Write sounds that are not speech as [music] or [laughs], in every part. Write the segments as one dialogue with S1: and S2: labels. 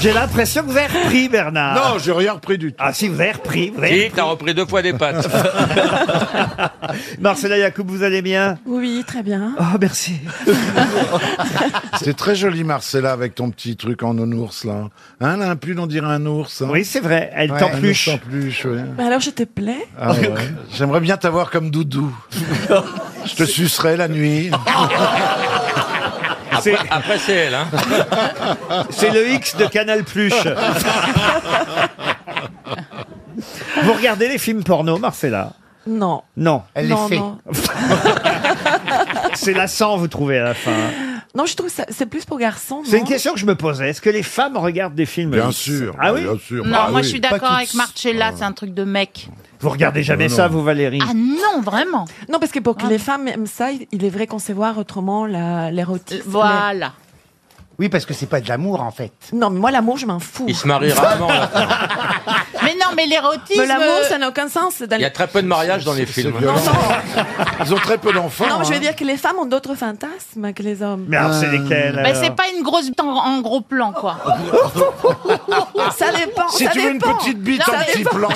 S1: J'ai l'impression que vous avez repris, Bernard.
S2: Non, j'ai rien repris du tout.
S1: Ah si, vous avez repris. Vous avez
S3: Si, t'as repris deux fois des pattes.
S1: [laughs] Marcella Yacoub, vous allez bien
S4: Oui, très bien.
S1: Oh, merci.
S2: [laughs] C'est très joli, Marcella, avec ton petit truc en nounours, là. Hein, là, un pull, on dirait un ours. hein.
S1: Oui, c'est vrai, elle
S2: Ouais, un
S1: t'empluche.
S2: ours en peluche, ouais.
S4: Mais Bah, alors, je te plais
S2: Ah ouais. J'aimerais bien t'avoir
S4: [laughs]
S2: comme doudou. Je te sucerai la nuit.
S1: [laughs] C'est-
S3: Après, c'est elle, hein.
S1: [laughs] C'est le X
S3: [laughs]
S1: de Canal Pluche. vous regardez les films porno, Marcella
S4: Non.
S1: Non.
S5: Elle
S4: non,
S5: les fait.
S4: non.
S1: [laughs] C'est lassant, vous trouvez, à la fin.
S4: Non, je trouve que ça- c'est plus pour garçons.
S1: C'est
S4: non
S1: une question que je me posais. Est-ce que les femmes regardent des films
S2: Bien
S1: X
S2: sûr.
S1: Ah oui
S2: Bien sûr.
S6: Non,
S2: Bah
S6: moi
S2: oui.
S6: je suis
S5: pas
S6: d'accord
S5: toutes.
S6: avec Marcella, c'est un truc de mec.
S1: Vous regardez jamais
S2: Non, non.
S1: ça, vous, Valérie
S6: Ah non, vraiment.
S4: Non, parce que pour que
S6: Ah.
S4: les femmes aiment ça, il il est vrai concevoir autrement la- l'érotisme.
S6: Euh, Voilà.
S5: Oui, parce que c'est pas de l'amour, en fait.
S4: Mais- Non, mais moi, l'amour, je m'en fous.
S3: Il
S4: [laughs]
S3: se mariera avant. là.
S6: Mais non, mais l'érotisme.
S4: Mais l'amour, ça n'a aucun sens. c'est dans
S3: Il y
S4: les-
S3: a très peu de mariages dans les
S2: C'est
S3: films.
S2: violent. Ils ont très peu d'enfants.
S4: Non, mais je veux
S2: hein.
S4: dire que les femmes ont d'autres fantasmes que les hommes.
S1: Mais alors, c'est lesquels
S6: Bah,
S1: alors
S6: c'est pas une grosse bite en, en gros plan, quoi.
S4: Ça dépend.
S2: Si
S4: ça
S2: tu veux une
S4: dépend.
S2: petite bite
S4: Non,
S2: en
S4: ça
S2: petit
S4: dépend. [laughs]
S2: plan,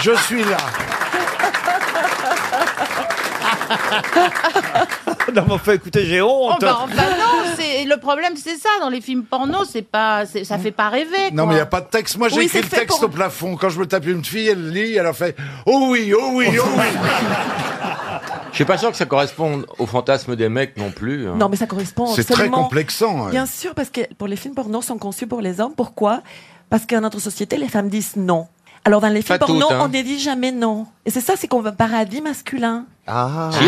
S2: je suis là.
S1: Non, mais enfin, écoutez, j'ai honte.
S6: [laughs] Oh, bah, oh, bah non, c'est le problème, c'est ça. Dans les films porno, c'est pas, c'est- ça fait pas rêver.
S2: Non,
S6: quoi.
S2: mais il n'y a pas de texte. Moi, j'ai
S4: Oui,
S2: écrit
S4: c'est
S2: le
S4: fait
S2: texte
S6: Ah
S4: pour-
S2: au plafond. Quand je me tape une fille, elle lit, elle a fait Oh oui, oh oui, oh oui.
S1: [laughs]
S3: Je suis pas sûr que ça corresponde au fantasme des mecs non plus. hein.
S4: Non, mais ça correspond
S2: C'est très
S4: seulement-
S2: complexant. hein.
S4: Bien sûr, parce que pour les films porno sont conçus pour les hommes. Pourquoi Parce qu'en notre société, les femmes disent non. Alors dans les films
S3: Pas toutes,
S4: porno,
S3: hein.
S4: on ne dit jamais non. Et c'est ça, c'est qu'on veut un paradis masculin.
S3: Si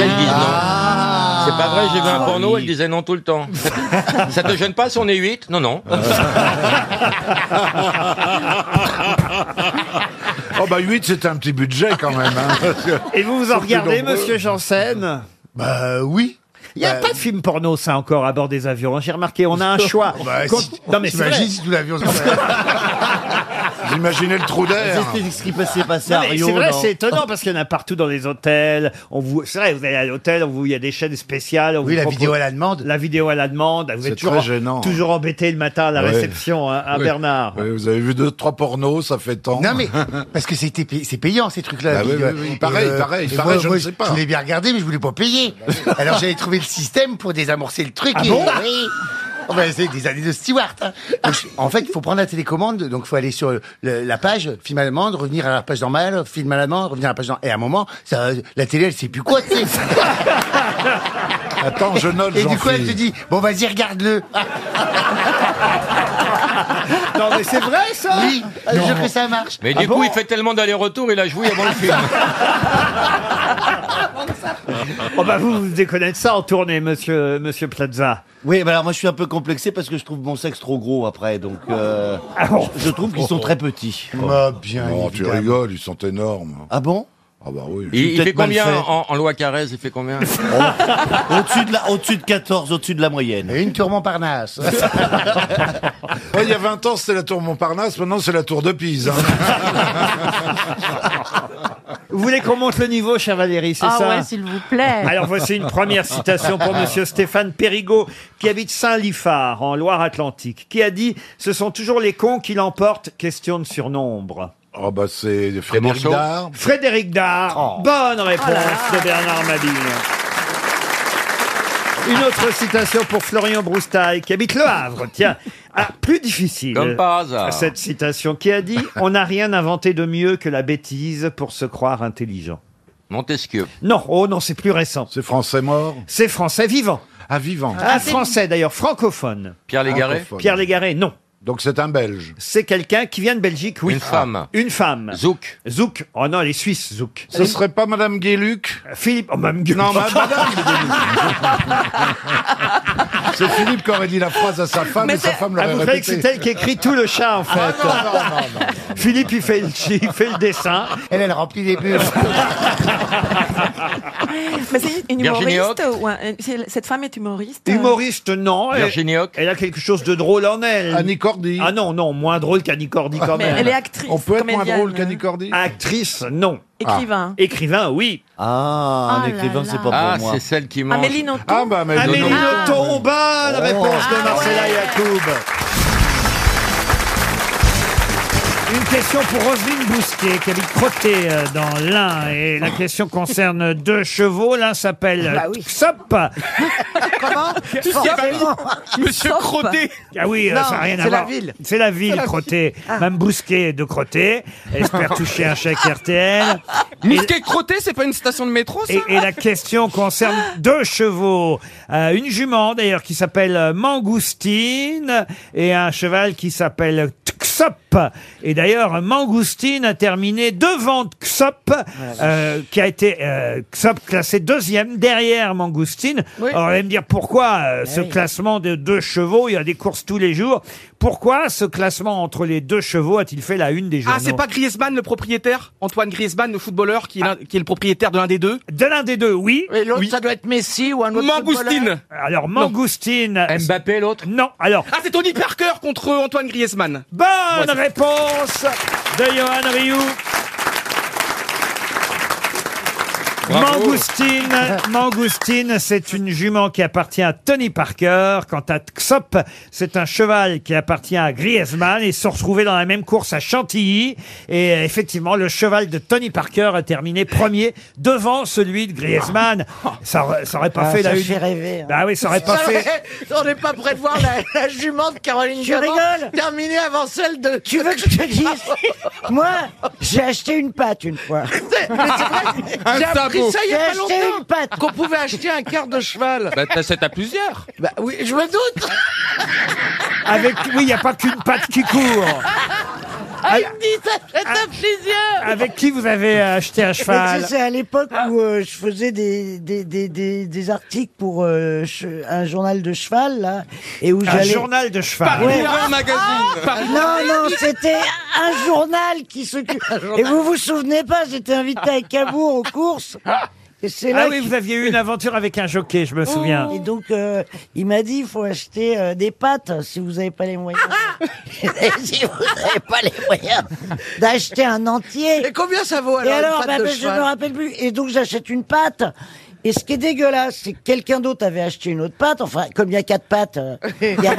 S3: elles disent non. C'est pas vrai, j'ai vu un porno, elle disait non tout le temps. Ça te gêne pas si on est 8 Non, non.
S2: Oh, bah 8, c'était un petit budget quand même. hein.
S1: [laughs] Et vous, vous en
S2: Sont plus
S1: regardez,
S2: nombreux.
S1: monsieur Janssen
S2: bah oui.
S1: Il n'y a
S5: Bah,
S1: pas de film porno, ça, encore, à bord des avions. J'ai remarqué, on a [laughs] un choix.
S2: Bah,
S1: Quand-
S2: si-
S1: Non, mais c'est vrai.
S5: Oh, T'imagines si tout l'avion se C'est
S2: Vous imaginez le trou d'air.
S5: ce qui peut se passer
S1: Non,
S5: à
S1: mais
S5: Rio.
S1: c'est vrai,
S5: non
S1: c'est étonnant parce qu'il y en a partout dans les hôtels. On vous, c'est vrai, vous allez à l'hôtel, on vous, il y a des chaînes spéciales. on
S5: Oui,
S1: vous
S5: la
S1: propose-
S5: vidéo à la demande.
S1: La vidéo à la demande. Vous
S2: C'est
S1: êtes toujours,
S2: très gênant.
S1: toujours embêté le matin à la
S2: Ouais.
S1: réception, hein, à
S2: Oui.
S1: Bernard.
S2: Oui, vous avez vu deux, trois pornos, ça fait tant.
S5: Non
S2: [laughs]
S5: mais parce que c'était pay- c'est payant ces trucs-là.
S2: Bah
S5: la
S2: oui,
S5: vidéo.
S2: oui, oui.
S5: Euh, Et,
S2: Pareil, pareil,
S5: et
S2: pareil, je ne sais pas. Bah
S5: Je l'ai bien regardé, mais je voulais pas payer. Alors j'avais trouvé le système pour désamorcer le truc.
S1: Ah bon
S5: oui. Oh, bah, c'est des années de Stewart. hein.
S2: Ah.
S5: Donc, je- en fait, il faut prendre la télécommande, donc il faut aller sur le- la page, film à la demande, revenir à la page normale, film à la demande, revenir à la page normale. Et à un moment, ça, la télé, elle sait plus quoi. tu sais.
S2: [laughs] Attends, je note,
S5: Et du coup, elle te
S2: Jean-Philippe.
S5: dit, bon, vas-y,
S2: [laughs]
S5: regarde-le.
S1: Non, mais c'est vrai, ça!
S5: Oui,
S2: Ah,
S5: je veux que ça marche.
S3: Mais du
S1: Ah
S3: coup,
S1: bon
S3: il fait tellement d'aller-retour, il a joué avant le film.
S1: Oh, bah, vous, vous devez connaître ça en tournée, monsieur, monsieur Plaza.
S7: Oui, bah alors moi je suis un peu complexé parce que je trouve mon sexe trop gros après, donc euh,
S1: Ah bon
S7: je trouve qu'ils sont très petits.
S5: [laughs] Bah, bien
S2: Non, Oh, tu
S5: évidemment.
S2: rigoles, ils sont énormes.
S7: Ah bon
S2: Ah bah oui.
S3: Il, il
S7: Peut-être
S3: fait Oh.
S7: mal
S3: combien
S7: fait.
S3: en, en loi Carrez Il fait combien
S1: [laughs]
S7: Au-dessus de, la- au-dessus de 14, au-dessus de la moyenne.
S5: Et une tour Montparnasse.
S2: Ouais, il y a 20 ans, c'était la tour Montparnasse, maintenant c'est la tour de Pise. hein.
S1: [laughs] Vous voulez qu'on monte le niveau, cher Valérie, c'est
S6: Ah
S1: ça?
S6: ouais, s'il vous plaît.
S1: [laughs] Alors voici une première citation pour
S6: [laughs]
S1: monsieur Stéphane Périgaud, qui habite Saint-Lifard, en Loire-Atlantique, qui a dit « Ce sont toujours les cons qui l'emportent, question de surnombre
S2: Ah bah c'est Frédéric
S3: Marceau
S2: Dard. ».
S1: Frédéric Dard,
S7: Oh.
S1: bonne réponse de Bernard Mabille. Une autre citation pour Florian Broustaille, qui habite Le Havre. Tiens, ah, plus difficile.
S3: Comme par hasard.
S1: Cette citation qui a dit « On n'a rien inventé de mieux que la bêtise pour se croire intelligent
S3: Montesquieu. ».
S1: Non, oh non, c'est plus récent.
S2: C'est français mort.
S1: C'est français vivant.
S2: Ah, vivant.
S1: Un français d'ailleurs, francophone.
S3: Pierre Légaré.
S2: Francophone.
S1: Pierre Légaré, non.
S2: Donc c'est un Belge.
S1: C'est quelqu'un qui vient de Belgique, oui. Ah,
S3: Une femme.
S1: Une femme.
S3: Zouk.
S1: Zouk. Oh non, elle est suisse, Zouk.
S2: Ce serait pas Madame Guéluc
S1: Philippe, oh même gueule.
S2: Non, ma- Madame
S1: [laughs]
S2: Ah, Guéluc. C'est Philippe qui aurait dit la phrase à sa femme
S4: Mais
S2: et sa
S4: c'est-
S2: femme
S1: Ah, vous
S2: l'aurait Ah,
S1: croyez que c'est
S2: répétée.
S1: elle qui écrit tout le chat, en fait. [laughs] Philippe, il fait, le, il fait le dessin.
S5: Elle, elle remplit les bulles.
S4: Mais c'est une
S3: Virginie
S4: humoriste ou un- c'est- Cette femme est humoriste. euh,
S1: Humoriste, non. Elle,
S3: Virginie Hoc.
S1: elle a quelque chose de drôle en elle.
S2: Annie Cordy.
S1: Ah non, non, moins drôle qu'Anicordi quand
S4: Mais
S1: même.
S4: elle est actrice.
S2: On peut être moins
S4: comédienne, hein.
S2: drôle qu'Annie Cordy
S1: Actrice, [laughs] non.
S4: Écrivain.
S1: Écrivain, oui.
S7: Ah, un
S6: Ah là
S7: écrivain,
S6: là.
S7: c'est pas pour
S3: Ah,
S7: moi.
S3: c'est celle qui mange.
S4: Amélie Nothomb.
S2: Ah bah mais
S1: Amélie
S3: non,
S1: Oh. Nothomb, bonne réponse de
S6: Ah
S1: Marcella
S6: ouais.
S1: Yacoub. Une question pour Roselyne Bousquet, qui habite Crotté euh, dans l'Ain. Et la question concerne deux chevaux. L'un s'appelle
S8: Bah oui.
S1: Xop.
S8: Comment
S9: [laughs] Monsieur
S4: Sop.
S9: Crotté
S1: Ah oui, euh,
S8: Non,
S1: ça n'a rien à
S8: c'est la
S1: voir. Ah.
S8: ville.
S1: C'est la ville,
S8: C'est la Ah.
S1: Crotté. Mme Bousquet est de Crotté.
S8: [laughs]
S1: Elle espère toucher un chèque RTL.
S9: Mousquet Crotté, c'est pas une station de métro, ça
S1: Et, et la question concerne deux chevaux. Euh, une jument, d'ailleurs, qui s'appelle euh, Mangoustine et un cheval qui s'appelle Xop. Et d'ailleurs, Mangoustine a terminé devant Xop, euh, qui a été euh, Xop classé deuxième derrière Mangoustine.
S8: Oui.
S1: Alors, vous allez me dire pourquoi euh, ce classement de deux chevaux, il y a des courses tous les jours. Pourquoi ce classement entre les deux chevaux a-t-il fait la une des journaux
S9: Ah, c'est pas Griezmann le propriétaire Antoine Griezmann, le footballeur, qui est, l'un- qui est le propriétaire de l'un des deux
S1: De l'un des deux, oui.
S8: Et l'autre,
S9: Oui.
S8: ça doit être Messi ou un autre. footballeur.
S9: Mangoustine
S1: Alors, Mangoustine...
S10: Mbappé, l'autre
S1: Non, alors...
S9: Ah, c'est Tony Parker contre Antoine Griezmann
S1: Bonne réponse de Johan Rioux. Mangoustine, Mangoustine, c'est une jument qui appartient à Tony Parker. Quant à Xop, c'est un cheval qui appartient à Griezmann. Ils se sont retrouvés dans la même course à Chantilly. Et euh, effectivement, le cheval de Tony Parker a terminé premier devant celui de Griezmann. Ça, aurait- ça aurait pas
S8: Ah,
S1: fait
S8: ça
S1: la une.
S8: fait rêver, hein.
S1: Bah oui, ça aurait pas fait.
S8: [laughs] On n'est pas prêt de voir la, la jument de Caroline
S11: Tu
S8: Diamant
S11: rigoles
S8: terminer avant celle de.
S11: Tu veux que je te dise Moi, j'ai acheté une pâte une [laughs] fois.
S8: Mais c'est vrai, J'ai appris
S9: sabot.
S8: ça il y
S11: J'ai
S8: a pas
S11: acheté une
S8: longtemps
S11: pâte.
S8: qu'on pouvait acheter un quart de cheval.
S10: Bah, t'as sept à plusieurs.
S8: Bah oui, je me doute.
S1: [laughs] Avec, oui, il n'y a pas qu'une patte qui court.
S8: Ah, il me dit ça, c'est un plaisir.
S1: Avec qui vous avez euh, acheté un
S11: Mais tu
S1: cheval
S11: sais, C'est à l'époque où euh, je faisais des, des, des, des, des articles pour euh, che- un journal de cheval, là, et où
S1: Un
S11: j'allais...
S1: journal de cheval.
S11: Ouais. Ah,
S9: Un magazine Paris-
S11: Non, non, c'était un journal qui [laughs] s'occupe. Et vous vous souvenez pas, j'étais invité à Cabourg aux courses. Et c'est là
S1: Ah oui,
S11: que-
S1: vous aviez eu une aventure avec un jockey, je me souviens.
S11: Et donc, euh, il m'a dit, il faut acheter euh, des pâtes si vous n'avez pas
S8: [laughs]
S11: les moyens. [laughs]
S8: Et si vous n'avez pas les moyens.
S11: D'acheter un entier.
S8: Et combien ça vaut
S11: Et
S8: alors,
S11: alors,
S8: une
S11: bah,
S8: patte de
S11: bah, je me
S8: cheval
S11: rappelle plus. Et donc, j'achète une pâte. Et ce qui est dégueulasse, c'est que quelqu'un d'autre avait acheté une autre pâte. Enfin, comme il y a quatre pattes, euh, il
S8: [laughs]
S11: y a-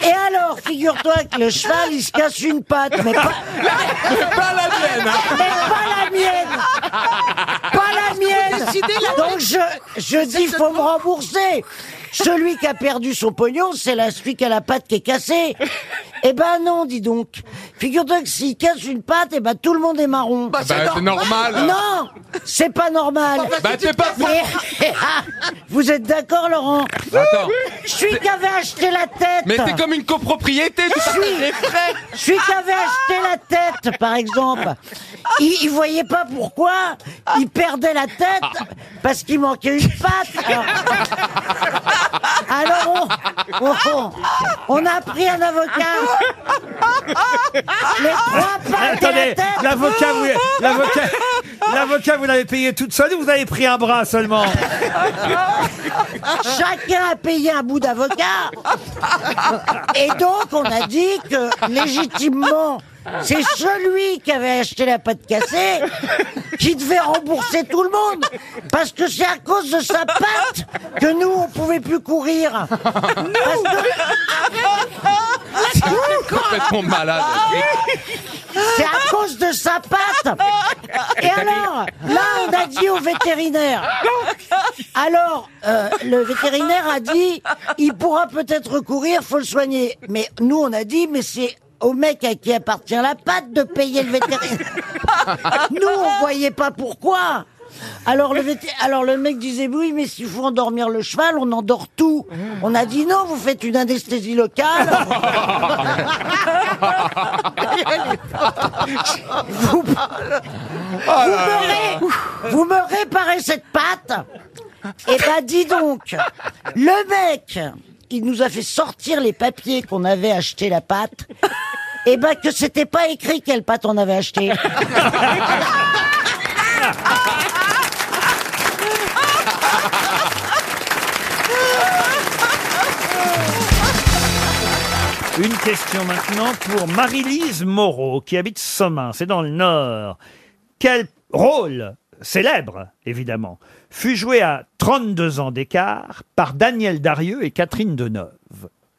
S11: Et alors, figure-toi que le cheval, il se casse une patte,
S8: [laughs]
S11: mais pas,
S9: Pas la mienne hein.
S11: mais pas la mienne.
S1: [laughs]
S11: Pas la mienne. Donc, je, je dis, faut me rembourser. Celui qui a perdu son pognon, c'est la, celui qui a la patte qui est cassée. Eh ben non, dis donc. Figure-toi que s'il casse une patte, eh ben tout le monde est marron.
S8: Bah,
S10: Bah, c'est normal.
S11: Non, c'est pas normal.
S10: Bah, t'es pas fou.
S11: Mais- [laughs] Vous êtes d'accord, Laurent
S10: Attends.
S11: Celui qui avait acheté la tête.
S9: Mais c'est comme une copropriété tu sais.
S11: Celui, celui qui avait acheté la tête, par exemple, il, il voyait pas pourquoi il perdait la tête parce qu'il manquait une
S9: [laughs]
S11: patte. Alors, alors on, on- on a pris un avocat. Les trois pattes et la
S1: Eh, Attendez,
S11: tête.
S1: l'avocat, vous, l'avocat, l'avocat, vous l'avez payé toute seule ou vous avez pris un bras seulement
S11: Chacun a payé un bout d'avocat. Et donc, on a dit que, légitimement, c'est celui qui avait acheté la pâte cassée qui devait rembourser tout le monde. Parce que c'est à cause de sa pâte que nous, on pouvait plus courir. Parce que
S10: Complètement malade.
S11: c'est à cause de sa pâte. Et alors, là, on a dit au vétérinaire. Alors, euh, le vétérinaire a dit, il pourra peut-être courir, faut le soigner. Mais nous, on a dit, mais c'est au mec à qui appartient la patte de payer le vétérinaire. Nous, on voyait pas pourquoi. Alors le, vété- alors le mec disait oui mais s'il faut endormir le cheval on endort tout. On a dit non vous faites une anesthésie locale. vous, vous me, ré- vous me réparez cette patte Eh ben dis donc, le mec, il nous a fait sortir les papiers qu'on avait acheté la pâte. Eh ben que c'était pas écrit quelle pâte on
S6: [laughs]
S11: avait acheté.
S1: Une question maintenant pour Marie-Lise Moreau, qui habite Sommin, c'est dans le Nord. Quel rôle, célèbre évidemment, fut joué à 32 ans d'écart par Daniel Darieux et Catherine Deneuve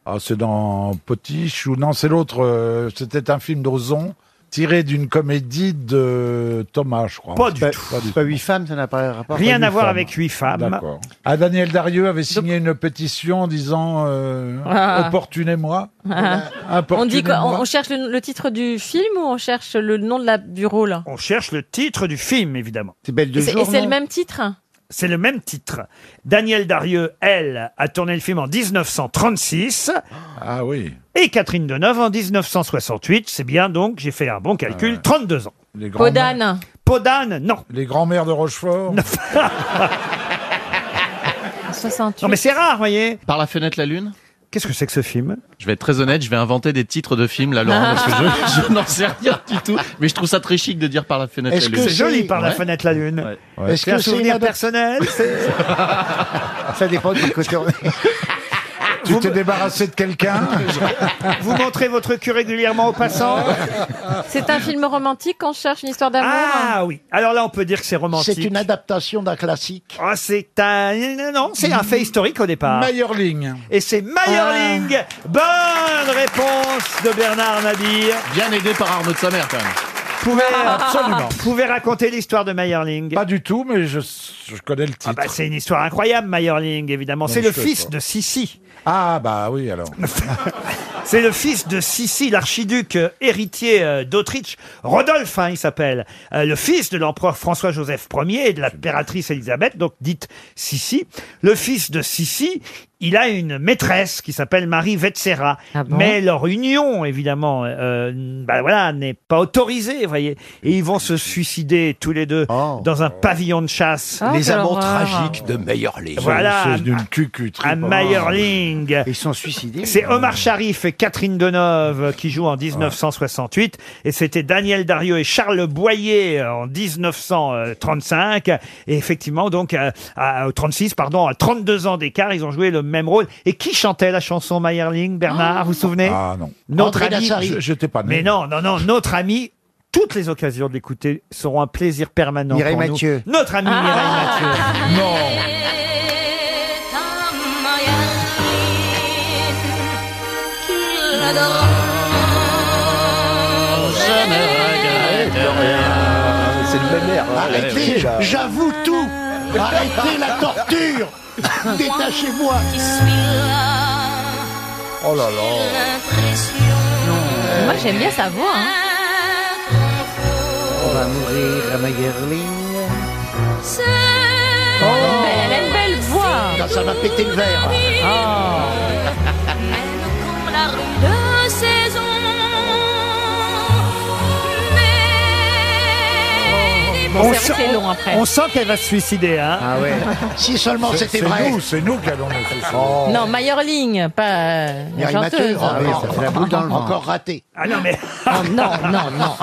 S2: Ah, c'est dans Potiche ou non, c'est l'autre. euh, C'était un film d'Ozon tiré d'une comédie de Thomas, je crois.
S5: Pas du
S2: tout. [laughs] pas huit femmes, ça n'a pas rapport.
S1: Rien à voir avec huit femmes.
S2: D'accord. Ah, Daniel Darieux avait signé une pétition en disant euh,
S12: Ah.
S2: opportunez-moi.
S12: Ah. On dit quoi
S2: Opportunez-moi.
S12: on, on cherche le, le titre du film ou on cherche le nom de la, du rôle
S1: On cherche le titre du film, évidemment.
S2: C'est belle
S12: Et c'est et c'est le même titre
S1: C'est le même titre. Daniel Darieux, elle, a tourné le film en 1936.
S2: Ah oui.
S1: Et Catherine Deneuve en 1968. C'est bien donc, j'ai fait un bon calcul, 32 ans.
S2: Les
S12: Podane.
S1: Podane, non.
S2: Les grands-mères de Rochefort.
S1: non mais [laughs] c'est rare, voyez.
S7: Par la fenêtre la lune
S1: Qu'est-ce que c'est que ce film
S7: Je vais être très honnête, je vais inventer des titres de films là, Laurent, parce que
S1: [laughs]
S7: je, je n'en sais rien du tout. Mais je trouve ça très chic de dire par la fenêtre la
S1: Est-ce
S7: lune.
S1: que c'est joli par la
S7: Ouais.
S1: fenêtre la lune
S7: Ouais.
S1: Est-ce que c'est un souvenir personnel
S5: Ah, Ça dépend du côté.
S2: [laughs] Tu t'es débarrassé de [laughs] quelqu'un
S1: Vous montrez votre cul régulièrement aux passants
S12: C'est un film romantique on cherche une histoire d'amour
S1: Ah oui. Alors là, on peut dire que c'est romantique.
S12: C'est une
S1: adaptation d'un classique. Ah, c'est un non, c'est un fait historique au départ.
S2: Meyerling. Ah.
S1: Et c'est Meyerling. Bonne réponse de Bernard Mabir.
S7: Bien aidé par Arnaud de sa mère quand même.
S1: Pouvez,
S7: Absolument.
S1: pouvez raconter l'histoire de Meyerling Pas
S2: du tout, mais je, je connais le titre.
S1: c'est une histoire incroyable, Meyerling, évidemment.
S2: Non,
S1: C'est
S2: je
S1: le
S2: sais
S1: fils
S2: pas.
S1: de Sissi.
S2: Ah bah oui alors.
S1: [laughs] C'est le fils de Sissi, l'archiduc euh, héritier euh, d'Autriche. Rodolphe, hein, il s'appelle. Euh, le fils de l'empereur François-Joseph Ier et de l'impératrice Élisabeth, donc dite Sissi. Le fils de Sissi, il a une maîtresse qui s'appelle Marie Vetsera. Mais leur union, évidemment, euh, bah voilà, n'est pas autorisée, vous voyez. Et ils vont se suicider tous les deux dans un pavillon de chasse.
S9: Oh. Les amants tragiques de Meyerling.
S1: Voilà.
S9: C'est
S2: d'une cucuterie.
S9: pas
S1: À Meyerling.
S5: Ils sont suicidés. Ah.
S1: C'est Omar Sharif et Catherine Deneuve qui jouent en 1968 et c'était Daniel Dario et Charles Boyer euh, en 1935 et effectivement donc euh, à, au 36 pardon à 32 ans d'écart ils ont joué le même rôle et qui chantait la chanson Meyerling Bernard vous vous souvenez
S2: Ah non.
S1: Notre
S2: André
S1: ami
S2: Nassari. Je- j'étais pas né.
S1: Mais non non non notre ami toutes les occasions de l'écouter seront un plaisir permanent
S5: Mireille
S1: pour nous.
S5: Mathieu.
S1: Notre
S13: Ah.
S1: ami Mireille Mathieu. Non.
S9: C'est le même
S1: Ah,
S9: air. hein.
S5: Arrêtez, j'avoue tout. Arrêtez la torture. [laughs] Détachez-moi.
S9: Oh là là.
S12: Moi j'aime bien sa voix. hein.
S5: On va mourir à Magerling.
S1: Oh.
S12: Elle Oh, elle a une belle voix.
S5: Non, ça va péter le verre.
S2: Ah.
S5: Ah,
S14: La rue de saison.
S1: On
S12: c'est vrai que
S1: sent-
S12: c'est long après.
S1: On sent qu'elle va se suicider, hein Ah [laughs]
S5: ouais. si seulement
S2: C'est-
S5: c'était
S2: c'est
S5: vrai.
S2: nous, c'est nous qui allons nous suicider.
S12: Non, Meyerling, pas euh, la
S5: Mireille Mathieu,
S12: chanteuse.
S5: encore, hein. Ah, encore raté.
S1: Ah non, mais.
S12: non, non,
S5: [laughs]
S12: non.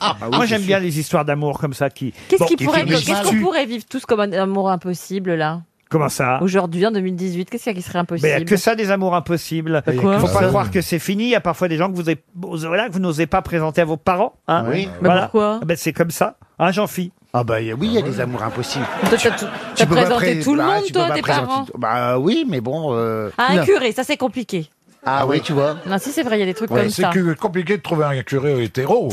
S5: Ah
S1: Moi, j'aime bien les histoires d'amour comme ça qui.
S12: Qu'est-ce
S1: Bon,
S12: qui pourrait-
S1: finissent
S12: qu'est-ce qu'on
S1: mal.
S12: pourrait vivre tous comme un amour impossible là
S1: Comment ça
S12: Aujourd'hui, en 2018, qu'est-ce qu'il y a qui serait
S1: Ah. Mais il n'y a
S12: impossible
S1: que ça des amours impossibles.
S12: Bah,
S1: Il
S12: quoi
S1: faut pas
S12: Ça.
S1: croire que c'est fini. Il y a parfois des gens que vous, avez- voilà, que vous n'osez pas présenter à vos parents. hein.
S5: Oui.
S1: Voilà.
S5: Mais pourquoi
S1: Ah ben, C'est comme ça. Hein, Ah, jean phi
S5: Ah bah y a- oui, il y a des amours impossibles.
S12: Toi, t'as tout- t'as
S5: peux pas
S12: présenté
S5: pré-
S12: tout le
S5: bah,
S12: monde,
S5: tu peux
S12: toi,
S5: pas
S12: tes
S5: présenter-
S12: parents
S5: Bah oui, mais bon. euh,
S12: À
S5: non.
S12: un curé, ça c'est compliqué.
S5: Ah oui, tu vois.
S12: Non, si c'est vrai, il y a des trucs
S2: Ouais,
S12: comme
S2: c'est
S12: ça.
S2: que- compliqué de trouver un
S5: [laughs]
S2: curé hétéro.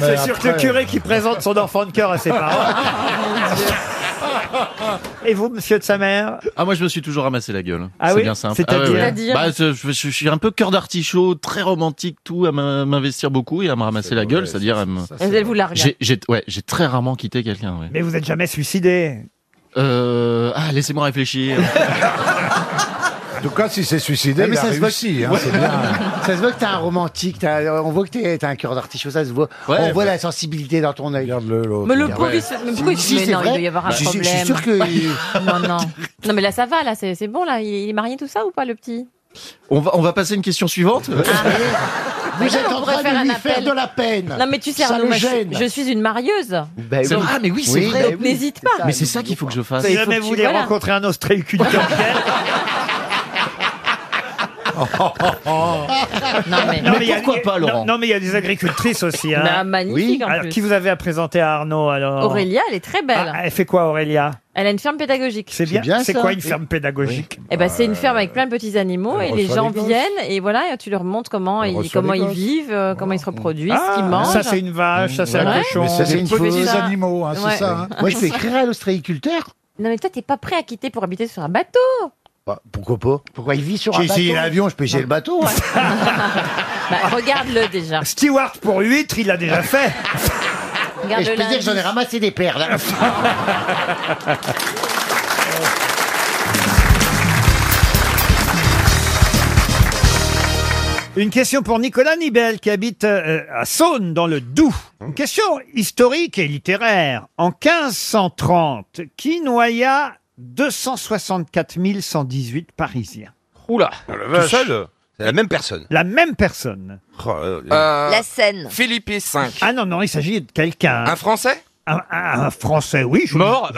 S1: C'est sûr que le
S5: euh,
S1: curé qui présente son enfant de cœur à ses parents.
S5: Ah,
S1: Et vous, monsieur de sa
S12: euh,
S1: mère
S7: Ah moi je me suis toujours ramassé la gueule.
S1: Ah
S7: c'est
S1: oui
S7: bien simple.
S1: C'est-à-dire
S7: Ah ouais, ouais. Bah, je,
S1: C'est-à-dire
S7: je- je suis un peu cœur d'artichaut, très romantique, tout à m'in- m'investir beaucoup et à me ramasser la gueule, c'est-à-dire à me-
S12: Elle vous largue.
S7: J'ai j'ai- ouais, j'ai très rarement quitté quelqu'un. ouais.
S1: Mais vous n'êtes jamais suicidé.
S7: Euh, ah laissez-moi réfléchir.
S2: En tout cas, si c'est suicidé,
S5: Ah, mais
S2: il a
S5: ça se voit-
S2: réussi. hein,
S5: Ouais.
S2: c'est bien.
S5: [laughs] Ça se voit que t'es un romantique, t'as- on voit que t'es t'as un cœur d'artichaut, ça se voit.
S2: Ouais,
S5: on voit
S2: bah-
S5: la sensibilité dans ton œil.
S12: Mais le pauvre, il se- mais pourquoi il se-
S5: si,
S12: mais
S5: c'est
S12: non, il
S5: vrai.
S12: doit y avoir un
S5: Je suis-
S12: problème.
S5: Je suis sûr
S2: [laughs]
S5: que.
S4: [laughs]
S12: Non, non. Non, mais là, ça va, là, c'est c'est bon, là. Il il est marié, tout ça, ou pas, le petit
S7: on va on va passer à une question suivante.
S12: Mais
S5: Vous
S12: non,
S5: êtes
S12: on
S5: en
S12: pourrait
S5: train
S12: faire
S5: de
S12: un
S5: lui
S12: appel.
S5: faire de la peine.
S12: Non, mais tu sais,
S5: ça
S12: Arnaud,
S5: le
S12: moi, je,
S5: gêne.
S12: je suis une marieuse.
S1: Ben
S7: C'est- Ah mais oui c'est
S5: Oui,
S7: vrai.
S5: bah
S12: Donc, n'hésite pas.
S7: Mais c'est ça qu'il faut que je fasse. [laughs]
S1: Si jamais vous voulez rencontrer un ostréiculteur,
S12: Non, mais-
S1: Non,
S12: Mais
S1: il y a-
S12: pourquoi pas,
S1: non,
S12: Laurent
S1: Non, mais il y a des agricultrices aussi. Hein.
S12: Bah, magnifique, en
S1: alors,
S12: plus.
S1: Qui vous avez à présenter à Arnaud alors Ah,
S12: Aurélia, elle est très belle.
S1: Elle fait quoi, Aurélia
S12: Elle a une ferme pédagogique.
S1: C'est bien.
S12: bien,
S1: C'est
S12: ça.
S1: quoi une ferme pédagogique
S12: Eh ben, c'est une ferme avec plein de petits animaux et
S1: reçoit
S12: les gens
S1: les gosses.
S12: viennent et voilà, et tu leur montres comment
S1: Elle
S12: ils,
S1: reçoit
S12: comment
S1: les
S12: ils
S1: gosses.
S12: vivent, euh, comment ils se reproduisent, ce qu'ils
S1: Ah,
S12: mangent.
S1: ça, c'est une vache, ça, c'est un
S12: Ouais.
S1: cochon. Mais ça, c'est une fausse. animaux, hein, c'est ça, hein. Moi, je peux écrire
S12: à l'ostréiculteur. Non, mais toi, t'es pas prêt à quitter pour habiter sur un bateau.
S5: Bah, pourquoi pas Pourquoi il vit sur J'ai
S12: un
S5: essayé
S12: bateau
S5: l'avion, je peux essayer le bateau. hein. [laughs]
S12: Bah, regarde-le déjà.
S1: Stewart pour huître, il l'a
S7: [laughs]
S1: déjà fait.
S5: Et je
S12: Regarde-le
S5: peux dire que j'en ai ramassé des perles. hein.
S1: [laughs] Une question pour Nicolas Nibel qui habite euh, à Saône dans le Doubs. Une question historique et littéraire. En 1530, qui noya 264 118 Parisiens
S3: Oula.
S9: vache. seul
S3: C'est la même personne.
S1: La même personne.
S9: Oh, euh, La
S3: scène. Euh, Philippe V.
S1: Ah non, non, il s'agit de quelqu'un. Un
S3: Français
S1: un, un Français, oui. Je Mort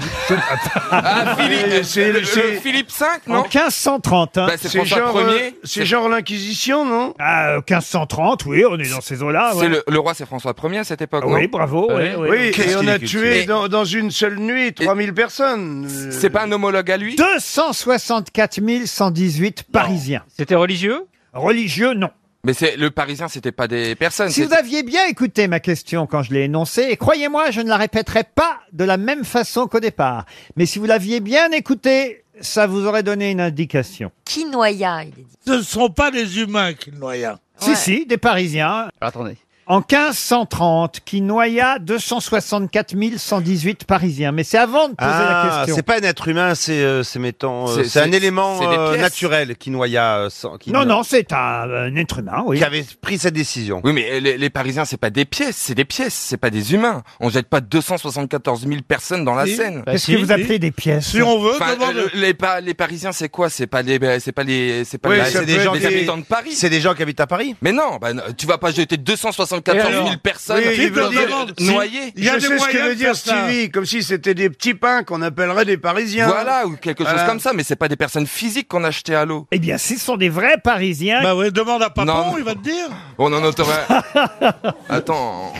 S3: Ah, Philippe,
S9: Euh, c'est-
S3: le- le
S9: c'est-
S3: Philippe V,
S1: En
S3: non
S1: 1530. hein.
S3: Bah, c'est C'est François genre, Ier. euh, c'est C'est- genre
S1: l'Inquisition, non Ah, euh, 1530, oui, on est dans ces eaux-là.
S3: Ah, C'est
S1: ouais.
S3: le, le roi, c'est François Ier à cette époque.
S1: Oui,
S3: non
S1: bravo, oui, oui.
S9: Oui, et on a tué
S3: Et
S9: dans, dans une seule nuit 3000 personnes.
S3: C'est pas un homologue à lui
S1: 264 118 Parisiens.
S3: C'était religieux
S1: Religieux, non.
S3: Mais c'est le Parisien, c'était pas des personnes.
S1: Si vous
S3: c'était-
S1: aviez bien écouté ma question quand je l'ai énoncée, et croyez-moi, je ne la répéterai pas de la même façon qu'au départ. Mais si vous l'aviez bien écoutée, ça vous aurait donné une indication.
S15: Qui noya, il est dit.
S1: Ce ne sont pas des humains qui noyaient. Si, si, des Parisiens. Attendez. En 1530, qui noya 264 118 Parisiens. Mais c'est avant de poser la
S9: Ah,
S1: question.
S9: c'est pas un être humain, c'est euh, c'est mettons, euh,
S1: C'est-
S9: c'est un
S1: c'est-
S9: élément
S1: c'est des
S9: euh,
S1: pièces.
S9: naturel qui noya. euh, sans- qui
S1: Non,
S9: noya-
S1: non, c'est un, un être humain, oui.
S9: Qui avait pris cette décision.
S3: Oui, mais les, les Parisiens, c'est pas des pièces, c'est des pièces, c'est pas des humains. On jette pas 274 000 personnes dans la
S1: Si.
S3: Seine.
S1: Qu'est-ce que vous appelez des pièces
S3: Enfin, euh, les, Pa- les Parisiens, c'est quoi C'est pas les, c'est pas les, c'est pas
S9: Oui,
S3: les-
S9: ça
S3: c'est
S9: peut
S3: des
S9: être
S3: gens
S9: des-
S3: des habitants de Paris.
S9: C'est des gens qui habitent à Paris.
S3: Mais non, bah, non, tu vas pas jeter 274 000 personnes
S9: Oui, il veut dire-
S3: euh, noyées.
S9: Il y a
S3: Je
S9: je
S3: sais
S9: sais
S3: ce
S9: ce que
S3: veut
S9: veut dire Stevie, comme si c'était des petits pains qu'on appellerait des Parisiens.
S3: Voilà, ou quelque chose
S9: Voilà.
S3: comme ça, mais c'est pas des personnes physiques qu'on a jetées à l'eau.
S1: Eh bien, si ce sont des vrais Parisiens.
S3: Bah oui, demande à
S9: Papon,
S3: non.
S9: il
S3: va te dire. On en aurait...
S1: [laughs]
S3: Attends.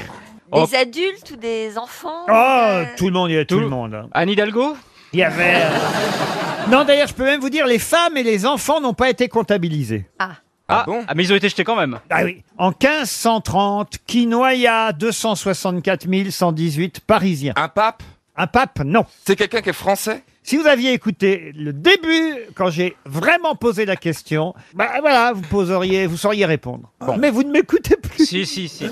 S15: Des adultes ou des enfants
S1: Oh, tout le monde, il y a tout, le monde. Anne Hidalgo Il y avait. euh, non, d'ailleurs, je peux même vous dire, les femmes et les enfants n'ont pas été comptabilisés.
S15: Ah.
S1: Ah, bon
S16: mais ils ont été jetés quand même.
S1: Ah oui. En 1530, qui noya 264 118 Parisiens.
S3: Un pape
S1: Un pape, non.
S3: C'est quelqu'un qui est français
S1: Si vous aviez écouté le début, quand j'ai vraiment posé la question, bah voilà, vous poseriez, vous sauriez répondre. Mais vous ne m'écoutez plus.
S16: Si, si, si.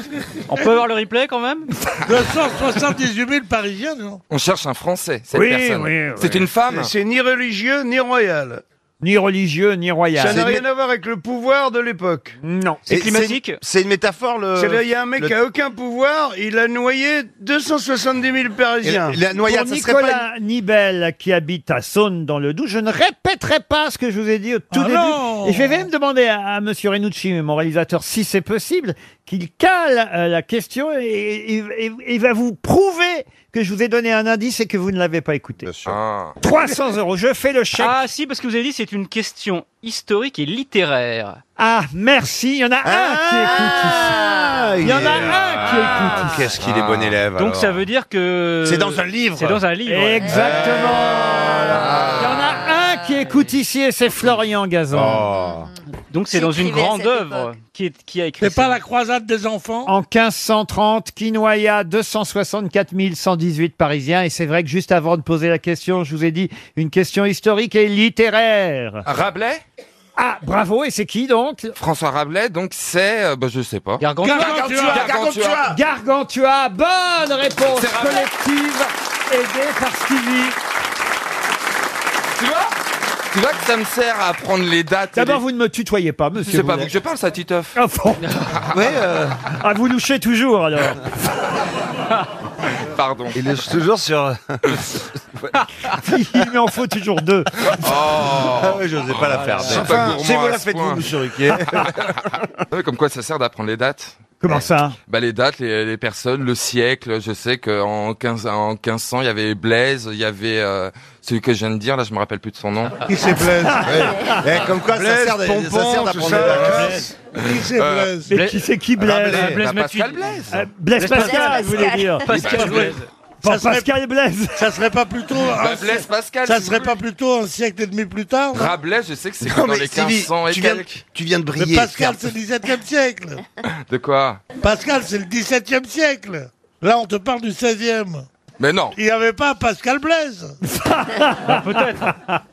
S16: On peut avoir le replay quand même
S3: 278 000 Parisiens, non On cherche un Français, cette
S1: Oui,
S3: personne.
S1: oui, oui.
S3: C'est une femme
S9: C'est ni religieux ni royal.
S1: Ni religieux, ni royal.
S9: Ça n'a rien à voir avec le pouvoir de l'époque.
S1: Non.
S16: C'est climatique
S9: C'est une métaphore. Le.
S16: C'est le-
S9: Il y a un mec
S16: le-
S9: qui a aucun pouvoir. Il a noyé 270 000 Parisiens.
S1: Pour Nicolas Nibel, qui habite à Saône dans le Doubs, je ne répéterai pas ce que je vous ai dit au tout
S9: Ah
S1: début.
S9: non
S1: Et je vais même demander à, à Monsieur Renucci, mon réalisateur, si c'est possible, qu'il cale euh, la question et- et et- et il va vous prouver que je vous ai donné un indice et que vous ne l'avez pas écouté. 300 euros, je fais le chèque.
S16: Ah si, parce que vous avez dit c'est une question historique et littéraire.
S1: Ah, merci, il y en a un qui écoute ici. Il y en a un qui écoute.
S9: Qu'est-ce qu'il est bon élève.
S16: Ah. Donc ça veut dire que...
S9: C'est dans un livre.
S16: C'est dans un livre. Ah. ouais.
S1: Exactement.
S9: Ah.
S1: Il y en a un qui écoute ici et c'est Florian Gazan.
S16: Donc Oh. c'est dans une grande œuvre qui, est- qui a écrit... C'est pas la croisade des enfants
S1: En 1530, qui noya 264 118 Parisiens. Et c'est vrai que juste avant de poser la question, je vous ai dit une question historique et littéraire.
S3: Rabelais
S1: Ah, bravo, et c'est qui donc
S3: François Rabelais, donc c'est, euh, bah, je sais pas.
S1: Gargantua. Gargantua. Gargantua. Bonne réponse
S3: C'est Rabelais.
S1: collective aidée par Stevie.
S3: Tu vois Tu vois que ça me sert à prendre les dates.
S1: D'abord, vous ne me tutoyez pas, monsieur.
S3: C'est pas
S1: Boulet.
S3: vous que je parle, ça, Titeuf. euh.
S1: Ah,
S3: [laughs]
S1: bon. Ah, vous louchez toujours alors.
S3: Pardon.
S9: Il [laughs] est toujours sur. euh,
S1: [laughs] Il m'en faut toujours deux.
S9: Ah
S17: Oh.
S9: oui, je n'osais pas la faire.
S3: C'est
S9: Enfin,
S3: pas gourmand
S9: si vous
S3: à
S9: la
S3: ce [laughs]
S9: faites, vous,
S3: point.
S9: monsieur Ruquier.
S3: Ah oui, Comme quoi, ça sert d'apprendre les dates.
S1: Comment ça
S3: Bah les dates, les, les personnes, le siècle. Je sais qu'en 15, en 1500, il y avait Blaise, il y avait euh, celui que je viens de dire. Là, je me rappelle plus de son nom.
S16: Qui c'est
S9: [laughs]
S16: Blaise Ouais. Eh, comme quoi, ça
S3: Blaise,
S16: sert de- ça
S3: Pompon,
S16: sert
S3: tout
S16: d'apprendre
S3: ça.
S16: des vacances.
S1: Qui c'est
S9: Euh,
S1: Blaise Mais qui c'est qui, Blaise Ah, Blaise
S3: Pascal
S1: Matuidi.
S3: Blaise.
S9: Ah,
S16: Ah,
S1: Euh, Blaise Blaise Pascal, Pascal. vous voulez dire. Pascal Blaise. Pas Pascal Blaise.
S16: Ça serait pas plutôt.
S3: Bah,
S16: un-
S3: Blaise Pascal,
S16: Ça
S3: si
S16: serait
S3: vous
S16: pas plutôt un siècle et demi plus tard non
S3: Rabelais, je sais que c'est
S16: Non,
S3: dans
S16: mais
S3: les
S16: Sylvie,
S3: 1500 et
S16: tu viens-
S3: quelques.
S16: tu viens de
S3: briller,
S16: Mais Pascal,
S3: Pierre.
S16: c'est le 17e siècle.
S3: De quoi
S16: Pascal, c'est le 17e siècle. Là, on te parle du 16e.
S3: Mais non.
S16: Il n'y avait pas Pascal [laughs] Blaise.
S3: Peut-être.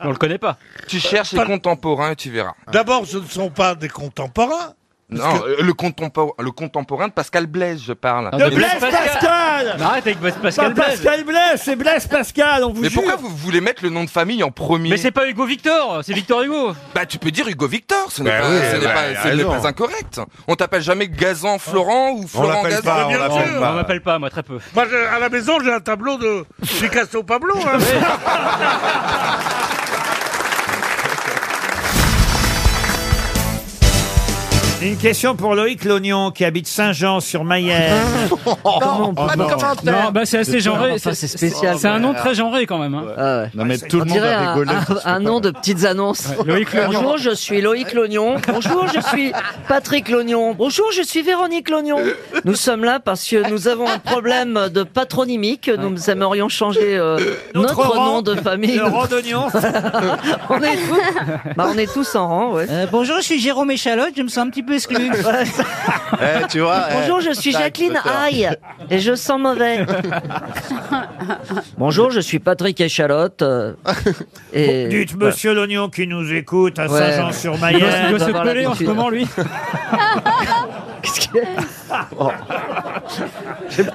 S9: On le connaît pas.
S3: Tu cherches les
S16: Pas-
S3: contemporains et tu verras.
S16: D'abord, ce ne sont pas des contemporains.
S3: Non, euh, le, contempor- le contemporain de Pascal Blaise, je parle.
S1: De Blaise Pascal
S3: Non, arrête avec Blaise
S1: Pas Pascal Blaise, c'est Blaise Pascal, on vous
S3: Mais
S1: jure.
S3: pourquoi vous voulez mettre le nom de famille en premier Mais c'est
S17: pas Hugo Victor, c'est Victor Hugo.
S3: Bah tu peux dire Hugo Victor, ce n'est
S16: Bah
S3: pas,
S16: oui,
S3: ce n'est
S16: bah,
S3: pas-
S16: il a
S3: ce n'est
S16: raison.
S3: pas incorrect. On t'appelle jamais Gazan Florent ou Florent
S16: l'appelle
S3: Gazan.
S16: pas, on Bien l'appelle sûr. pas.
S17: On m'appelle pas, moi, très peu.
S16: Moi, j'ai- à la maison, j'ai un tableau de Picasso Pablo. hein.
S1: Une question pour Loïc Lognon qui habite Saint-Jean-sur-Mayenne.
S17: [laughs]
S9: Oh,
S17: Non, pas de commentaire. Non, bah, c'est assez genré,
S13: Enfin,
S17: c'est-
S13: c'est spécial.
S17: c'est un
S13: quoi.
S17: nom très genré, quand même, hein.
S13: Ah ouais.
S17: Non, mais tout le
S13: On
S17: monde a
S13: dirait un-
S9: [laughs]
S17: rigolé,
S13: un-
S17: ça se fait
S13: Un, nom de petites annonces.
S17: Ouais, Loïc Lognon.
S13: Bonjour, je suis Loïc Lognon. Bonjour, je suis Patrick Lognon. Bonjour, je suis Véronique Lognon. Nous sommes là parce que nous avons un problème de patronymique. Nous aimerions changer euh,
S1: Notre
S13: notre,
S1: rang,
S13: nom de famille.
S1: le rang d'oignon.
S13: [laughs] on,
S1: [laughs]
S13: est tous, [laughs] bah, on est tous en rang, ouais.
S18: Euh, bonjour, je suis Jérôme Échalote, je me sens un petit peu exclu.
S2: [laughs]
S13: Eh,
S18: tu vois, eh,
S13: Bonjour, je suis
S18: t'as un
S13: Jacqueline
S18: peu tort.
S13: Aïe et je sens
S2: [laughs]
S13: mauvais. Bonjour, je suis Patrick
S18: [laughs]
S13: Échalote. euh,
S17: euh,
S13: et...
S1: Dites Monsieur Lognon qui nous écoute à
S13: Ouais.
S1: Saint-Jean-sur-Mayenne.
S13: Il doit- il doit se peler en ce
S17: [laughs]
S13: moment,
S17: lui.
S7: Oh.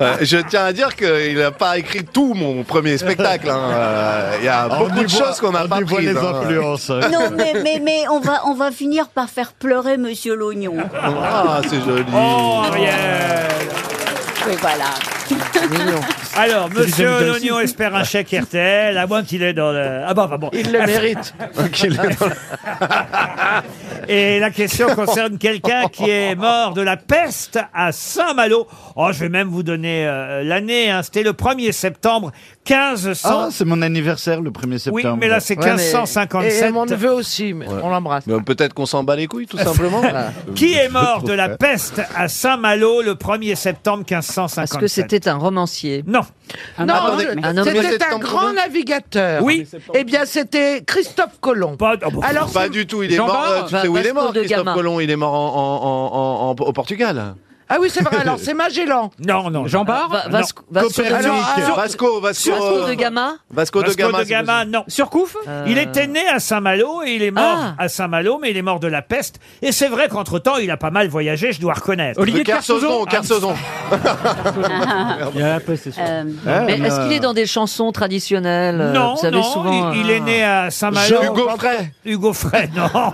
S7: Euh, je tiens à dire qu'il n'a pas écrit tout mon premier spectacle. hein. Euh, Il y a
S19: On
S7: beaucoup
S19: y
S7: de
S19: voit-
S7: choses qu'on n'a
S19: on
S7: pas
S19: y voit
S7: prises,
S19: les
S7: hein. [laughs]
S19: influences.
S1: Oh.
S5: Non, mais, mais, mais on, va, on va finir par faire pleurer Monsieur Lognon.
S7: Ah, c'est joli.
S1: Oh, Ariel
S5: Oui, voilà.
S1: Alors,
S5: C'est du
S1: Monsieur
S5: Jamie Dornan.
S1: Lognon espère un chèque RTL, à moins qu'il ait dans le... Ah bah, bah, bon.
S18: Il le
S1: [laughs]
S18: mérite.
S1: Et la question concerne quelqu'un qui est mort de la peste à Saint-Malo. Oh, je vais même vous donner euh, l'année. hein. C'était le 1er septembre 1500.
S19: Ah, c'est mon anniversaire le 1er
S1: Oui,
S19: septembre.
S1: mais là, c'est 1557.
S18: Et, et mon neveu aussi, mais on l'embrasse.
S7: Mais Peut-être qu'on s'en bat les couilles,
S1: [laughs]
S7: tout simplement.
S1: Qui est mort de la peste à Saint-Malo le 1er septembre 1557
S13: Est-ce que c'était un romancier
S1: Non.
S18: Non, non, c'était un grand navigateur.
S1: Oui.
S18: Eh bien, c'était Christophe Colomb.
S9: oh, bah,
S18: Alors,
S7: pas
S18: c'est-
S7: du tout, il est mort. euh,
S18: bah,
S13: Bah,
S7: Tu sais où il est mort, Christophe Colomb Il est mort en- en- en- en- en- au Portugal.
S18: Ah oui, c'est vrai. Alors, c'est
S9: [laughs]
S18: Magellan.
S1: Non, non.
S17: Jean
S18: Barre
S13: Va- Vasco, Vasco de-
S7: Ah, Vasco, Vasco,
S13: Vasco de Gama Euh.
S7: Vasco de Gama. c'est Euh. possible.
S1: non. Surcouf Il était né à Saint-Malo et il est mort
S13: Ah.
S1: à Saint-Malo, mais il est mort de la peste. Et c'est vrai qu'entre-temps, il a pas mal voyagé, je dois reconnaître.
S7: Olivier De Kersauzon, Kersauzon.
S1: Il a la peste,
S5: Euh,
S13: Euh, Mais est-ce qu'il est dans des chansons traditionnelles euh,
S1: Non,
S13: vous savez,
S1: non,
S13: souvent,
S1: il, il
S13: euh,
S1: est né à Saint-Malo.
S13: Jean- Hugo
S1: Frey. Hugo Frey, non.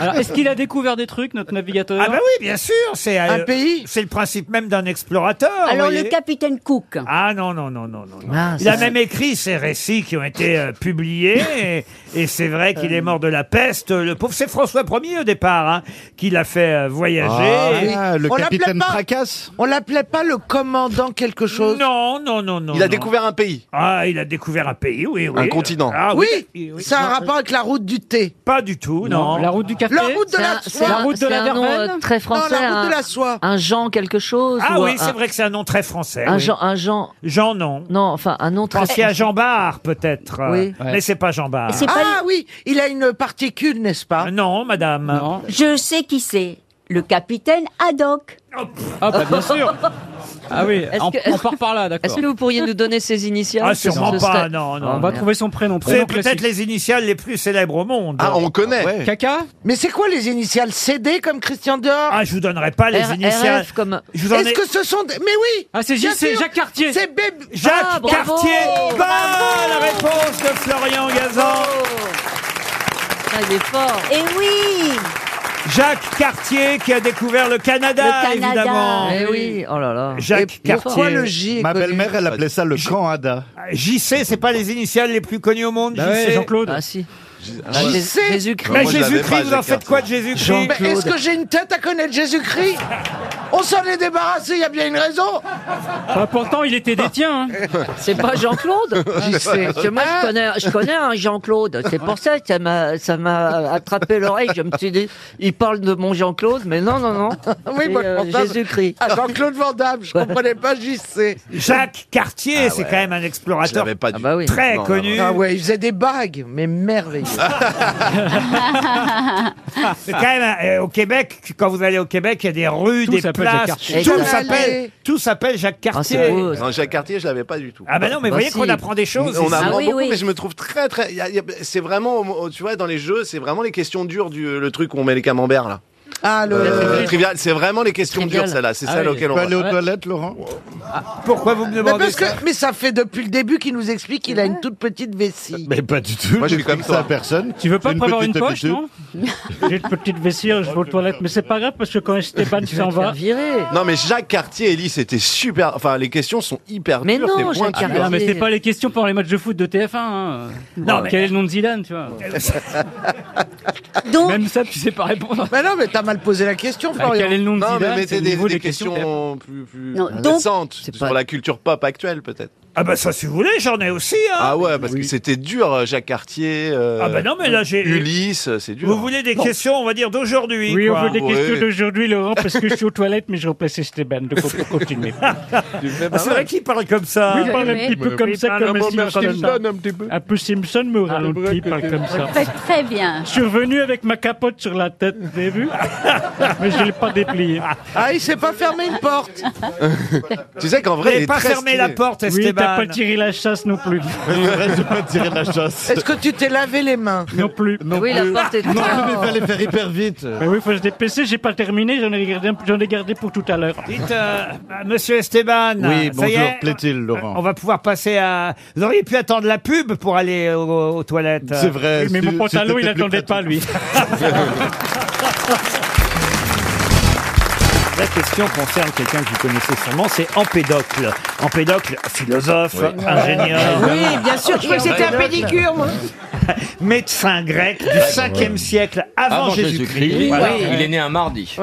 S17: Alors, est-ce qu'il a découvert des trucs, notre navigateur
S1: Ah bah oui, bien sûr, c'est
S18: euh,
S17: Un
S1: pays. C'est le principe même d'un explorateur.
S5: Alors,
S1: voyez.
S5: le capitaine Cook.
S1: Ah non, non, non, non, non. non.
S5: Ah,
S1: il a
S5: ça,
S1: même écrit ces récits qui ont été euh, publiés, et, et c'est vrai qu'il
S19: Euh.
S1: est mort de la peste. Le pauvre, c'est François Ier au départ hein, qui l'a fait euh, voyager.
S19: Ah, le
S18: On l'appelait
S19: capitaine
S18: pas-
S19: Fracasse
S18: On l'appelait pas le commandant quelque chose
S1: Non, non, non, non.
S18: Il a
S1: découvert
S7: un pays.
S1: Ah, il a découvert un pays, oui, oui.
S7: Un continent.
S1: Ah,
S18: oui,
S1: oui, oui.
S18: ça a un rapport avec la route du thé.
S1: Pas du tout, non.
S17: La route du café.
S18: La route de
S13: c'est
S18: la
S13: un- c'est
S18: soie.
S13: un- c'est un nom, euh, très français.
S18: Non, la route
S13: un,
S18: de la soie.
S13: un Jean quelque chose.
S1: Ah
S13: ou
S1: oui,
S13: un-
S1: c'est vrai que c'est un nom très français.
S13: Un
S1: oui.
S13: Jean, un Jean.
S1: Jean, non.
S13: Non, enfin, un Eh, nom très.
S1: Pensez à Jean Barre, peut-être.
S13: Oui.
S1: Euh, Mais c'est pas Jean Barre.
S18: Ah oui, il a une particule, n'est-ce pas
S1: Ah Non, madame.
S5: Je sais qui c'est. Le capitaine Haddock.
S17: Ah bah bien
S18: [laughs]
S5: [laughs]
S17: sûr Ah oui,
S13: Est-ce
S17: on,
S13: que-
S17: on part par là, d'accord.
S13: Est-ce que vous pourriez nous donner ses initiales
S1: Ah, sûrement
S13: Ce
S1: pas,
S13: serait-
S1: non, non.
S17: On va
S1: merde.
S17: trouver son prénom.
S1: C'est
S17: prénom
S1: peut-être
S17: classique.
S1: les initiales les plus célèbres au monde.
S7: Ah, on connaît.
S17: Caca
S18: Mais c'est quoi les initiales CD comme Christian Dior
S1: Ah, je vous donnerai pas les
S18: R-
S1: initiales.
S18: RF comme-
S1: Je vous en
S18: Est-ce
S1: ai-
S18: que ce sont des... Mais oui
S17: Ah, c'est
S18: bien
S17: J- c'est
S18: sûr.
S17: Jacques Cartier.
S18: C'est Bébé...
S1: Jacques
S18: Ah, bravo.
S1: Cartier. Bonne
S18: Bravo.
S1: réponse de Florian Gazan.
S13: Ah, il est fort.
S5: Et oui
S1: Jacques Cartier qui a découvert le Canada,
S5: Le Canada.
S1: évidemment.
S13: Eh oui, oh là là.
S1: Jacques
S13: Et pourquoi
S1: Cartier.
S13: le J est
S19: Ma
S13: connu
S19: belle-mère, elle appelait ça le Canada.
S1: JC, c'est pas les initiales les plus connues au monde,
S17: Bah
S1: JC.
S13: Ah si.
S1: Ah,
S13: Jé-
S18: Jésus-
S13: Jésus-Christ.
S1: Mais Jésus-Christ, vous en faites quoi de Jésus-Christ
S18: Mais Est-ce que j'ai une tête à connaître Jésus-Christ
S16: [laughs] On s'en est débarrassé, il y a bien une raison.
S18: Ah,
S17: pourtant, il était des tiens.
S13: Ah.
S18: hein.
S13: [laughs] C'est
S18: [laughs]
S13: pas
S9: [laughs]
S13: Jean-Claude
S16: J'y sais.
S13: Parce que moi,
S18: Ah.
S9: Ah.
S13: je connais, je connais un Jean-Claude. C'est pour ça que ça m'a, ça m'a attrapé l'oreille. Je me suis dit, il parle de mon Jean-Claude, mais non, non, non.
S18: Ah Oui, moi,
S13: C'est,
S18: je
S13: euh,
S18: pensais à-
S13: Jésus-Christ.
S9: Ah,
S18: à Jean-Claude Van Damme, je comprenais pas, j'y sais.
S1: Jacques Cartier, c'est quand même un explorateur
S13: bah
S1: très connu.
S18: Ah ouais, il faisait des bagues, mais merveilleux.
S1: [laughs] C'est quand même euh, au Québec, quand vous allez au Québec, il y a des rues,
S17: Tout
S1: des
S17: s'appelle Jacques
S1: places,
S17: Cartier.
S1: tout
S17: Allez.
S1: s'appelle, tout s'appelle Jacques
S13: Ah,
S1: Cartier.
S7: Non, Jacques Cartier, je l'avais pas du tout.
S1: Ah bah non, mais vous voyez qu'on apprend des choses.
S7: On
S1: ici.
S13: Ah
S18: Ah
S7: apprend beaucoup, mais je me trouve très, très. y a- y a- C'est vraiment, tu vois, dans les jeux, c'est vraiment les questions dures du le truc où on met les camemberts là.
S18: Ah, le.
S7: Euh, trivial, c'est vraiment les questions
S18: Trivial.
S7: dures, celle-là. C'est
S18: Ah
S7: celle
S18: oui.
S7: auquel on
S18: Tu peux aller aux
S7: toilettes, Laurent
S16: Ah.
S1: Ah, Pourquoi vous
S18: Mais,
S1: me
S18: parce que, mais ça fait depuis le début qu'il nous explique qu'il a une toute petite vessie.
S19: Mais pas du tout.
S7: Moi, je suis comme
S19: ça
S7: toi.
S19: à personne.
S17: Tu veux pas
S19: C'est
S17: prévoir une
S19: petite
S17: poche,
S19: habitude.
S17: non J'ai une petite vessie, je vais aux toilettes, mais c'est pas grave parce que quand
S1: [laughs]
S17: Esteban s'en va.
S7: Non, mais Jacques Cartier, Ellie, c'était super. Enfin, les questions sont hyper dures. c'est pointu,
S17: Ah,
S7: hein.
S17: non, mais c'est pas les questions pour les matchs de foot de TF1. hein.
S1: Non, mais-
S17: Quel est le nom de Zidane, tu vois Même ça, tu sais pas répondre.
S18: Mais non, mais t'as mal posé la
S1: Ah,
S18: question,
S17: Bah,
S18: Florian.
S17: quel est le nom de
S7: Non, mais
S17: Zidane c'est
S7: mettez
S17: le
S7: des,
S17: niveau
S7: des
S17: des questions,
S7: questions
S17: peut-être.
S7: plus, plus euh,
S17: Non, donc-
S7: récentes sur la culture pop actuelle, peut-être.
S1: Ah bah ça, si vous voulez, j'en ai aussi. hein.
S7: Ah ouais, parce que c'était dur, euh, Jacques Cartier. euh,
S1: Ah bah non, mais là, j'ai-
S7: Ulysse, euh, c'est dur.
S1: Vous voulez des
S7: Non.
S1: questions, on va dire d'aujourd'hui.
S17: Oui, on
S1: quoi.
S17: veut des
S7: Ouais.
S17: questions d'aujourd'hui, Laurent, parce que je suis aux toilettes, mais je remplace Esteban. Donc, on peut
S7: [laughs]
S17: continuer.
S1: Ah, c'est vrai qu'il parle comme ça.
S17: Il parle un petit peu comme ça,
S7: Ah,
S17: comme Simpson.
S16: un petit peu.
S17: Un peu Simpson, mais au ralenti, il parle comme ça.
S20: Très, très bien.
S17: Je suis revenu avec ma capote sur la tête, vous avez vu [laughs] Mais je l'ai pas dépliée.
S18: Ah, il s'est pas fermé une porte.
S7: [laughs] Tu sais qu'en vrai, il est très stylé.
S17: Oui, t'as pas tiré la chasse non
S9: [laughs]
S17: plus.
S19: J'ai pas tiré de la chasse.
S18: Est-ce que tu t'es lavé les mains
S17: Non plus.
S13: Oui, la porte est
S19: Non, mais fallait faire hyper vite.
S17: Mais oui, faut se dépêcher, j'ai pas terminé, j'en ai, gardé- j'en ai gardé pour tout à l'heure.
S1: Dites, euh, bah, monsieur Esteban,
S19: Oui,
S1: ça y
S19: bonjour,
S1: est,
S19: plaît-il, Laurent
S1: on va pouvoir passer à... Vous auriez pu attendre la pub pour aller aux, aux toilettes.
S19: C'est vrai,
S17: Oui, mais mon
S19: si-
S17: pantalon,
S19: c'était
S17: il
S19: plus
S17: attendait pas,
S19: [laughs]
S17: lui.
S1: La question concerne quelqu'un que vous connaissez sûrement, c'est Empédocle. Empédocle, philosophe,
S8: Oui.
S1: ingénieur.
S6: Ah
S8: Oui, bien sûr, je croyais que c'était un pédicure,
S18: moi.
S1: Médecin grec du 5e siècle avant, Jésus-Christ. Voilà.
S10: Il est né un mardi.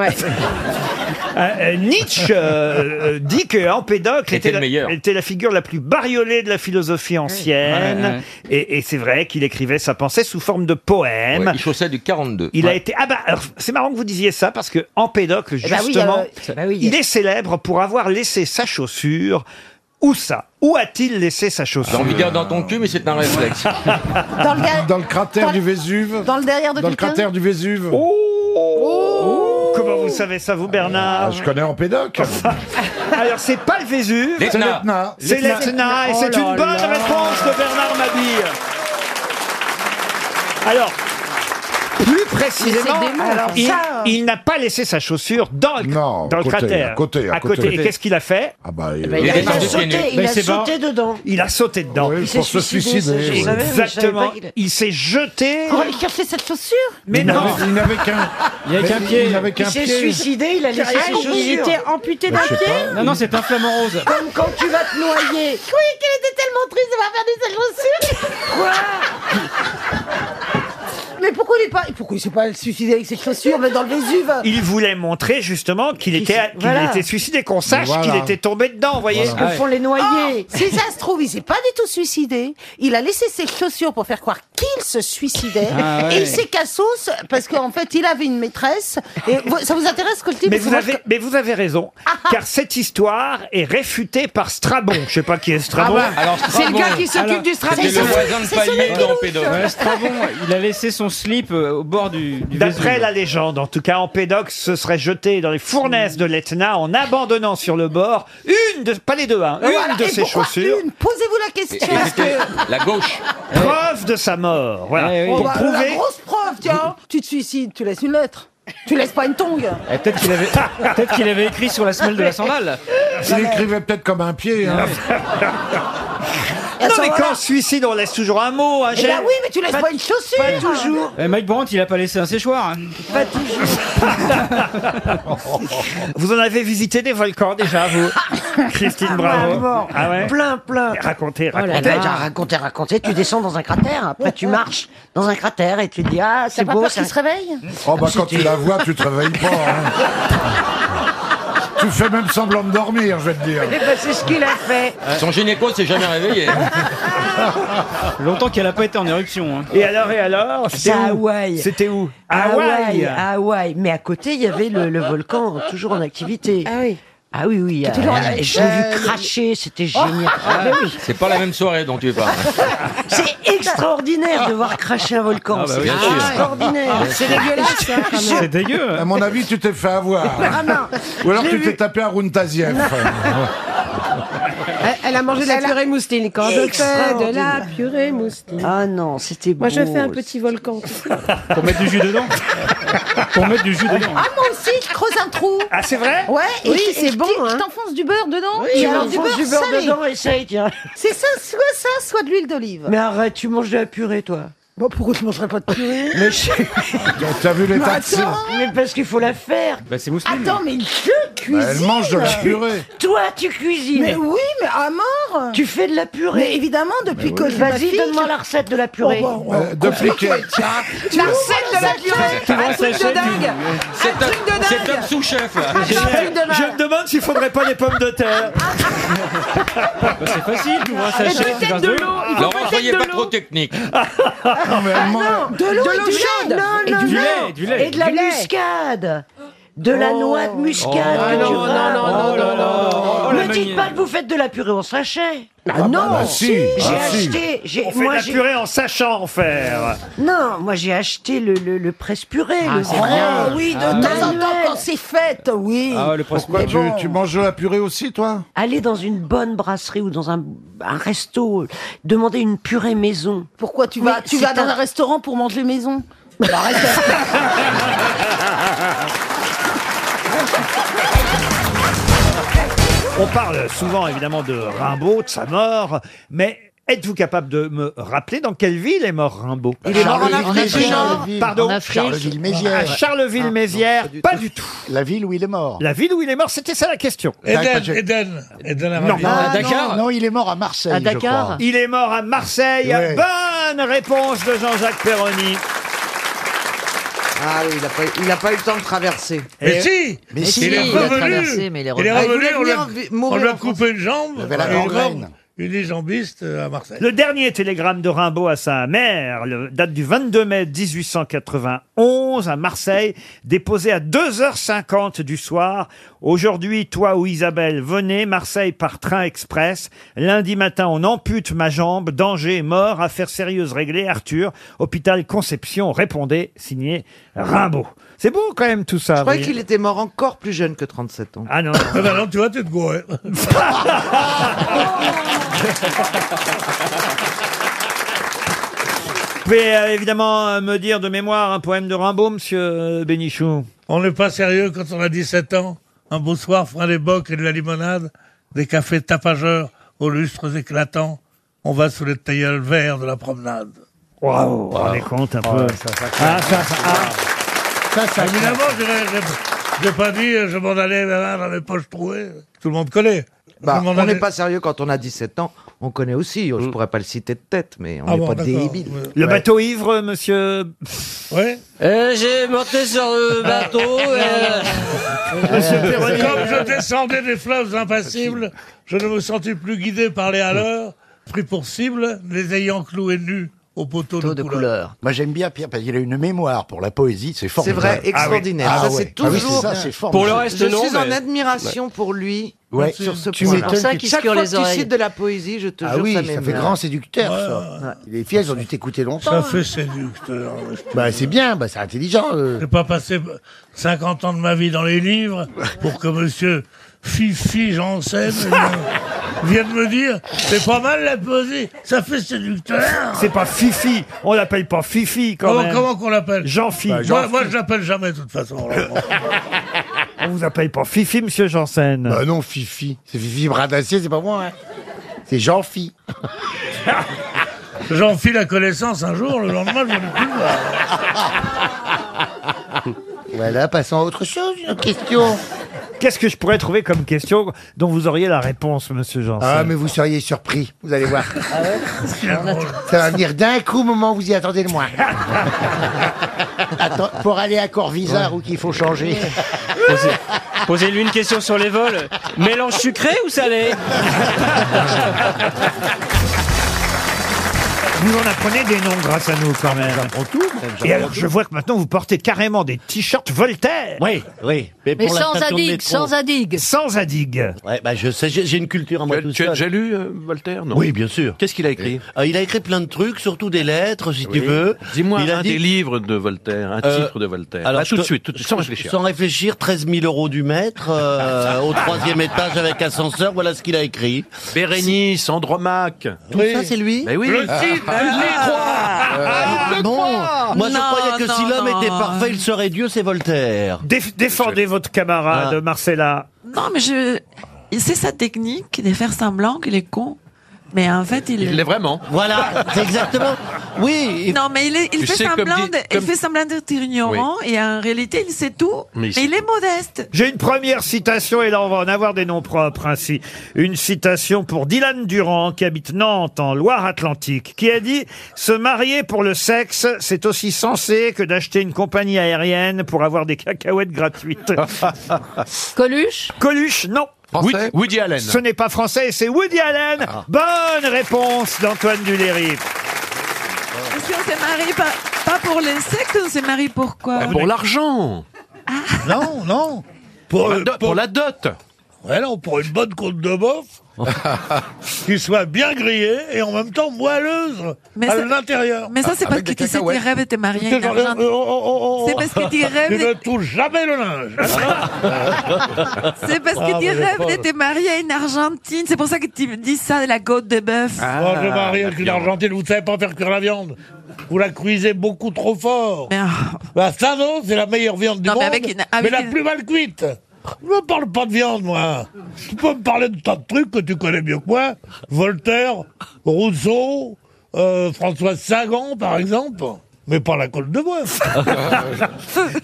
S1: Euh, euh, Nietzsche euh, euh, dit que Empédocle
S10: Était
S1: était,
S10: le
S1: la-
S10: meilleur.
S1: était la figure la plus bariolée de la philosophie ancienne.
S10: Ouais, ouais, ouais.
S1: Et, et c'est vrai qu'il écrivait sa pensée sous forme de poème.
S10: Il chaussait du 42.
S1: Il a
S10: Ouais.
S1: été. Ah bah, alors, c'est marrant que vous disiez ça parce que Empédocle,
S10: Eh bah oui,
S1: justement,
S10: euh,
S1: il est célèbre pour avoir laissé sa chaussure. Où ça Où a-t-il laissé sa
S10: J'ai
S1: chaussure
S10: envie de dire dans ton cul, mais c'est un [laughs] réflexe.
S2: Dans
S10: [laughs]
S2: le, cratère du Vésuve.
S6: Dans le derrière de
S2: Dans le
S6: quelqu'un
S2: cratère du Vésuve.
S1: Comment vous savez ça, vous, Bernard
S2: Ah, Je connais en pédoc.
S1: Alors, c'est pas le Vésuve.
S2: C'est l'Etna.
S1: C'est l'Etna, et c'est
S2: Oh là
S1: une bonne
S2: là.
S1: réponse de Bernard Mabille. Alors. Plus précisément,
S18: Mais c'est dément, alors
S1: il,
S18: ça, euh.
S1: il n'a pas laissé sa chaussure dans le, dans le
S2: côté,
S1: cratère.
S2: à côté, à côté.
S1: Et qu'est-ce qu'il a fait
S2: Ah bah,
S1: Eh
S2: il,
S1: ben, il a- il a sauté, il a
S2: s'est
S1: sauté
S2: barré.
S1: dedans. Il a sauté dedans.
S2: Oui, Il s'est pour se suicidé, suicider, ça, je oui. savais, mais je
S1: Exactement.
S2: savais pas
S1: Il s'est jeté.
S6: Pour aller chercher cette chaussure
S1: Mais
S2: Il
S1: non.
S2: n'avait- il n'avait qu'un.
S17: Il y a qu'un
S2: Mais
S17: pied.
S2: il n'avait qu'un pied. Bah,
S6: Ah, il était amputé d'un pied
S17: Non, non, c'est un flamant rose.
S6: Comme quand tu vas te noyer. Je croyais qu'elle était tellement triste d'avoir perdu sa chaussure. Quoi Mais pourquoi il est pas pourquoi il s'est pas suicidé avec ses chaussures mais dans le Vésuve
S1: Il voulait montrer justement qu'il était, qu'il
S6: voilà.
S1: était suicidé, qu'on sache
S2: Voilà.
S1: qu'il était tombé dedans, vous voyez.
S6: Parce que font les noyés. Ah, si ça se trouve, il s'est pas du tout suicidé. Il a laissé ses chaussures pour faire croire qu'il se suicidait.
S1: Ah ouais.
S6: Et il s'est cassos parce qu'en fait, il avait une maîtresse. Et vous- ça vous intéresse ce que je dis
S1: Mais
S6: Parce que
S1: vous,
S6: moi, je- Ah,
S1: avez, mais vous avez raison, car cette histoire est réfutée par Strabon. Je sais pas qui est Strabon.
S17: Ah bah, alors, C'est le Strabon. gars qui s'occupe Alors, du Strabon.
S10: C'est le voisin de palier dans Pédo.
S17: Ouais, c'est pas bon. Il a laissé son slip euh, au bord du, du
S1: D'après
S17: Vésuve.
S1: la légende, en tout cas, Empédocle se serait jeté dans les fournaises de l'Etna en abandonnant sur le bord une de, pas les deux, hein, une
S6: Voilà.
S1: de
S6: Et
S1: ses
S6: pourquoi
S1: chaussures.
S6: une Posez-vous la
S10: Et- et
S6: question.
S10: c'était La gauche.
S1: Preuve de sa mort. Voilà.
S17: Eh
S6: Oh,
S1: Pour
S6: bah,
S1: prouver.
S6: La grosse preuve, tiens. tu te suicides, tu laisses une lettre. Tu laisses pas une tongue.
S17: peut-être qu'il avait, peut-être qu'il avait écrit sur la semelle de la sandale.
S2: Il écrivait peut-être comme un pied. hein.
S1: Ah Non,
S6: ça,
S1: mais
S6: voilà.
S1: quand suicide, on laisse toujours un mot. hein,
S6: Eh
S1: j'ai-
S6: ben oui, mais tu laisses pas, une chaussure.
S1: pas toujours.
S17: Eh, Mike Brandt, il a pas laissé un séchoir. hein.
S1: [laughs] Vous en avez visité des volcans déjà, vous Christine Bravo.
S6: mort.
S1: Ah ouais
S6: Plein, plein.
S1: Racontez,
S6: Oh là
S1: racontez.
S6: là, raconter, raconter, tu descends dans un cratère, après tu marches dans un cratère et tu te dis ah c'est
S20: pas
S6: beau.
S20: peur
S3: Oh,
S20: qu'il
S3: bah,
S2: bah,
S6: c'est un-
S20: se réveille
S2: Oh bah quand tu la vois, tu te réveilles pas. hein. tu fais même semblant de dormir, je vais te dire.
S11: [laughs] Eh ben, c'est ce qu'il a fait.
S3: Son gynéco s'est jamais
S9: [laughs]
S3: réveillé.
S1: Longtemps qu'elle n'a pas été en
S9: hein.
S1: éruption. Et alors, et alors
S11: C'est
S1: C'était
S11: à
S1: où
S11: Hawaï.
S1: C'était où
S11: À Hawaï,
S1: Hawaï
S11: à Ah Hawaï. Mais à côté, il y avait le, le volcan toujours en activité. Ah oui. Ah oui, oui.
S3: est toujours en
S11: euh,
S3: activité.
S11: je l'ai vu cracher, c'était génial. Ah, mais oui.
S3: C'est pas la même soirée dont tu parles.
S11: C'est extraordinaire de voir cracher un volcan.
S3: Ah bah
S11: c'est
S3: oui, bien sûr.
S11: extraordinaire.
S3: Ah, bien
S11: c'est
S3: sûr.
S11: dégueulasse. hein, quand même.
S2: dégueu. À mon avis, tu t'es fait avoir. Ou alors
S11: Je l'ai
S2: tu t'es
S11: vu.
S2: tapé un Bah, Rountaziev.
S9: Elle, elle a mangé de la
S11: Elle a-
S9: purée mousseline. Quand je fais de la
S11: Extraordinaire.
S9: purée mousseline.
S11: Ah non, c'était beau.
S9: Moi, je
S1: Oh,
S9: fais un petit volcan.
S1: Pour mettre du jus dedans
S13: [laughs]
S1: Pour mettre du jus dedans.
S6: Ah, moi aussi, je creuse un trou.
S1: Ah, c'est vrai
S6: Ouais, et
S11: Oui,
S6: puis-
S11: c'est
S6: et
S11: bon,
S6: puis tu
S11: hein.
S6: t'enfonces du beurre dedans.
S11: Oui,
S6: et
S11: tu
S6: alors du
S11: enfonces
S6: beurre,
S11: du beurre
S6: salé.
S11: dedans, essaye, tiens.
S6: C'est ça, soit ça, soit de l'huile d'olive.
S11: Bah. Mais arrête, tu manges de la purée, toi. Bon, pourquoi tu mangerais pas de purée [laughs] Mais je...
S2: [laughs] T'as vu les
S11: Mais
S2: taxis
S11: attends, Mais parce qu'il faut la faire.
S1: Bah, c'est
S11: Attends, mais je cuisine.
S2: Bah, elle mange de la purée.
S11: Toi, tu cuisines.
S6: Mais oui, mais à mort.
S11: Tu fais de la purée.
S6: Mais évidemment, depuis que je ma
S11: Vas-y,
S6: fille- Oh, bah,
S11: donne-moi la recette de la purée.
S2: Euh, de fliquet.
S6: La recette de la
S2: Tu vois,
S6: purée, un truc
S2: sachez
S6: de dingue.
S3: C'est top, c'est top sous-chef. là.
S6: Ah, non, truc de
S1: Je me demande s'il faudrait pas les pommes de terre.
S17: Bah,
S3: c'est facile, tu
S9: Ah,
S3: vois,
S1: ça Mais chèvre, peut-être tu vas de deux. l'eau, il faut
S3: Laurent,
S1: peut-être
S3: soyez
S1: de
S3: pas
S1: l'eau.
S3: trop technique.
S11: Ah, non,
S6: de l'eau et du lait.
S11: Non,
S6: Et
S11: non,
S6: du
S11: non.
S6: lait, du lait.
S11: Et de la
S6: Du lait. Oh.
S11: muscade. De la noix de muscade.
S6: Ah,
S11: que tu
S6: non,
S11: râles.
S6: non, non, non, non,
S11: Oh là là.
S6: non, non.
S11: Me
S6: Oh, la
S11: dites
S6: manie-
S11: pas que vous faites de la purée en sachet.
S1: Ah bah,
S11: non,
S1: bah, si.
S11: j'ai
S1: Ah, si.
S11: acheté. j'ai-
S1: On fait de
S11: moi,
S1: la
S11: j'ai-
S1: purée en sachant en faire.
S11: Non, moi j'ai acheté le, le, le presse-purée.
S1: Ah,
S11: le
S1: c'est
S11: grand.
S1: bien.
S6: Oui, de
S11: Ah,
S6: temps en
S11: Manuel.
S6: temps, quand c'est fête, oui.
S1: Ah,
S2: Pourquoi tu, tu manges de la purée aussi, toi
S11: Allez dans une bonne brasserie ou dans un, un resto, euh, demander une purée maison.
S6: Pourquoi tu vas,
S11: Mais
S6: tu
S11: c'est
S6: vas dans
S11: un-
S6: un restaurant pour manger maison Bah, arrête.
S1: On parle souvent évidemment de Rimbaud, de sa mort, mais êtes-vous capable de me rappeler dans quelle ville est mort Rimbaud
S5: Il est mort en Charleville, Afrique.
S1: Afrique.
S5: Charleville.
S1: Pardon
S5: En Afrique. Charleville-Mézières.
S1: À Charleville-Mézières, pas, du tout.
S5: La ville où il est mort.
S1: La ville où il est mort, c'était ça la question.
S16: Eden, Eden, Eden
S1: Non.
S16: Arabie.
S1: Ah, non,
S5: Non, il est mort à Marseille.
S1: À Dakar
S5: je crois.
S1: Il est mort à Marseille.
S5: Ouais.
S1: Bonne réponse de Jean-Jacques Perroni.
S9: Ah oui, il n'a pas, il a pas eu le temps de traverser.
S16: Mais
S1: Eh
S9: Et-
S16: si
S9: Mais si,
S16: Il est
S9: il a traversé,
S16: revenu
S9: mais il est
S16: Il
S9: revenu.
S16: est revenu,
S9: Ah, il
S16: on
S9: voulait
S16: lui a-
S9: venir vi-
S16: on
S9: mourir
S16: lui a
S9: en
S16: coupé une jambe,
S5: Il avait la
S16: et une
S5: gangrène.
S16: gorge, une légambiste euh, à Marseille.
S1: Le dernier télégramme de Rimbaud à sa mère le, date du 22 mai 1891 à Marseille, déposé à 2h50 du soir. Aujourd'hui, toi ou Isabelle, venez, Marseille par train express. Lundi matin, on ampute ma jambe, danger, mort, affaire sérieuse réglée, Arthur, hôpital Conception, répondez, signé Rimbaud. C'est beau quand même tout ça.
S9: Je croyais
S1: vous
S9: qu'il
S1: voyez.
S9: était mort encore plus jeune que 37 ans.
S1: Ah non.
S16: Ah bah [laughs] non, tu vois, tu
S1: [laughs]
S16: te gourrais.
S1: Vous pouvez euh, évidemment euh, me dire de mémoire un poème de Rimbaud, monsieur euh, Bénichou.
S16: On n'est pas sérieux quand on a 17 ans. Un beau soir, frein des bocs et de la limonade, des cafés tapageurs aux lustres éclatants. On va sous les tailleuls verts de la promenade.
S1: Waouh, vous vous rendez compte un peu. Ah, ça, ça, ah.
S16: Évidemment, je n'ai- j'ai- j'ai pas dit euh, je m'en allais euh, dans mes poches trouées. Tout le monde connaît.
S9: Bah,
S16: Je m'en
S9: on n'est
S16: allais-
S9: pas sérieux quand on a 17 17 ans. On connaît aussi, je pourrais pas le citer de tête, mais on
S16: Mm. Ah
S9: n'est
S16: bon,
S9: pas
S16: d'accord.
S9: débile.
S16: Ouais.
S1: Le bateau ivre, monsieur.
S16: [laughs] Ouais.
S21: Euh, j'ai monté sur le bateau. euh.
S1: [laughs] Monsieur Perroni.
S16: Euh, Comme je descendais des fleuves impassibles, je ne me sentis plus guidé par les haleurs, pris pour cible, les ayant cloués nus au poteau de, couleur.
S5: Moi, j'aime bien Pierre parce qu'il a une mémoire pour la poésie, c'est
S9: C'est
S5: formidable.
S9: vrai, extraordinaire.
S5: Ah ouais.
S9: ça, c'est
S5: Ah oui,
S9: toujours.
S5: ça, c'est formidable.
S9: je suis en admiration pour lui.
S5: Ouais.
S9: Sur ce
S5: Tu
S9: point.
S5: m'étonnes C'est pour ça qu'il- qu'il se
S9: Chaque
S5: cure
S9: fois
S5: les
S9: que tu
S5: oreilles.
S9: cites de la poésie, je te
S5: Ah
S9: jure,
S5: oui,
S9: ça
S5: ça
S9: m'émeut.
S5: fait grand séducteur, ça. Les filles, elles ont dû t'écouter longtemps.
S16: Ça
S5: hein.
S16: fait séducteur.
S5: Bah, c'est bien, bah, c'est intelligent.
S1: [laughs]
S5: euh.
S16: J'ai pas passé 50 ans de ma vie dans les livres pour que monsieur
S1: [laughs]
S16: Fifi Janssen me- vienne me dire c'est pas mal la poésie, ça fait séducteur.
S1: C'est pas Fifi. On l'appelle pas Fifi quand
S16: Comment,
S1: même.
S16: comment qu'on l'appelle
S1: Jean-Fi.
S16: Bah, moi, moi, je l'appelle jamais de toute façon. alors.
S1: On vous appelle pas Fifi, monsieur Janssen.
S5: Bah non, Fifi. C'est Fifi Bradassier, c'est pas moi. hein. C'est
S16: [laughs]
S5: Jean-Fi.
S16: J'en file la connaissance un jour, le lendemain, je ne plus le voir.
S11: [laughs]
S5: Voilà, passons à autre chose, une autre question.
S1: Qu'est-ce que je pourrais trouver comme question dont vous auriez la réponse, monsieur Janssen
S5: Ah, mais vous seriez surpris, vous allez
S1: [laughs]
S5: voir.
S13: Ah
S5: Ça va venir d'un coup au moment où vous y attendez
S3: [laughs]
S5: le moins. Attends, pour aller à Corvisart ou qu'il faut changer.
S20: Posez-lui une question sur les vols. Mélange sucré ou salé
S1: Vous en apprenez des noms grâce à nous quand même. Et alors, je vois que maintenant vous portez carrément des t-shirts Voltaire. Oui, oui.
S11: Mais sans adigue, sans adigue.
S1: Sans adigue.
S11: Ouais, bah je sais, j'ai j'ai une culture à moi tout
S19: tu as
S11: seul.
S19: déjà lu, euh, Voltaire non
S11: Oui, bien sûr.
S19: Qu'est-ce qu'il a écrit
S11: Euh, il a écrit plein de trucs, surtout des lettres, si
S19: Oui.
S11: tu veux.
S19: Dis-moi
S11: Il a
S19: un
S11: dit-
S19: des livres de Voltaire, un
S11: Euh,
S19: titre de Voltaire.
S11: alors,
S19: Là, tout
S11: je
S19: de
S11: te-
S19: suite, tout de suite, sans réfléchir.
S11: Sans réfléchir, 13 000 euros du
S19: [laughs]
S11: mètre, euh, au troisième étage avec ascenseur, voilà ce qu'il a écrit.
S19: Bérénice, Andromaque.
S11: Tout ça, c'est lui
S19: Ben oui.
S11: Le
S1: Ah.
S11: titre,
S22: Ah.
S11: bon, moi je
S1: Non,
S11: croyais que
S1: non,
S11: si l'homme
S1: non.
S11: était parfait, il serait Dieu, c'est Voltaire.
S1: Déf- défendez votre camarade,
S11: Ah.
S1: Marcella.
S23: Non, mais je. et C'est sa technique de faire semblant qu'il est con. Mais en fait, il,
S11: Il l'est
S19: vraiment.
S11: Voilà, c'est exactement. Oui. il-
S23: Non, mais il, est- il
S11: Tu
S23: fait,
S11: sais, comme
S23: semblant
S11: dit-
S23: de- il
S11: comme-
S23: fait semblant d'être ignorant et en réalité, il sait tout.
S1: Mais il
S23: Mais,
S1: sait
S23: il est modeste.
S1: J'ai une première citation, et là on va en avoir des noms propres ainsi. Une citation pour Dylan Durand, qui habite Nantes, en Loire-Atlantique, qui a dit « Se marier pour le sexe, c'est aussi sensé que d'acheter une compagnie aérienne pour avoir des cacahuètes gratuites. »
S11: Coluche
S1: Coluche, non.
S19: Français Woody- Woody Allen.
S1: Ce n'est pas français, c'est Woody Allen. Bonne réponse d'Antoine Duléry.
S23: Parce qu'on s'est marié pas, pas pour l'insecte, on s'est marié pour quoi
S16: Ah,
S19: Pour l'argent.
S16: Non, non. Pour, la, dot. Ouais, non, pour une bonne côte de [laughs] boeuf. qui soit bien grillée et en même temps moelleuse
S23: Mais
S16: à
S23: ça-
S16: l'intérieur.
S23: Mais ça, c'est parce que tu sais qu'il rêve de te marier à une Argentine.
S16: oh,
S23: C'est parce que
S16: [laughs]
S23: tu rêves
S16: Tu
S23: de-
S16: ne touches jamais le
S23: [laughs]
S16: linge.
S23: C'est parce que tu rêves de te marier à une Argentine. C'est pour ça que tu dis ça de la côte de bœuf.
S4: Ah,
S16: Moi, Ah. Oh, je marie avec une Argentine, vous ne savez pas faire cuire la viande. Vous la cuisez beaucoup trop fort. Bah, ça, non, c'est la meilleure viande du
S23: oh. Non, mais
S16: monde.
S23: avec une- ah, avec
S16: mais la
S23: une-
S16: plus mal cuite. Je me parle pas de viande, moi. Tu peux me parler de tas de trucs que tu connais mieux que moi. Voltaire, Rousseau, euh, François Sagan, par exemple. Mais pas la colle de boeuf.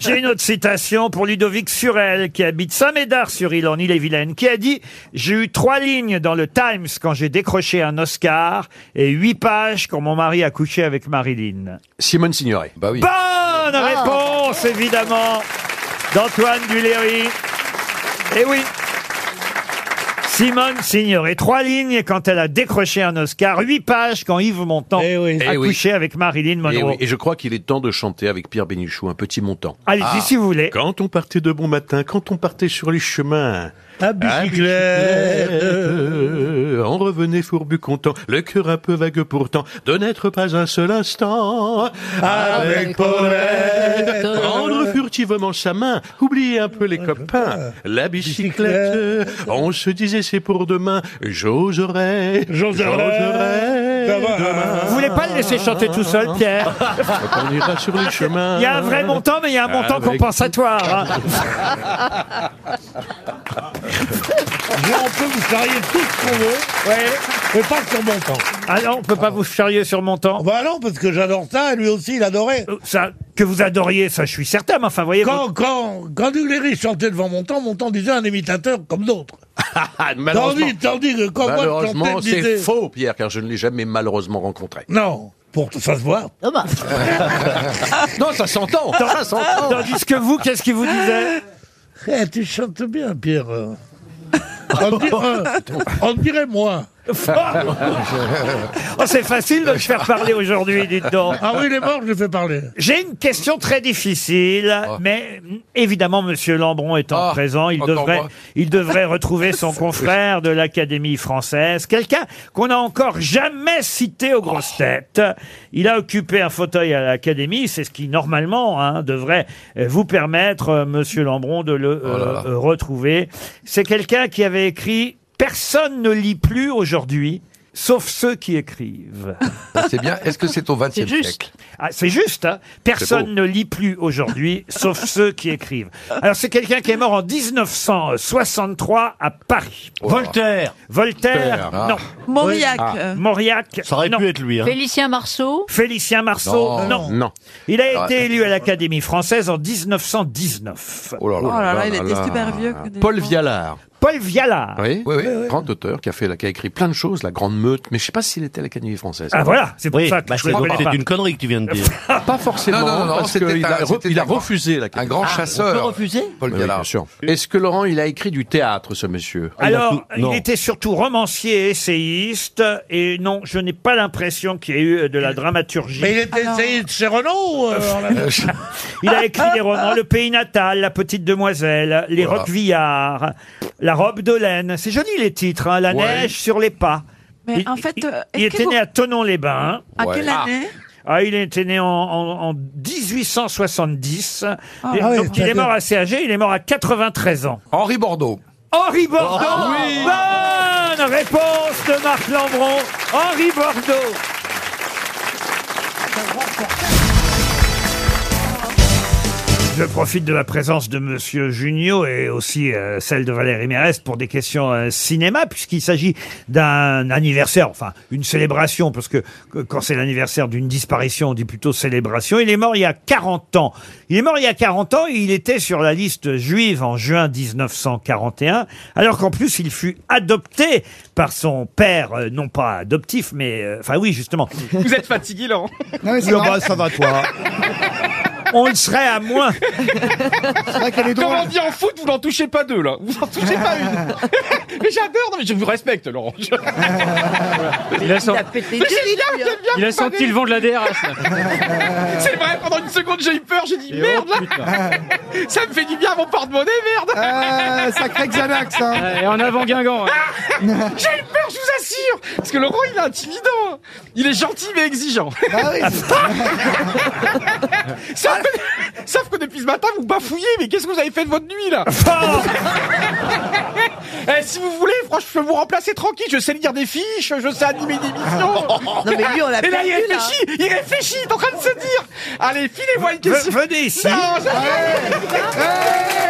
S1: [laughs] J'ai une autre citation pour Ludovic Surel, qui habite Saint-Médard-sur-Île, en Île-et-Vilaine, qui a dit « J'ai eu trois lignes dans le Times quand j'ai décroché un Oscar et huit pages quand mon mari a couché avec Marilyn. »
S19: Simone Signoret. Bah oui.
S1: Bonne réponse, évidemment, d'Antoine Duléry. Eh oui Simone Signoret, trois lignes quand elle a décroché un Oscar, huit pages quand Yves Montand a
S19: Eh oui.
S1: couché avec Marilyn
S19: Et,
S1: Monroe.
S19: Eh oui, et je crois qu'il est temps de chanter avec Pierre Bénichou un petit montant.
S1: Allez-y, si vous voulez.
S19: Quand on partait de bon matin, quand on partait sur les chemins,
S16: à bicyclette,
S19: on revenait fourbu content, le cœur un peu vague pourtant, de n'être pas un seul instant
S16: Avec Paulette.
S19: Prendre furtivement sa main, oublier un peu les copains, la bicyclette, on se disait c'est pour demain, j'oserais,
S16: j'oserais,
S19: demain.
S1: Vous voulez pas le laisser chanter tout seul,
S19: [laughs]
S1: Pierre
S19: Quand on ira sur les chemins.
S1: Il y a un vrai montant, mais il y a un montant
S19: Avec-
S1: compensatoire. hein.
S16: Là, on peut vous charrier tout ce qu'on veut. Mais pas sur mon temps.
S1: Ah non, on peut pas vous charrier sur mon temps. Euh,
S16: Bah non, parce que j'adore ça, et lui aussi, il adorait.
S1: Ça, que vous adoriez, ça, je suis certain, mais enfin, voyez.
S16: Quand,
S1: vous-
S16: quand, quand Duléry chantait devant mon temps, mon temps disait un imitateur
S1: [laughs]
S16: comme d'autres.
S19: Ah, Malheureusement,
S16: Tandis, tandis que quand moi, je
S19: malheureusement,
S16: chantais, je disais-
S19: c'est faux, Pierre, car je ne l'ai jamais malheureusement rencontré.
S16: Non, pour que ça se voit.
S19: [laughs] non, ça s'entend. Ça s'entend.
S1: Tandis que vous, qu'est-ce qu'il vous disait
S16: [laughs] Eh, tu chantes bien, Pierre. euh. On dirait, euh, on
S1: [laughs]
S16: dirait moi.
S1: Oh, c'est facile de me faire parler aujourd'hui, dites donc.
S16: Ah oui, il est mort, je le fais parler.
S1: J'ai une question très difficile,
S3: Ah.
S1: mais mm, évidemment, Monsieur Lambron étant présent, il
S16: encore
S1: devrait,
S16: moi.
S1: il devrait
S3: [laughs]
S1: retrouver son confrère de l'Académie française, quelqu'un qu'on n'a encore jamais cité aux grosses
S3: Ah.
S1: têtes. Il a occupé un fauteuil à l'Académie, c'est ce qui normalement hein, devrait euh, vous permettre, euh, Monsieur Lambron, de le
S3: Oh
S1: euh, euh, retrouver. C'est quelqu'un qui avait écrit "Personne ne lit plus aujourd'hui." Sauf ceux qui écrivent.
S3: Ah, C'est bien. Est-ce que c'est au XXe siècle
S1: Ah, c'est juste, hein. personne ne lit plus aujourd'hui, sauf ceux qui écrivent. Alors c'est quelqu'un qui est mort en 1963 à Paris.
S11: Voltaire.
S1: Voltaire,
S11: Ah.
S1: non.
S11: Mauriac. Ah.
S1: Euh, Mauriac. Ça aurait pu être lui.
S6: hein.
S11: Félicien
S1: Marceau. Félicien Marceau, non.
S19: Non. Non.
S1: Il a
S19: Ah.
S1: été élu à l'Académie française en 1919.
S19: Oh là
S23: là là, il était super vieux.
S19: Paul Vialard.
S1: Paul Viala.
S19: Oui, oui, oui, grand auteur qui a, fait, qui a écrit plein de choses, La Grande Meute, mais je sais pas s'il était à la Canadienne française.
S1: Ah, voilà, c'est pour Oui, ça Ah, que bah, je c'est- comprenais c'est pas. une
S19: connerie que tu viens de [laughs] dire. pas forcément,
S3: Non, non, non,
S19: parce
S3: c'était
S19: qu'il
S3: un-
S19: a, re-
S3: c'était
S19: il a
S3: un grand-
S19: refusé la
S3: un grand
S19: Ah,
S3: chasseur.
S19: on peut
S3: refuser
S19: Oui,
S3: Paul
S19: oui,
S3: Viala.
S19: bien sûr. Est-ce que Laurent, il a écrit du théâtre, ce monsieur
S1: Alors, Ah, il [laughs] était surtout romancier et essayiste, et non, je n'ai pas l'impression qu'il y ait eu de la dramaturgie. Ah,
S16: Mais il était essayiste chez Renault ou, euh, on l'a-
S1: Il a écrit des romans Le Pays Natal, La Petite Demoiselle, Les
S16: Voilà.
S1: Roquevillards, La Robe de laine. C'est joli les titres, hein, La
S3: Ouais.
S1: neige sur les pas.
S23: Mais
S1: il,
S23: en fait,
S1: il-
S23: euh,
S1: il
S23: est-ce que
S1: était
S23: vous-
S1: né à Tonon-les-Bains.
S23: À quelle Ah. année
S1: Ah, il était né en, en- en 1870.
S23: Ah.
S1: Et
S23: Ah oui,
S1: donc il est
S23: c'est-à-dire-
S1: mort assez âgé, il est mort à 93 ans. Henri Bordeaux. Henri Bordeaux Bonne réponse de Marc Lambron. Henri Bordeaux. Je profite de la présence de Monsieur Junio et aussi euh, celle de Valérie Mérès pour des questions euh, cinéma, puisqu'il s'agit d'un anniversaire, enfin une célébration, parce que que- quand c'est l'anniversaire d'une disparition, on dit plutôt célébration. Il est mort il y a 40 ans. Il est mort il y a 40 ans et il était sur la liste juive en juin 1941, alors qu'en plus il fut adopté par son père, euh, non pas adoptif, mais euh, enfin oui justement.
S9: Vous êtes fatigué, Laurent
S1: Oui, bah, ça va, toi. On le serait à moins.
S9: Comme on dit en foot, vous n'en touchez pas deux, là. Vous n'en touchez pas
S17: [laughs]
S9: une. mais j'adore, non, mais je vous respecte, Laurent. Je-
S17: Il a, sent-
S9: Mais c'est bien,
S17: hein.
S9: vous êtes bien
S17: il a senti
S9: préparé.
S17: le vent de la DRH. là.
S9: [laughs]
S17: oh,
S9: C'est vrai, pendant une seconde, j'ai eu peur, j'ai dit merde, là. [laughs] Ça me fait du bien à mon porte-monnaie, merde.
S12: Ah, sacré Xanax,
S9: [laughs]
S12: hein.
S9: Et en avant Guingamp. hein. [laughs] J'ai eu peur, je vous assure. Parce que Laurent, il est intimidant. hein. Il est gentil, mais exigeant.
S12: Bah
S9: [laughs] Sauf que, sauf que depuis ce matin, vous bafouillez, mais qu'est-ce que vous avez fait de votre
S12: [laughs]
S9: nuit, là Eh, Si vous voulez, franchement, je peux vous remplacer tranquille. Je sais lire des fiches, je sais animer des missions.
S8: Non, mais lui, on l'a
S9: Et là,
S8: perdu,
S9: il
S8: là.
S9: réfléchit, il réfléchit, il est en train de se dire Allez, filez-moi une question.
S1: venez ici.
S9: Non, je-
S8: Eh.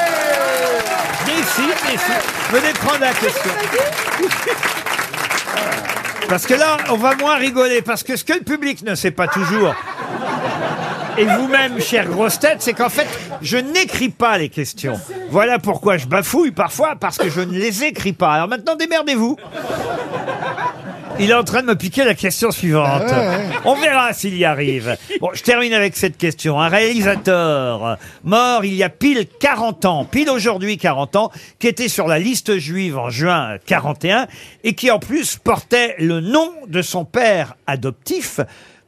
S1: Venez ici, venez ici. Venez prendre la question. Parce que là, on va moins rigoler, parce que ce que le public ne sait pas toujours, et vous-même, chère grosse tête, c'est qu'en fait, je n'écris pas les questions. Voilà pourquoi je bafouille parfois, parce que je ne les écris pas. Alors maintenant, démerdez-vous. Il est en train de me piquer la question suivante.
S8: Ah ouais, ouais.
S1: On verra s'il y arrive. Bon, je termine avec cette question. Un réalisateur mort il y a pile 40 ans, pile aujourd'hui 40 ans, qui était sur la liste juive en juin 41 et qui en plus portait le nom de son père adoptif,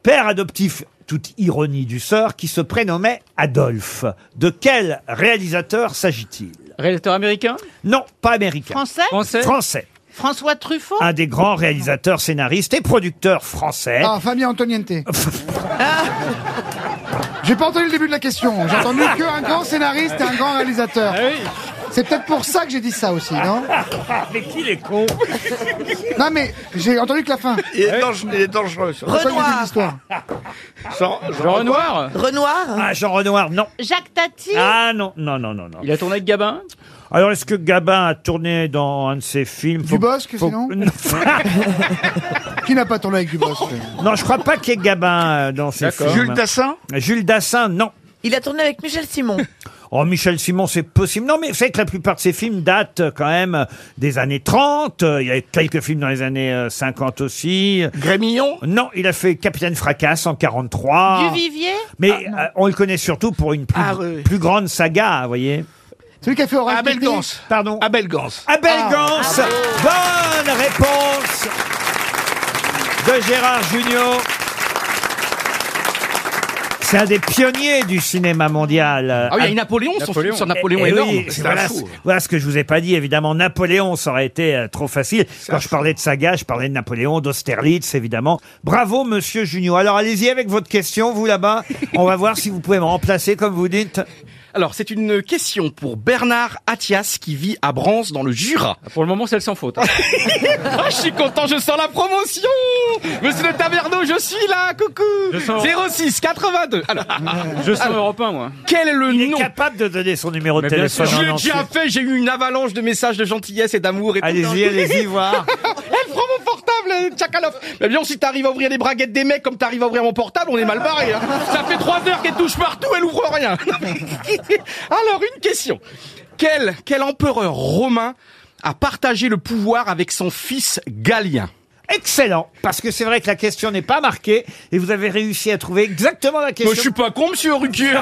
S1: père adoptif toute ironie du sort, qui se prénommait Adolphe. De quel réalisateur s'agit-il
S17: Réalisateur américain
S1: Non, pas américain.
S17: Français Français.
S1: Français.
S18: François Truffaut
S8: Ah,
S1: Un des grands réalisateurs, scénaristes et producteurs
S8: eh.
S1: français.
S18: Ah, Fabien Antoniente. [laughs] Ah. J'ai pas entendu le début de la question. J'ai entendu
S8: Ah.
S18: qu'un grand scénariste et un grand réalisateur. C'est peut-être pour ça que j'ai dit ça aussi, non
S1: [laughs] Mais qui les con
S18: Non, mais j'ai entendu que la fin.
S14: Il est dangereux. Il est dangereux ça.
S18: C'est ça le début de l'histoire.
S14: Jean,
S1: Renoir Ah, Jean Renoir, non.
S18: Jacques Tati
S1: Ah non, non, non, non, non.
S17: Il a tourné avec Gabin
S1: Alors, est-ce que Gabin a tourné dans un de ses films
S18: Dubosc, sinon
S23: [laughs]
S18: Qui n'a pas tourné avec Dubosc
S1: Non, je crois pas qu'il y ait Gabin euh, dans ses films.
S18: D'accord. Jules Dassin
S1: Jules Dassin, non.
S6: Il a tourné avec Michel Simon.
S1: [laughs] Oh, Michel Simon, c'est possible. Non, mais c'est que la plupart de ses films datent euh, quand même euh, des années 30. Euh, Il y a quelques films dans les années euh, 50 aussi. Grémillon Non, il a fait Capitaine Fracasse en 43.
S18: Du Vivier
S1: Ah. Mais
S9: Ah,
S1: euh, on le connaît surtout pour une plus, plus grande saga, vous voyez.
S18: Celui qui a fait Oral Abel Gans.
S1: Pardon
S18: Abel Gans.
S1: Abel
S18: Ah,
S1: Gance, bonne réponse de Gérard Junior. C'est un des pionniers du cinéma mondial.
S9: Ah oui, il y a eu Napoléon, son Napoléon. film sur Napoléon
S1: Eh
S9: énorme.
S1: oui,
S9: C'est un
S1: voilà,
S9: fou.
S1: ce- voilà ce que je vous ai pas dit. Évidemment, Napoléon, ça aurait été euh, trop facile. Quand je parlais de saga, je parlais de Napoléon, d'Austerlitz, évidemment. Bravo, monsieur Junior. Alors, allez-y avec votre question, vous là-bas. On va voir si vous pouvez me remplacer, comme vous dites.
S9: Alors, c'est une question pour Bernard Attias qui vit à Brance dans le Jura. Pour le moment, c'est elle sans [laughs] faute. hein. je suis content, je sens la promotion Monsieur le Taverneau, je suis là, coucou
S17: Je sens-
S9: 06 82 [laughs] Alors,
S17: Je sens
S9: alors,
S17: européen, moi.
S9: Quel est le nom
S1: Capable de donner son numéro de
S9: Bien
S1: téléphone.
S9: sûr, Je
S1: en
S9: l'ai
S1: entier.
S9: déjà fait, j'ai eu une avalanche de messages de gentillesse et d'amour et tout.
S1: Allez-y, allez-y, voir.
S9: [laughs] Elle prend mon portable, euh, Tchakalov. Mais bien, si t'arrives à ouvrir les braguettes des mecs comme t'arrives à ouvrir mon portable, on est mal barré. hein. Ça fait trois heures qu'elle touche partout, elle ouvre [laughs] rien. Alors, une question. Quel, quel empereur romain a partagé le pouvoir avec son fils Galien.
S1: Excellent, parce que c'est vrai que la question n'est pas marquée et vous avez réussi à trouver exactement la question.
S9: je suis pas con, monsieur
S1: [laughs]
S9: Ruquier.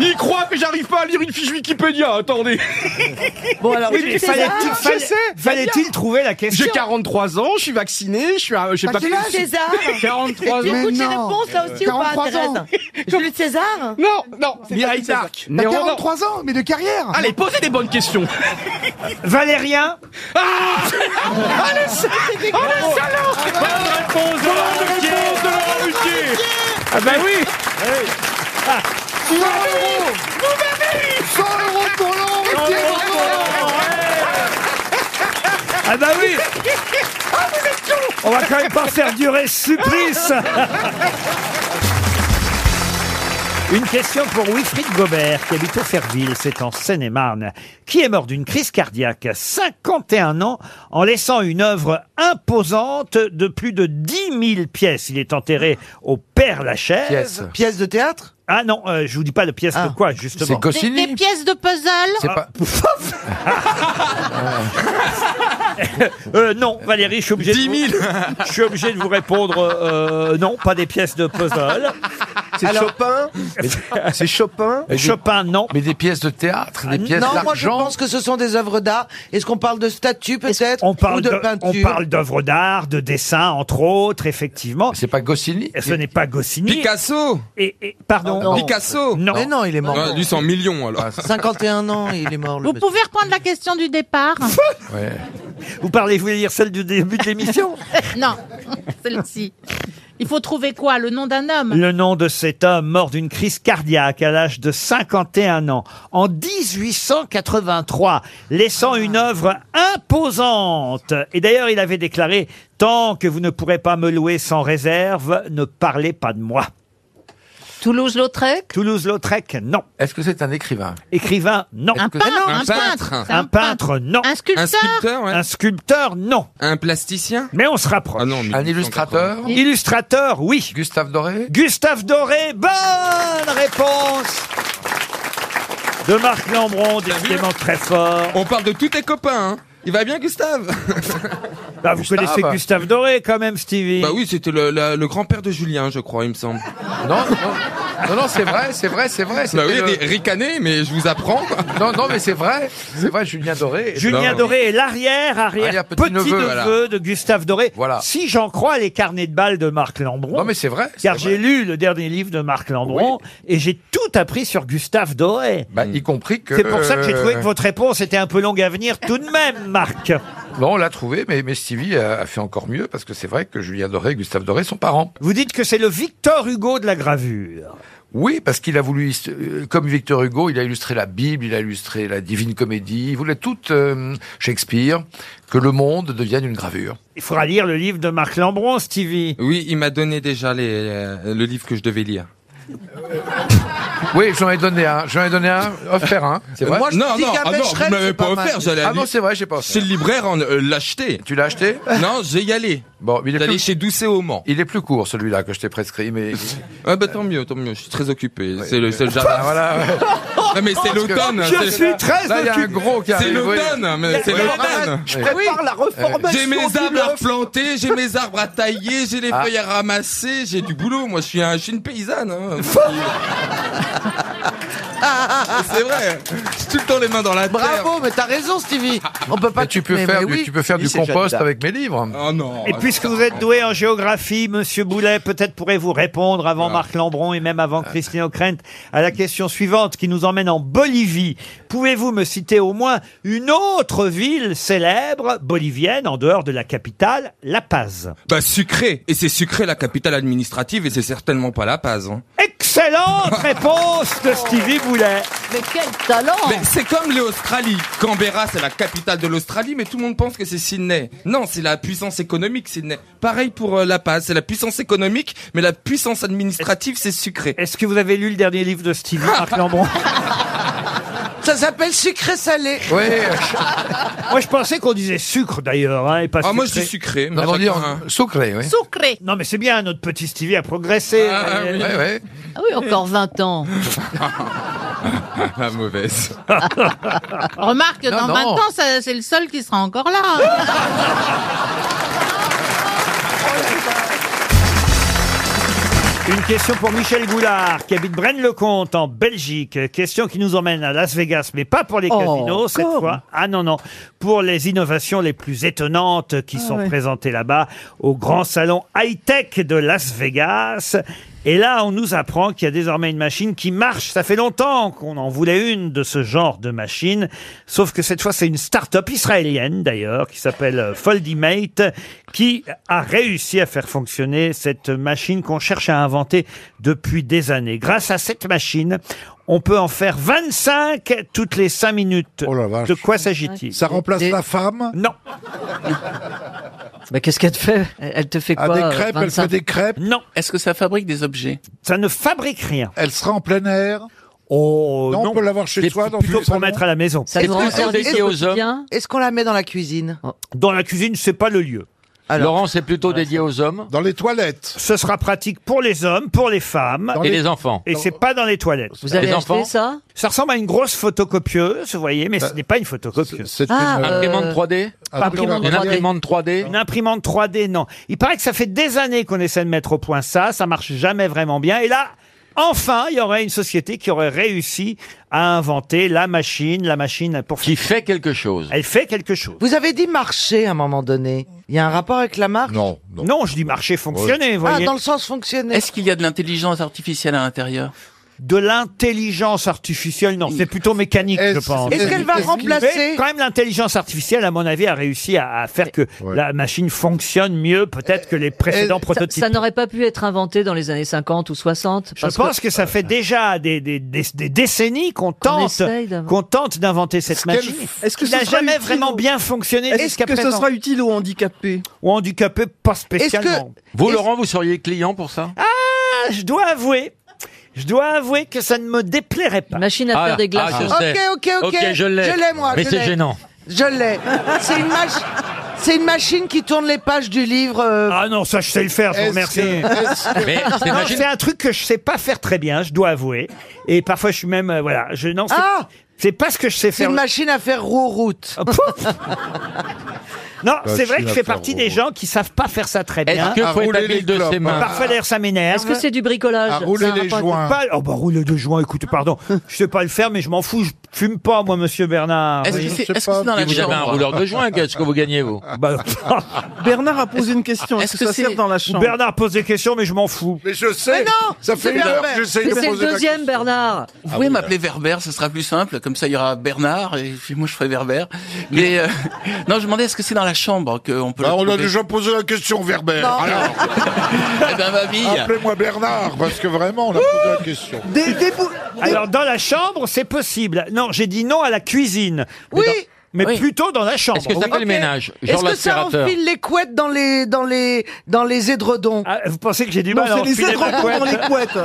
S9: Il croit que j'arrive pas à lire une fiche Wikipédia, attendez.
S1: Bon, alors, Oui, mais tu sais fallait- ça fallait-
S9: Je sais.
S1: fallait-il trouver la question
S9: J'ai 43 ans, je suis vacciné, je suis un, j'ai
S6: Bah,
S9: pas
S6: tu
S9: de-
S6: l'as, César
S9: [laughs] 43
S6: Tu
S9: ans.
S6: écoutes les réponses là aussi ou pas,
S18: 43
S6: Thérèse
S18: ans.
S6: Jules César
S9: Non, non, Mireille
S6: César.
S9: Darc.
S18: T'as 43 ans, mais de carrière
S9: Allez, posez des bonnes [laughs] questions.
S1: Valérien
S9: Ah Ah, le sa- ah, le salaud
S17: réponse de Laurent Ruquier.
S1: Ah bah oui
S9: Ah.
S18: 100 euros 100 euros pour Laurent Ruquier, bravo.
S1: Ah bah oui On va quand même pas faire durer ce supplice Une question pour Wilfried Gobert, qui habite Auferville, c'est en Seine-et-Marne, qui est mort d'une crise cardiaque à 51 ans en laissant une œuvre imposante de plus de 10 000 pièces. Il est enterré au Père Lachaise.
S12: Pièce. Ah.
S1: de théâtre Ah non, euh, je vous dis pas le pièce de quoi, justement.
S12: C'est Goscinny Des- des
S1: pièces de puzzle
S12: C'est
S1: Ah.
S12: pas-
S1: [laughs] Euh, non, Valérie, je suis obligé. De vous... Je suis obligé de vous répondre. euh, non, pas des pièces de puzzle.
S12: C'est Alors- Chopin
S1: C'est Chopin. [laughs] Chopin, non. Mais des pièces de théâtre, des
S12: non, moi je pense que ce sont des œuvres d'art. Est-ce qu'on parle de statues peut-être
S1: On parle
S12: Ou de,
S1: de-
S12: peinture
S1: on parle d'œuvres d'art, de dessins, entre autres, effectivement. C'est pas Goscinny Ce n'est pas Goscinny.
S3: Picasso
S1: et, et- Pardon.
S3: Picasso
S1: Non.
S12: Mais non, il est mort.
S3: Ah, lui, c'est en
S12: [laughs]
S3: millions alors.
S12: 51 ans, il est mort. Le
S3: Vous
S12: monsieur.
S6: pouvez reprendre la question du départ
S1: Vous parlez, vous voulez dire celle du début de l'émission
S6: Non, celle-ci. Il faut trouver quoi Le nom d'un homme
S1: Le nom de cet homme mort d'une crise cardiaque à l'âge de 51 ans en 1883, laissant une
S6: Ah.
S1: œuvre imposante. Et d'ailleurs, il avait déclaré Tant que vous ne pourrez pas me louer sans réserve, ne parlez pas de moi.
S6: Toulouse-Lautrec
S1: Toulouse-Lautrec, non. Est-ce que c'est un écrivain Écrivain, non.
S6: Un Est-ce que c'est- peintre, un un peintre. peintre. C'est
S1: Un
S6: un
S1: peintre, non.
S6: Un sculpteur Un sculpteur,
S1: Un sculpteur, non.
S3: Un plasticien Ah
S1: Mais on se rapproche.
S3: Un illustrateur
S1: Illustrateur, oui.
S3: Gustave Doré
S1: Gustave Doré, bonne réponse de Marc Lambron, décidément très fort.
S3: On parle de tous tes copains, hein. Il va bien, Gustave
S1: Bah, vous connaissez Gustave Doré quand même, Stevie.
S3: Bah oui, c'était le, la- le grand-père de Julien, je crois, il me semble.
S12: Non,
S3: non, non, c'est vrai, c'est vrai, c'est vrai. Bah oui,
S12: c'était
S3: des- ricanez, mais je vous apprends. Non, non, mais c'est vrai.
S12: C'est vrai, Julien Doré.
S1: Julien Doré est l'arrière, arrière,
S12: Arrière
S1: petit,
S12: petit-neveu,
S1: neveu,
S12: voilà.
S1: de Gustave Doré. Si j'en crois les carnets de balles de Marc Lambron. Ah. Non, mais c'est vrai. Car j'ai lu le dernier livre de Marc Lambron et j'ai tout appris sur Gustave Doré.
S12: y compris
S1: C'est pour ça Bah, que j'ai
S12: euh,
S1: trouvé que votre réponse était un peu longue à venir tout de même, Marc.
S12: Bon, on l'a trouvé, mais, mais Stevie a, a fait encore mieux parce que c'est vrai que Julien Doré et Gustave Doré sont parents.
S1: Vous dites que c'est le Victor Hugo de la gravure.
S12: Oui, parce qu'il a voulu, hist- euh, comme Victor Hugo, il a illustré la Bible, il a illustré la Divine Comédie, il voulait tout euh, Shakespeare, que le monde devienne une gravure.
S1: Il faudra lire le livre de Marc Lambron, Stevie.
S3: Oui, il m'a donné déjà les, euh, le livre que je devais lire.
S12: Oui, j'en ai donné un, j'en ai donné un, offert un. C'est vrai.
S3: Moi, je Non, dis non, qu'un ah non, Becherel, vous m'avez c'est pas pas mal. offert, j'allais
S12: Ah
S3: aller-
S12: non, c'est vrai, j'ai pas offert.
S3: C'est le libraire en euh, l'a acheté.
S12: Tu l'as acheté
S3: [laughs] Non, j'ai y allé.
S12: Bon, il est
S3: D'aller
S12: plus-
S3: chez Doucet au Mans.
S12: Il est plus court celui-là que je t'ai prescrit, mais
S3: [laughs] Ah bah tant mieux, tant mieux, je suis très occupé. C'est le, c'est le jardin.
S12: Ah, voilà, ouais.
S3: Non mais c'est
S12: Parce que-
S3: l'automne.
S12: Je
S3: c'est-
S12: suis très
S3: Là, il y a un
S12: occupé.
S3: gros qui
S12: C'est
S3: arrive, oui.
S12: l'automne, mais
S3: Il y a
S12: c'est
S3: le
S12: l'automne.
S3: jardin.
S12: Je prépare Oui. la reformation
S3: Euh, J'ai mes
S12: du
S3: arbres à
S12: loft.
S3: replanter, j'ai mes arbres à tailler, j'ai les
S12: Ah.
S3: feuilles à ramasser, j'ai du boulot. Moi, je suis, un, je suis une paysanne. [laughs] hein. c'est vrai. J'ai tout le temps les mains dans la terre.
S12: Bravo, mais t'as raison, Stevie. On peut pas. tu peux
S3: mais-
S12: faire
S3: mais
S12: du,
S3: oui.
S12: tu peux faire
S3: Oui,
S12: du
S3: c'est
S12: compost
S3: Jacques
S12: avec mes livres.
S3: Oh non.
S1: Et puisque vous êtes doué en géographie, Monsieur Boulet, peut-être pourrez-vous répondre avant Marc Lambron et même avant Christine O'Krent à la question suivante qui nous emmène en Bolivie. Pouvez-vous me citer au moins une autre ville célèbre bolivienne en dehors de la capitale, La Paz
S3: Bah sucré. Et c'est sucré la capitale administrative et c'est certainement pas La Paz. hein.
S6: [laughs]
S1: Excellente réponse de Stevie Boulet.
S6: Mais quel talent
S1: Oh.
S3: Mais c'est comme l'Australie. Canberra, c'est la capitale de l'Australie, mais tout le monde pense que c'est Sydney. Non, c'est la puissance économique, Sydney. Pareil pour euh, La Paz, c'est la puissance économique, mais la puissance administrative, c'est sucré.
S1: Est-ce que vous avez lu le dernier livre de Stevie,
S3: [laughs]
S1: Marc Lambron
S12: Ça s'appelle sucré salé.
S9: [laughs]
S12: Oui.
S1: [laughs] Moi, je pensais qu'on disait sucre d'ailleurs, hein, et pas
S3: Ah, moi, je
S1: sucré.
S3: dis sucré. mais
S12: Non, on dit
S3: chacun, hein.
S12: en- sucré, oui.
S6: Sucré
S1: Non, mais c'est bien, notre petit Stevie a progressé.
S3: Ah, oui. Ouais, ouais. [laughs]
S6: Ah oui, encore 20 ans.
S24: La
S1: [laughs]
S24: mauvaise.
S22: Ben,
S6: Remarque, dans 20 ans, ça- c'est le seul qui sera encore là.
S1: Une question pour Michel Goulard, qui habite Braine-le-Comte, en Belgique. Question qui nous emmène à Las Vegas, mais pas pour les
S9: Oh,
S1: casinos cette fois. Ah non, non. Pour les innovations les plus étonnantes qui
S9: Ah
S1: sont
S9: ouais.
S1: présentées là-bas, au grand salon high-tech de Las Vegas. Et là, on nous apprend qu'il y a désormais une machine qui marche. Ça fait longtemps qu'on en voulait une de ce genre de machine. Sauf que cette fois, c'est une start-up israélienne, d'ailleurs, qui s'appelle euh, Foldimate, qui a réussi à faire fonctionner cette machine qu'on cherche à inventer depuis des années. Grâce à cette machine, on peut en faire 25 toutes les 5 minutes. de quoi s'agit-il Oh Ça remplace la femme Non.
S13: Mais qu'est-ce qu'elle te fait elle, elle te fait quoi euh, 25?
S1: crêpes Non. Est-ce que ça fabrique des objets Ça ne fabrique rien. Elle sera en plein air Oh,
S2: Non, on
S1: non,
S2: peut l'avoir chez
S1: C'est
S2: soi, dans
S1: plutôt
S2: le
S1: pour
S2: salon.
S1: mettre à la maison.
S2: Ça Est-ce nous rend que- service est-ce- au est-ce- quotidien
S1: Est-ce qu'on la met dans la cuisine Dans la cuisine, c'est pas le lieu.
S3: Laurent, c'est plutôt dédié aux hommes.
S1: Dans les toilettes. Ce sera pratique pour les hommes, pour les femmes
S3: Dans Et les- les enfants.
S1: Et c'est pas dans les toilettes.
S3: Vous avez Les acheté enfants
S13: ça
S1: Ça ressemble à une grosse photocopieuse, vous voyez, mais ce n'est pas Euh, une photocopieuse.
S3: c'est Ah, une- euh, Imprimante 3D?
S1: Pas imprimante
S3: Une
S1: 3D.
S3: imprimante 3D.
S1: Une imprimante 3D, non. Il paraît que ça fait des années qu'on essaie de mettre au point ça, ça marche jamais vraiment bien. Et là, enfin, il y aurait une société qui aurait réussi à inventer la machine, la machine pour... Qui
S3: fait quelque chose.
S1: Elle fait quelque chose.
S9: Vous avez dit marché à un moment donné. Il y a un rapport avec la marque
S1: Non, non. je dis marcher, fonctionner, vous
S9: Ah,
S1: voyez.
S9: dans le sens fonctionner.
S16: Est-ce qu'il y a de l'intelligence artificielle à l'intérieur
S1: De l'intelligence artificielle, non, c'est plutôt mécanique, je pense.
S9: est-ce qu'elle va Est-ce- remplacer-
S1: Mais quand même, l'intelligence artificielle, à mon avis, a réussi à, à faire que la machine fonctionne mieux, peut-être que les précédents
S13: Euh, Ça,
S1: prototypes.
S13: ça n'aurait pas pu être inventé dans les années 50 ou 60
S1: Je pense que... ça fait déjà des, des- des- des décennies qu'on tente,
S13: essaye d'inventer.
S1: qu'on tente d'inventer cette
S13: qu'elle-
S1: machine.
S13: est-ce que
S1: qui
S13: ce
S1: n'a
S13: sera
S1: jamais
S13: utile
S1: vraiment
S13: au-
S1: bien fonctionné
S13: Est-ce
S1: jusqu'à
S13: que ce
S1: présent.
S13: sera
S16: utile aux handicapés
S1: Ou handicapés, pas spécialement.
S3: Vous, Laurent, vous seriez client pour ça
S1: Ah, je dois avouer. Je dois avouer que ça ne me déplairait pas.
S13: Machine
S3: à Ah, faire des glaçons. ah, je sais.
S9: Ok, ok, ok.
S3: Ok, je l'ai.
S9: moi.
S3: Mais
S9: je
S3: c'est
S9: l'ai.
S3: gênant.
S9: Je l'ai. C'est une, machi- c'est une machine qui tourne les pages du livre. euh,
S1: Ah non, ça je sais le faire, je vous
S9: Est-ce
S1: remercie.
S9: que- est-ce que- Mais
S1: Non,
S9: t'imagines-
S1: C'est un truc que je sais pas faire très bien, je dois avouer. Et parfois je suis même, euh, voilà, je non, c'est
S9: Ah
S1: c'est pas ce que je sais
S9: C'est
S1: faire. Oh,
S9: une machine à faire roue-route.
S1: Non,
S9: Bah,
S1: c'est
S9: tu
S1: vrai que
S9: vas
S1: je fais
S9: faire
S1: partie des gens qui savent pas faire ça très
S9: Est-ce
S1: bien.
S9: que À faut être rouler habile les de clopes, ses mains hein.
S1: Parfois d'ailleurs ça m'énerve.
S13: Est-ce que c'est du
S16: Ah,
S13: bricolage Ça a un rapport avec-
S1: Pas- oh bah rouler des joints, écoutez, pardon. Je sais pas le faire, mais je m'en fous, je fume pas, moi, monsieur Bernard.
S16: Est-ce que
S1: Oui,
S16: c'est-
S1: je sais
S16: est-ce que
S1: pas.
S16: c'est dans la
S3: Vous avez un rouleur de
S1: [laughs]
S3: joint, qu'est-ce que vous gagnez, vous
S1: Bah,
S16: Bernard a posé une question. Est-ce que, ça sert dans la chambre
S1: Bernard pose des questions, mais je m'en fous.
S16: Mais je sais.
S9: Mais non
S16: Ça
S9: fait C'est une heure Bernard. que j'essaye de Mais c'est poser le ma deuxième,
S13: Bernard.
S16: Vous
S9: Ah
S16: pouvez
S9: oui,
S16: m'appeler Verber, ce sera plus simple. Comme ça, il y aura Bernard et puis moi, je [laughs] ferai Verber. Mais euh, non, je demandais est-ce que c'est dans la chambre qu'on peut.
S25: Bah,
S16: le
S25: on a
S16: trouver
S25: déjà posé la question, Verber.
S16: Non.
S25: Alors,
S16: [laughs] Eh ben, ma vie.
S2: Appelez-moi Bernard, parce que vraiment, on a posé
S9: Oh
S2: la question.
S1: Alors, dans la chambre, c'est possible. Non, j'ai dit non à la cuisine. Mais
S9: Oui.
S1: dans- Mais
S9: Oui.
S1: plutôt dans la chambre.
S3: Est-ce que ça fait le ménage Genre
S9: Est-ce que ça
S3: l'aspirateur.
S9: enfile les couettes dans les, dans les, dans les édredons
S1: Ah, Vous pensez que j'ai du
S9: Non,
S1: mal à
S9: c'est les
S1: enfiler ma
S9: édredons dans les couettes.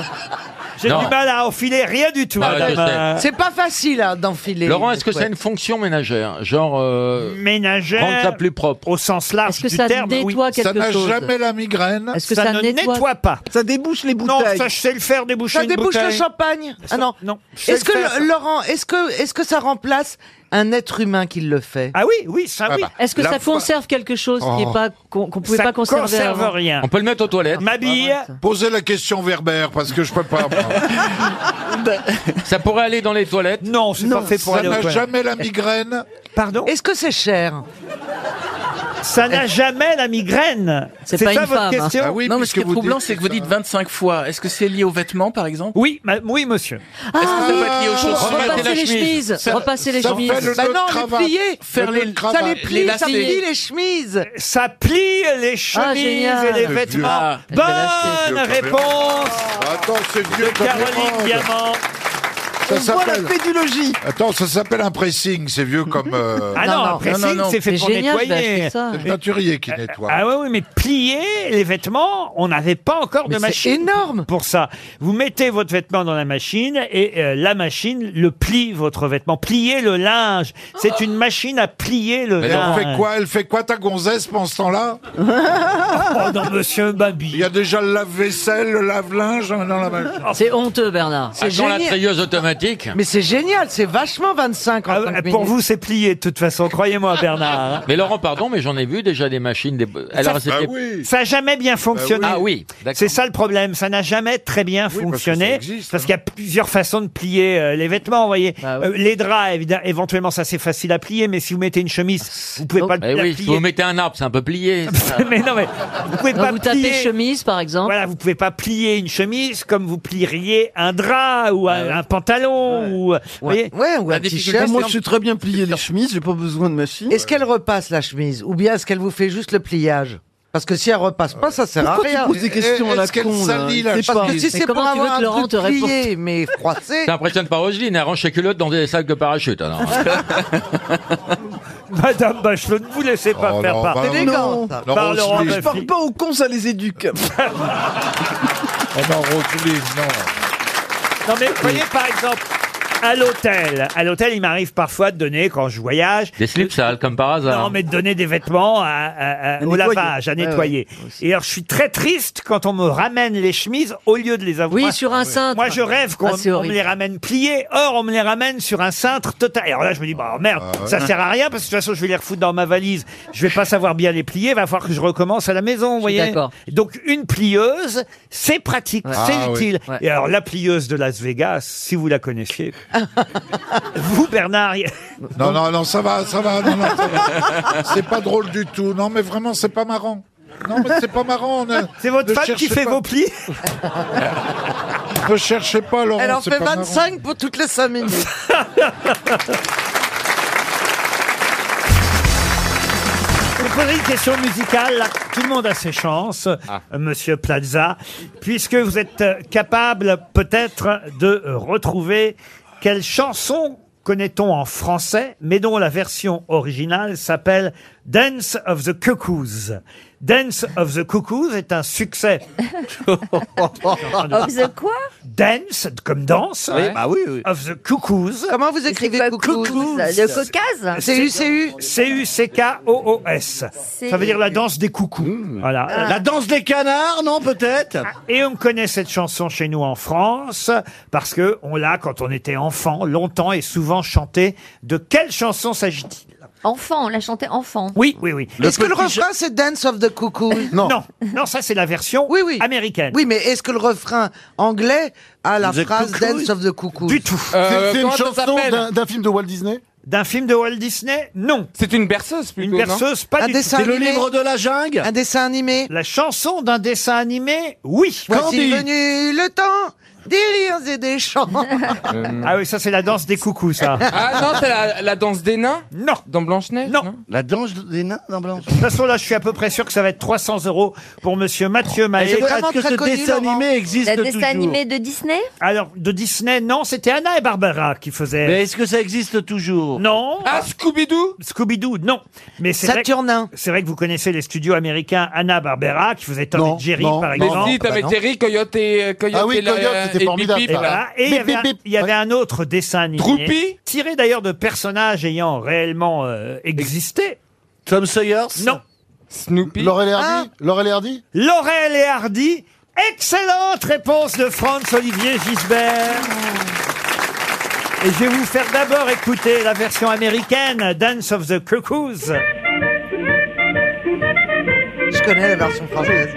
S1: J'ai
S3: Non.
S1: du mal à enfiler rien du tout.
S3: Non, Ah,
S1: madame,
S3: je sais.
S1: euh,
S9: C'est pas facile hein, d'enfiler.
S3: Laurent,
S9: les
S3: est-ce que c'est
S9: couettes.
S3: une fonction ménagère Genre. euh,
S1: ménagère.
S3: Rendre ça plus propre.
S1: Au sens large
S9: que
S1: du
S9: ça
S1: terme.
S9: nettoie
S1: oui.
S9: quelque Ça n'a chose jamais
S1: la migraine.
S9: Est-ce que
S1: ça,
S9: ça
S1: ne nettoie...
S9: nettoie
S1: pas.
S9: Ça débouche les
S1: Non, ça, je sais le faire, déboucher
S9: Ça
S1: une
S9: débouche le
S1: bouteille.
S9: champagne. Ah non.
S1: Non. je sais
S9: Est-ce
S1: le
S9: que
S1: faire, ça.
S9: le- Laurent, est-ce que est-ce que ça remplace un être humain qui le fait
S1: Ah oui, oui, ça
S3: bah.
S1: oui.
S13: Est-ce que ça conserve quelque chose qui est
S9: Oh.
S13: pas qu'on qu'on pouvait
S9: Ça
S13: pas conserver
S9: conserve
S13: avant
S1: rien.
S3: On peut le mettre aux toilettes.
S1: M'habille.
S2: Posez la question Verber, parce que je peux pas.
S3: [laughs] ça pourrait aller dans les toilettes
S1: Non, c'est pas fait pour
S2: ça
S1: aller aux
S2: n'a
S1: toilettes.
S2: jamais la migraine.
S1: Pardon
S9: Est-ce que c'est cher
S1: Ça n'a jamais la migraine.
S16: C'est
S1: ça votre
S9: hein.
S1: question
S16: hein.
S3: Ah
S9: Ah
S16: non, mais ce qui est troublant, c'est que vous dites 25 fois. Est-ce que c'est lié aux vêtements, par exemple Ah,
S1: Oui, ma- oui, monsieur.
S9: Ah,
S16: Est-ce que ça peut être lié aux
S13: pour
S16: chaussures
S13: repasser les chemises, repasser les chemises.
S9: Bah non, les plier,
S16: Faire les-
S9: ça les plie,
S16: les
S9: ça
S16: lacets.
S9: plie les chemises.
S1: Ça plie les
S9: Ah,
S1: chemises
S9: génial.
S1: et les
S9: Le
S1: vêtements.
S9: vieux. Bah,
S1: Bonne
S9: Ah, je vais l'acheter.
S1: réponse
S2: Attends, c'est vieux
S1: de
S2: comme le
S1: Caroline
S9: Ah,
S2: monde.
S1: Diamant.
S2: Ça
S9: On voit la
S2: s'appelle-
S9: pédulogie.
S2: Attends, ça s'appelle un pressing, c'est vieux comme. euh,
S1: Ah non, un pressing, c'est fait pour
S9: bah,
S1: nettoyer.
S2: C'est le teinturier qui nettoie.
S1: Ah oui, oui, mais plier les vêtements, on n'avait pas encore de
S9: c'est
S1: machine. énorme Pour ça, vous mettez votre vêtement dans la machine et euh, la machine le plie, votre vêtement. Plier le linge. C'est une machine à plier le
S2: Elle en
S1: linge.
S2: fait quoi Elle fait quoi ta gonzesse pendant ce temps-là
S1: Oh non, monsieur Ah, Babi.
S2: Il y a déjà le lave-vaisselle, le lave-linge hein, dans la machine.
S13: C'est honteux, Bernard.
S3: Attends, la treilleuse
S22: sympathique.
S3: automatique.
S9: Mais c'est génial, c'est vachement 25 en cinq
S1: Ah, Pour
S9: minutes.
S1: vous, c'est plié de toute façon, croyez-moi, Oh, Bernard.
S22: Mais Laurent, Oh, pardon, mais j'en ai vu déjà des machines. Des... Alors,
S1: ça,
S2: Bah
S1: bah
S22: c'était-
S1: ça a jamais bien fonctionné.
S22: Ah oui,
S1: C'est ça le problème. Ça n'a jamais très bien fonctionné parce,
S2: hein.
S1: qu'il y a plusieurs façons de plier euh, les vêtements. Vous voyez,
S22: Bah
S1: Euh, les draps, évidemment, éventuellement, ça c'est facile à plier, mais si vous mettez une chemise, vous pouvez pas
S22: Eh
S1: la
S22: oui, si
S1: plier.
S22: vous mettez un arbre, c'est un peu
S1: [laughs]
S22: plié. ça.
S1: mais non, mais vous pouvez
S26: Donc
S1: pas
S26: vous tapez
S1: plier-
S26: chemise, par exemple.
S1: Voilà, vous pouvez pas plier une chemise comme vous plieriez un drap ou un, un pantalon ou. vous voyez
S9: un t-shirt.
S7: Moi, je suis très bien plié les chemises, j'ai pas besoin de machine.
S9: Est-ce qu'elle repasse la chemise ou bien est-ce qu'elle vous fait juste le pliage parce que si elle repasse pas, ça sert
S7: Pourquoi
S9: à
S7: tu
S9: rien. Euh,
S7: poses des questions à la Est-ce qu'elle con, là salit la
S9: Parce que
S7: chemise
S9: si
S7: Mais
S9: c'est pour
S7: comment tu veux
S9: avoir
S7: que
S9: un
S7: Laurent
S9: truc
S7: te réponde
S9: plié,
S7: [laughs]
S9: mais froissé,
S22: Ça impressionne pas Roselyne, elle range ses culottes dans des sacs de parachute. alors.
S1: Madame Ah, Bachelot, ne vous laissez pas
S22: Oh
S1: faire
S22: non,
S1: par,
S22: bah
S1: par
S7: non. Non.
S1: par Laurent
S7: je parle
S1: Baffie.
S7: pas aux cons, ça les éduque.
S2: non, Roselyne, non.
S1: Non mais vous voyez par exemple à l'hôtel, à l'hôtel il m'arrive parfois de donner quand je voyage
S22: Des slips sales, comme par hasard.
S1: non Ah, mais de donner des vêtements à- à- à-
S22: À
S1: au
S22: nettoyer.
S1: lavage, à
S22: Ouais,
S1: nettoyer. Et alors je suis très triste quand on me ramène les chemises au lieu de les avoir.
S26: Oui,
S1: Moi-
S26: sur un cintre.
S1: Moi je rêve qu'on
S26: Ah, c'est
S1: on me
S26: horrible.
S1: les ramène pliés, or on me les ramène sur un cintre total. Et [laughs] alors là je me dis bah merde,
S26: Ah ouais.
S1: ça sert à rien parce que de toute façon je vais les refoutre dans ma valise, je vais pas savoir bien les plier, va falloir que je recommence à la maison, vous voyez.
S26: d'accord.
S1: Donc une plieuse, c'est pratique,
S26: Ouais.
S1: c'est
S26: Ah oui.
S1: utile.
S26: Ouais.
S1: Et alors la plieuse de Las Vegas, si vous la connaissiez. Vous, Bernard
S2: Non, non, non, ça va, ça va. non, non, ça va. C'est pas drôle du tout. Non, mais vraiment, c'est pas marrant. Non, mais c'est pas marrant.
S1: C'est votre femme qui fait vos plis
S2: Ne cherchez pas, Laurent.
S9: elle en
S2: c'est
S9: fait
S2: pas marrant.
S9: 25 pour toutes les 5
S1: [laughs]
S9: minutes.
S1: Je vais vous poser une question musicale. là. Tout le monde a ses chances, euh, Monsieur Plaza, puisque vous êtes euh, capable peut-être de euh, retrouver quelle chanson connaît-on en français, mais dont la version originale s'appelle Dance of the Cuckoos. Dance of the Cuckoos est un
S13: [laughs]
S1: succès. Oh,
S13: Of the quoi
S1: Dance, comme danse.
S13: Oui, bah oui,
S1: Of the Cuckoos.
S9: Comment vous écrivez coucou
S13: Le caucase
S1: C'est U-C-U C-U-C-K-O-O-S.
S13: C'est-
S1: Ça veut dire la danse des coucous. Voilà. La danse des canards, non, peut-être Et on connaît cette chanson chez nous en France, parce que on l'a, quand on était enfant, longtemps et souvent chantée. De quelle chanson s'agit-il
S13: Enfant, on l'a chanté enfant.
S1: Oui, oui, oui.
S9: Est-ce que le refrain c'est Dance of the Cuckoo
S1: [laughs] Non. non. ça c'est la version américaine.
S9: Oui, mais est-ce que le refrain anglais a la
S1: The
S9: phrase
S1: Cuckoos
S9: Dance of the Cuckoo
S1: Du tout.
S7: C'est- c'est une chanson d'un- d'un film de Walt Disney
S1: D'un film de Walt Disney Non.
S16: C'est une berceuse plutôt.
S1: Une berceuse, pas
S9: un
S1: du
S9: dessin
S1: tout.
S9: animé. Un dessin animé.
S1: La chanson d'un dessin animé Oui.
S9: Voici
S1: Candy.
S9: venu le temps des rires et des chants.
S1: Ah oui, ça c'est la danse des
S9: [laughs]
S1: coucous, ça.
S16: Ah non, c'est la, la danse des nains
S1: Non.
S16: Dans Blanche-Neige Non.
S1: La danse des nains dans Blanche. De toute façon, là, je suis à peu près sûr que ça va être 300 euros pour Monsieur Mathieu Maé.
S13: Le dessin animé de Disney
S1: Alors, de Disney, non, c'était Anna et Barbara qui faisaient. Mais est-ce que ça existe toujours Non. Ah, Scooby-Doo Scooby-Doo, non. Mais c'est vrai que- C'est vrai que vous connaissez les studios américains Anna Barbara qui faisaient Tom et Jerry, par
S16: Mais
S1: exemple.
S16: si, t'avais Terry, Coyote
S3: euh,
S16: et Coyote
S1: Bah, Ah oui,
S16: et la-
S1: Coyote, c'était
S16: et
S1: formidable,
S16: Bip
S1: ça.
S16: Bip, là.
S1: Voilà. Et il y avait un- il y avait un autre dessin animé.
S16: Droopy
S1: Tiré d'ailleurs de personnages ayant réellement euh, existé. Tom Sawyers Non. Snoopy
S7: Laurel et Hardy
S1: Laurel et Hardy Laurel et Hardy Excellente réponse de Franz Olivier Gisbert Et je vais vous faire d'abord écouter la version américaine, Dance of the Cuckoos.
S9: Je connais la version française.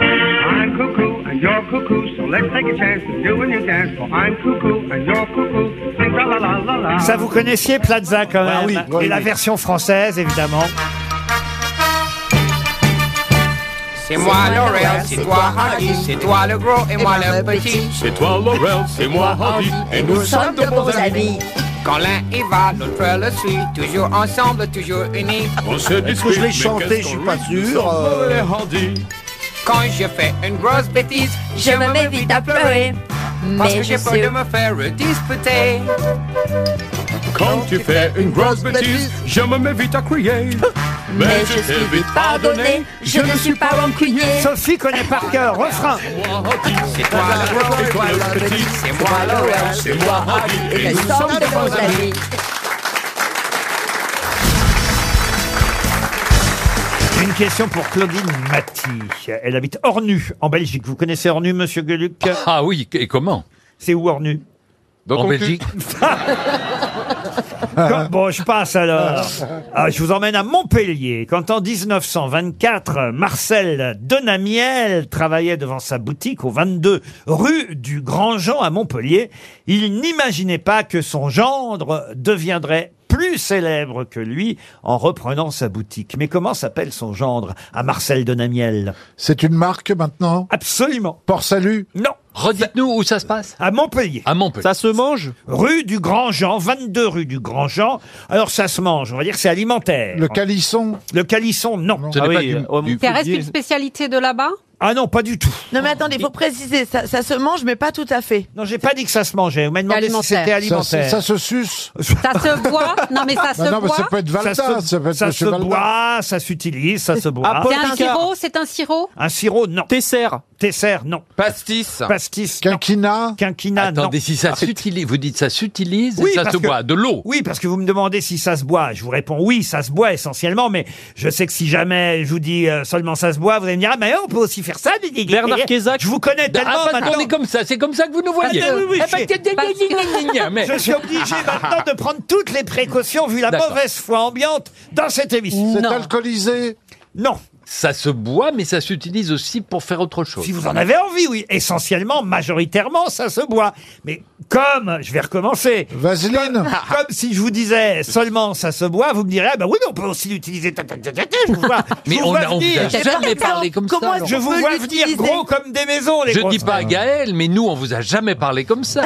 S5: I'm cuckoo and you're cuckoo, so let's take a chance and do a new dance. For I'm cuckoo and you're cuckoo, sing la la la la la.
S1: Ça, vous connaissiez Plaza quand même.
S5: oui,
S1: Et
S5: oui,
S1: la
S5: oui.
S1: version française, évidemment.
S3: C'est moi Laurel, c'est toi Hardy, c'est toi le gros et moi le petit.
S27: C'est toi Laurel, c'est moi Hardy, et nous sommes de bons amis.
S3: Quand l'un y va, l'autre le suit. Toujours ensemble, toujours unis.
S27: On se
S3: Est-ce que je l'ai chanté Je suis pas sûr, euh. Quand je fais une grosse bêtise, je me mets vite à pleurer. Parce
S27: Mais
S3: que j'ai
S27: je
S3: peur
S27: sais-
S3: de me faire disputer.
S27: Quand tu fais une grosse bêtise, je me mets vite à
S3: [laughs]
S27: crier. Mais je sais vite pardonner, je ne suis pas rancunier.
S1: Sophie connaît par cœur, refrain.
S3: C'est toi le gros, c'est toi le petit. C'est moi Laurel, c'est moi Hardy. Et nous sommes de bons amis.
S1: Une Une question pour Claudine Maty. Elle habite Ornu, en Belgique. Vous connaissez Ornu, monsieur Gueluc Ah oui, et comment C'est où Ornu
S12: En ton cul.
S1: [laughs]
S12: Belgique
S1: Quand- bon, je passe alors. Ah, je vous emmène à Montpellier. Quand en 1924, Marcel Donamiel travaillait devant sa boutique au 22 rue du Grand Jean à Montpellier, il n'imaginait pas que son gendre deviendrait plus célèbre que lui en reprenant sa boutique. Mais comment s'appelle son gendre à Marcel Donamiel
S2: C'est une marque maintenant
S1: Absolument.
S2: Port Salut
S1: Non.
S22: Redites-nous où ça se passe
S1: À Montpellier.
S22: À Montpellier.
S1: Ça se mange Rue du Grand Jean, 22 rue du Grand Jean. Alors ça se mange, on va dire que c'est alimentaire.
S2: Le calisson
S1: Le calisson, non.
S2: Ce n'est Ah pas oui, du- euh, au du
S20: Ça reste une spécialité de là-bas
S1: Ah non, pas du tout.
S20: Non mais attendez, faut préciser, ça, se mange mais pas tout à fait.
S1: Non, j'ai pas dit que ça se mangeait. Vous m'avez demandé si
S20: alimentaire.
S1: c'était alimentaire.
S20: Ça se- ça se
S2: suce
S20: Ça se boit Non mais ça se boit.
S1: Ça se, ça se boit, ça s'utilise, ça se boit.
S20: c'est un sirop, c'est un sirop.
S1: Un sirop, non. Tesser. Tesser, non. Pastis. Pastis. Quinquina. Quinquina,
S22: Attendez,
S1: non. Ah,
S22: si ça s'utilise, vous dites ça s'utilise,
S1: Oui,
S22: ça
S1: parce
S22: se
S1: que-
S22: boit, de l'eau.
S1: Oui, parce que vous me demandez si ça se boit. Je vous réponds oui, ça se boit essentiellement, mais je sais que si jamais je vous dis euh, seulement ça se boit, vous allez me dire ah mais on peut aussi faire ça.
S22: Bernard Kézac.
S1: Je vous connais tellement
S22: Ah, parce
S1: maintenant.
S22: qu'on est comme ça, c'est comme ça que vous nous voyez.
S1: Ah, oui, oui,
S22: Eh
S1: je
S22: ben,
S1: suis-
S22: t'es- t'es- t'es- t'es- t'es- t'es- mais-
S1: Je suis obligé maintenant de prendre toutes les précautions vu la
S22: D'accord.
S1: mauvaise foi ambiante dans cette émission. C'est alcoolisé Non.
S22: Ça se boit, mais ça s'utilise aussi pour faire autre chose.
S1: Si vous en avez envie, oui. Essentiellement, majoritairement, ça se boit. Mais comme, je vais recommencer.
S2: Vaseline
S1: Comme, comme si je vous disais seulement ça se boit, vous me direz, ah ben oui, mais on peut aussi l'utiliser. Ta, ta, ta, ta, ta, Je vous vois, je
S22: Mais
S1: vous
S22: on
S1: vois
S22: a- on
S1: venir.
S22: vous a jamais parlé comme ça, Laurent.
S1: Je vous vois venir gros comme des maisons, les
S22: Je
S1: grosses
S22: dis pas à
S1: têtes.
S22: Gaël, mais nous, on vous a jamais parlé comme
S1: [laughs]
S22: ça.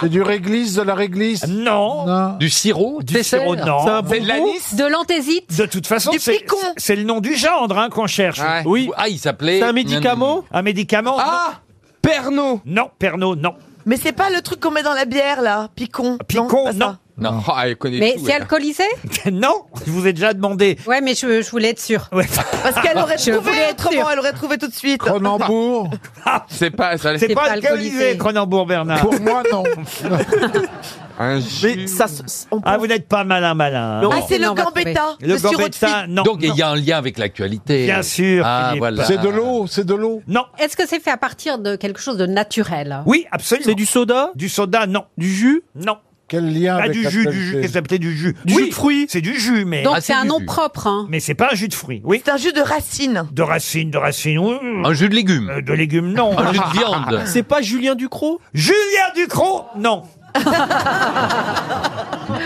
S2: C'est du réglisse, de la réglisse
S1: Non.
S22: Du sirop
S1: Du sirop, non.
S22: C'est de l'anis
S20: De l'anthésite.
S1: De toute façon,
S20: Du
S1: c'est-
S20: picon.
S1: c'est le nom du gendre hein, qu'on cherche.
S22: Oui. Ah, il s'appelait.
S1: Un médicament Ah Pernod Non, Pernod, non. Ah,
S20: Mais c'est pas le truc qu'on met dans la bière là,
S22: Ah,
S20: picon.
S1: Picon, non.
S22: Non,
S3: elle ah, connaît
S20: Mais
S3: tout,
S20: c'est
S3: elle.
S20: alcoolisé
S1: [laughs] Non, je vous ai déjà demandé.
S20: Ouais, mais je, je voulais être sûre. Parce [laughs] qu'elle aurait Je trouvé voulais être autrement, sûre. elle aurait trouvé tout de suite.
S3: C'est pas. ça-
S1: C'est pas alcoolisé, [laughs] Cronenbourg, Bernard.
S2: Pour moi,
S1: [laughs]
S2: non.
S1: Ah, vous n'êtes pas malin, malin. hein.
S20: Ah, c'est le gambetta.
S1: Le gambetta, non.
S22: Donc, il y a un lien avec l'actualité.
S1: Bien sûr,
S22: Ah,
S1: Philippe.
S22: voilà.
S1: C'est de l'eau.
S2: Oh, c'est de l'eau
S1: Non.
S20: Est-ce que c'est fait à partir de quelque chose de naturel
S1: Oui, absolument. C'est du soda Du soda, non. Du jus Non.
S2: Quel lien
S1: Ah,
S2: avec
S1: du jus, du
S2: l'actualité
S1: jus. Qu'est-ce que ça peut être du jus Du jus de fruits C'est du jus, mais.
S20: Donc c'est un nom propre. hein.
S1: Mais c'est pas un jus de fruits, oui.
S20: C'est un jus de racine.
S1: De racines, de racines, oui.
S22: Un jus de légumes.
S1: Euh, de légumes, non.
S22: Un jus de
S1: [laughs]
S22: viande. C'est
S1: pas Julien Ducrot Julien Ducrot Non.
S22: Mais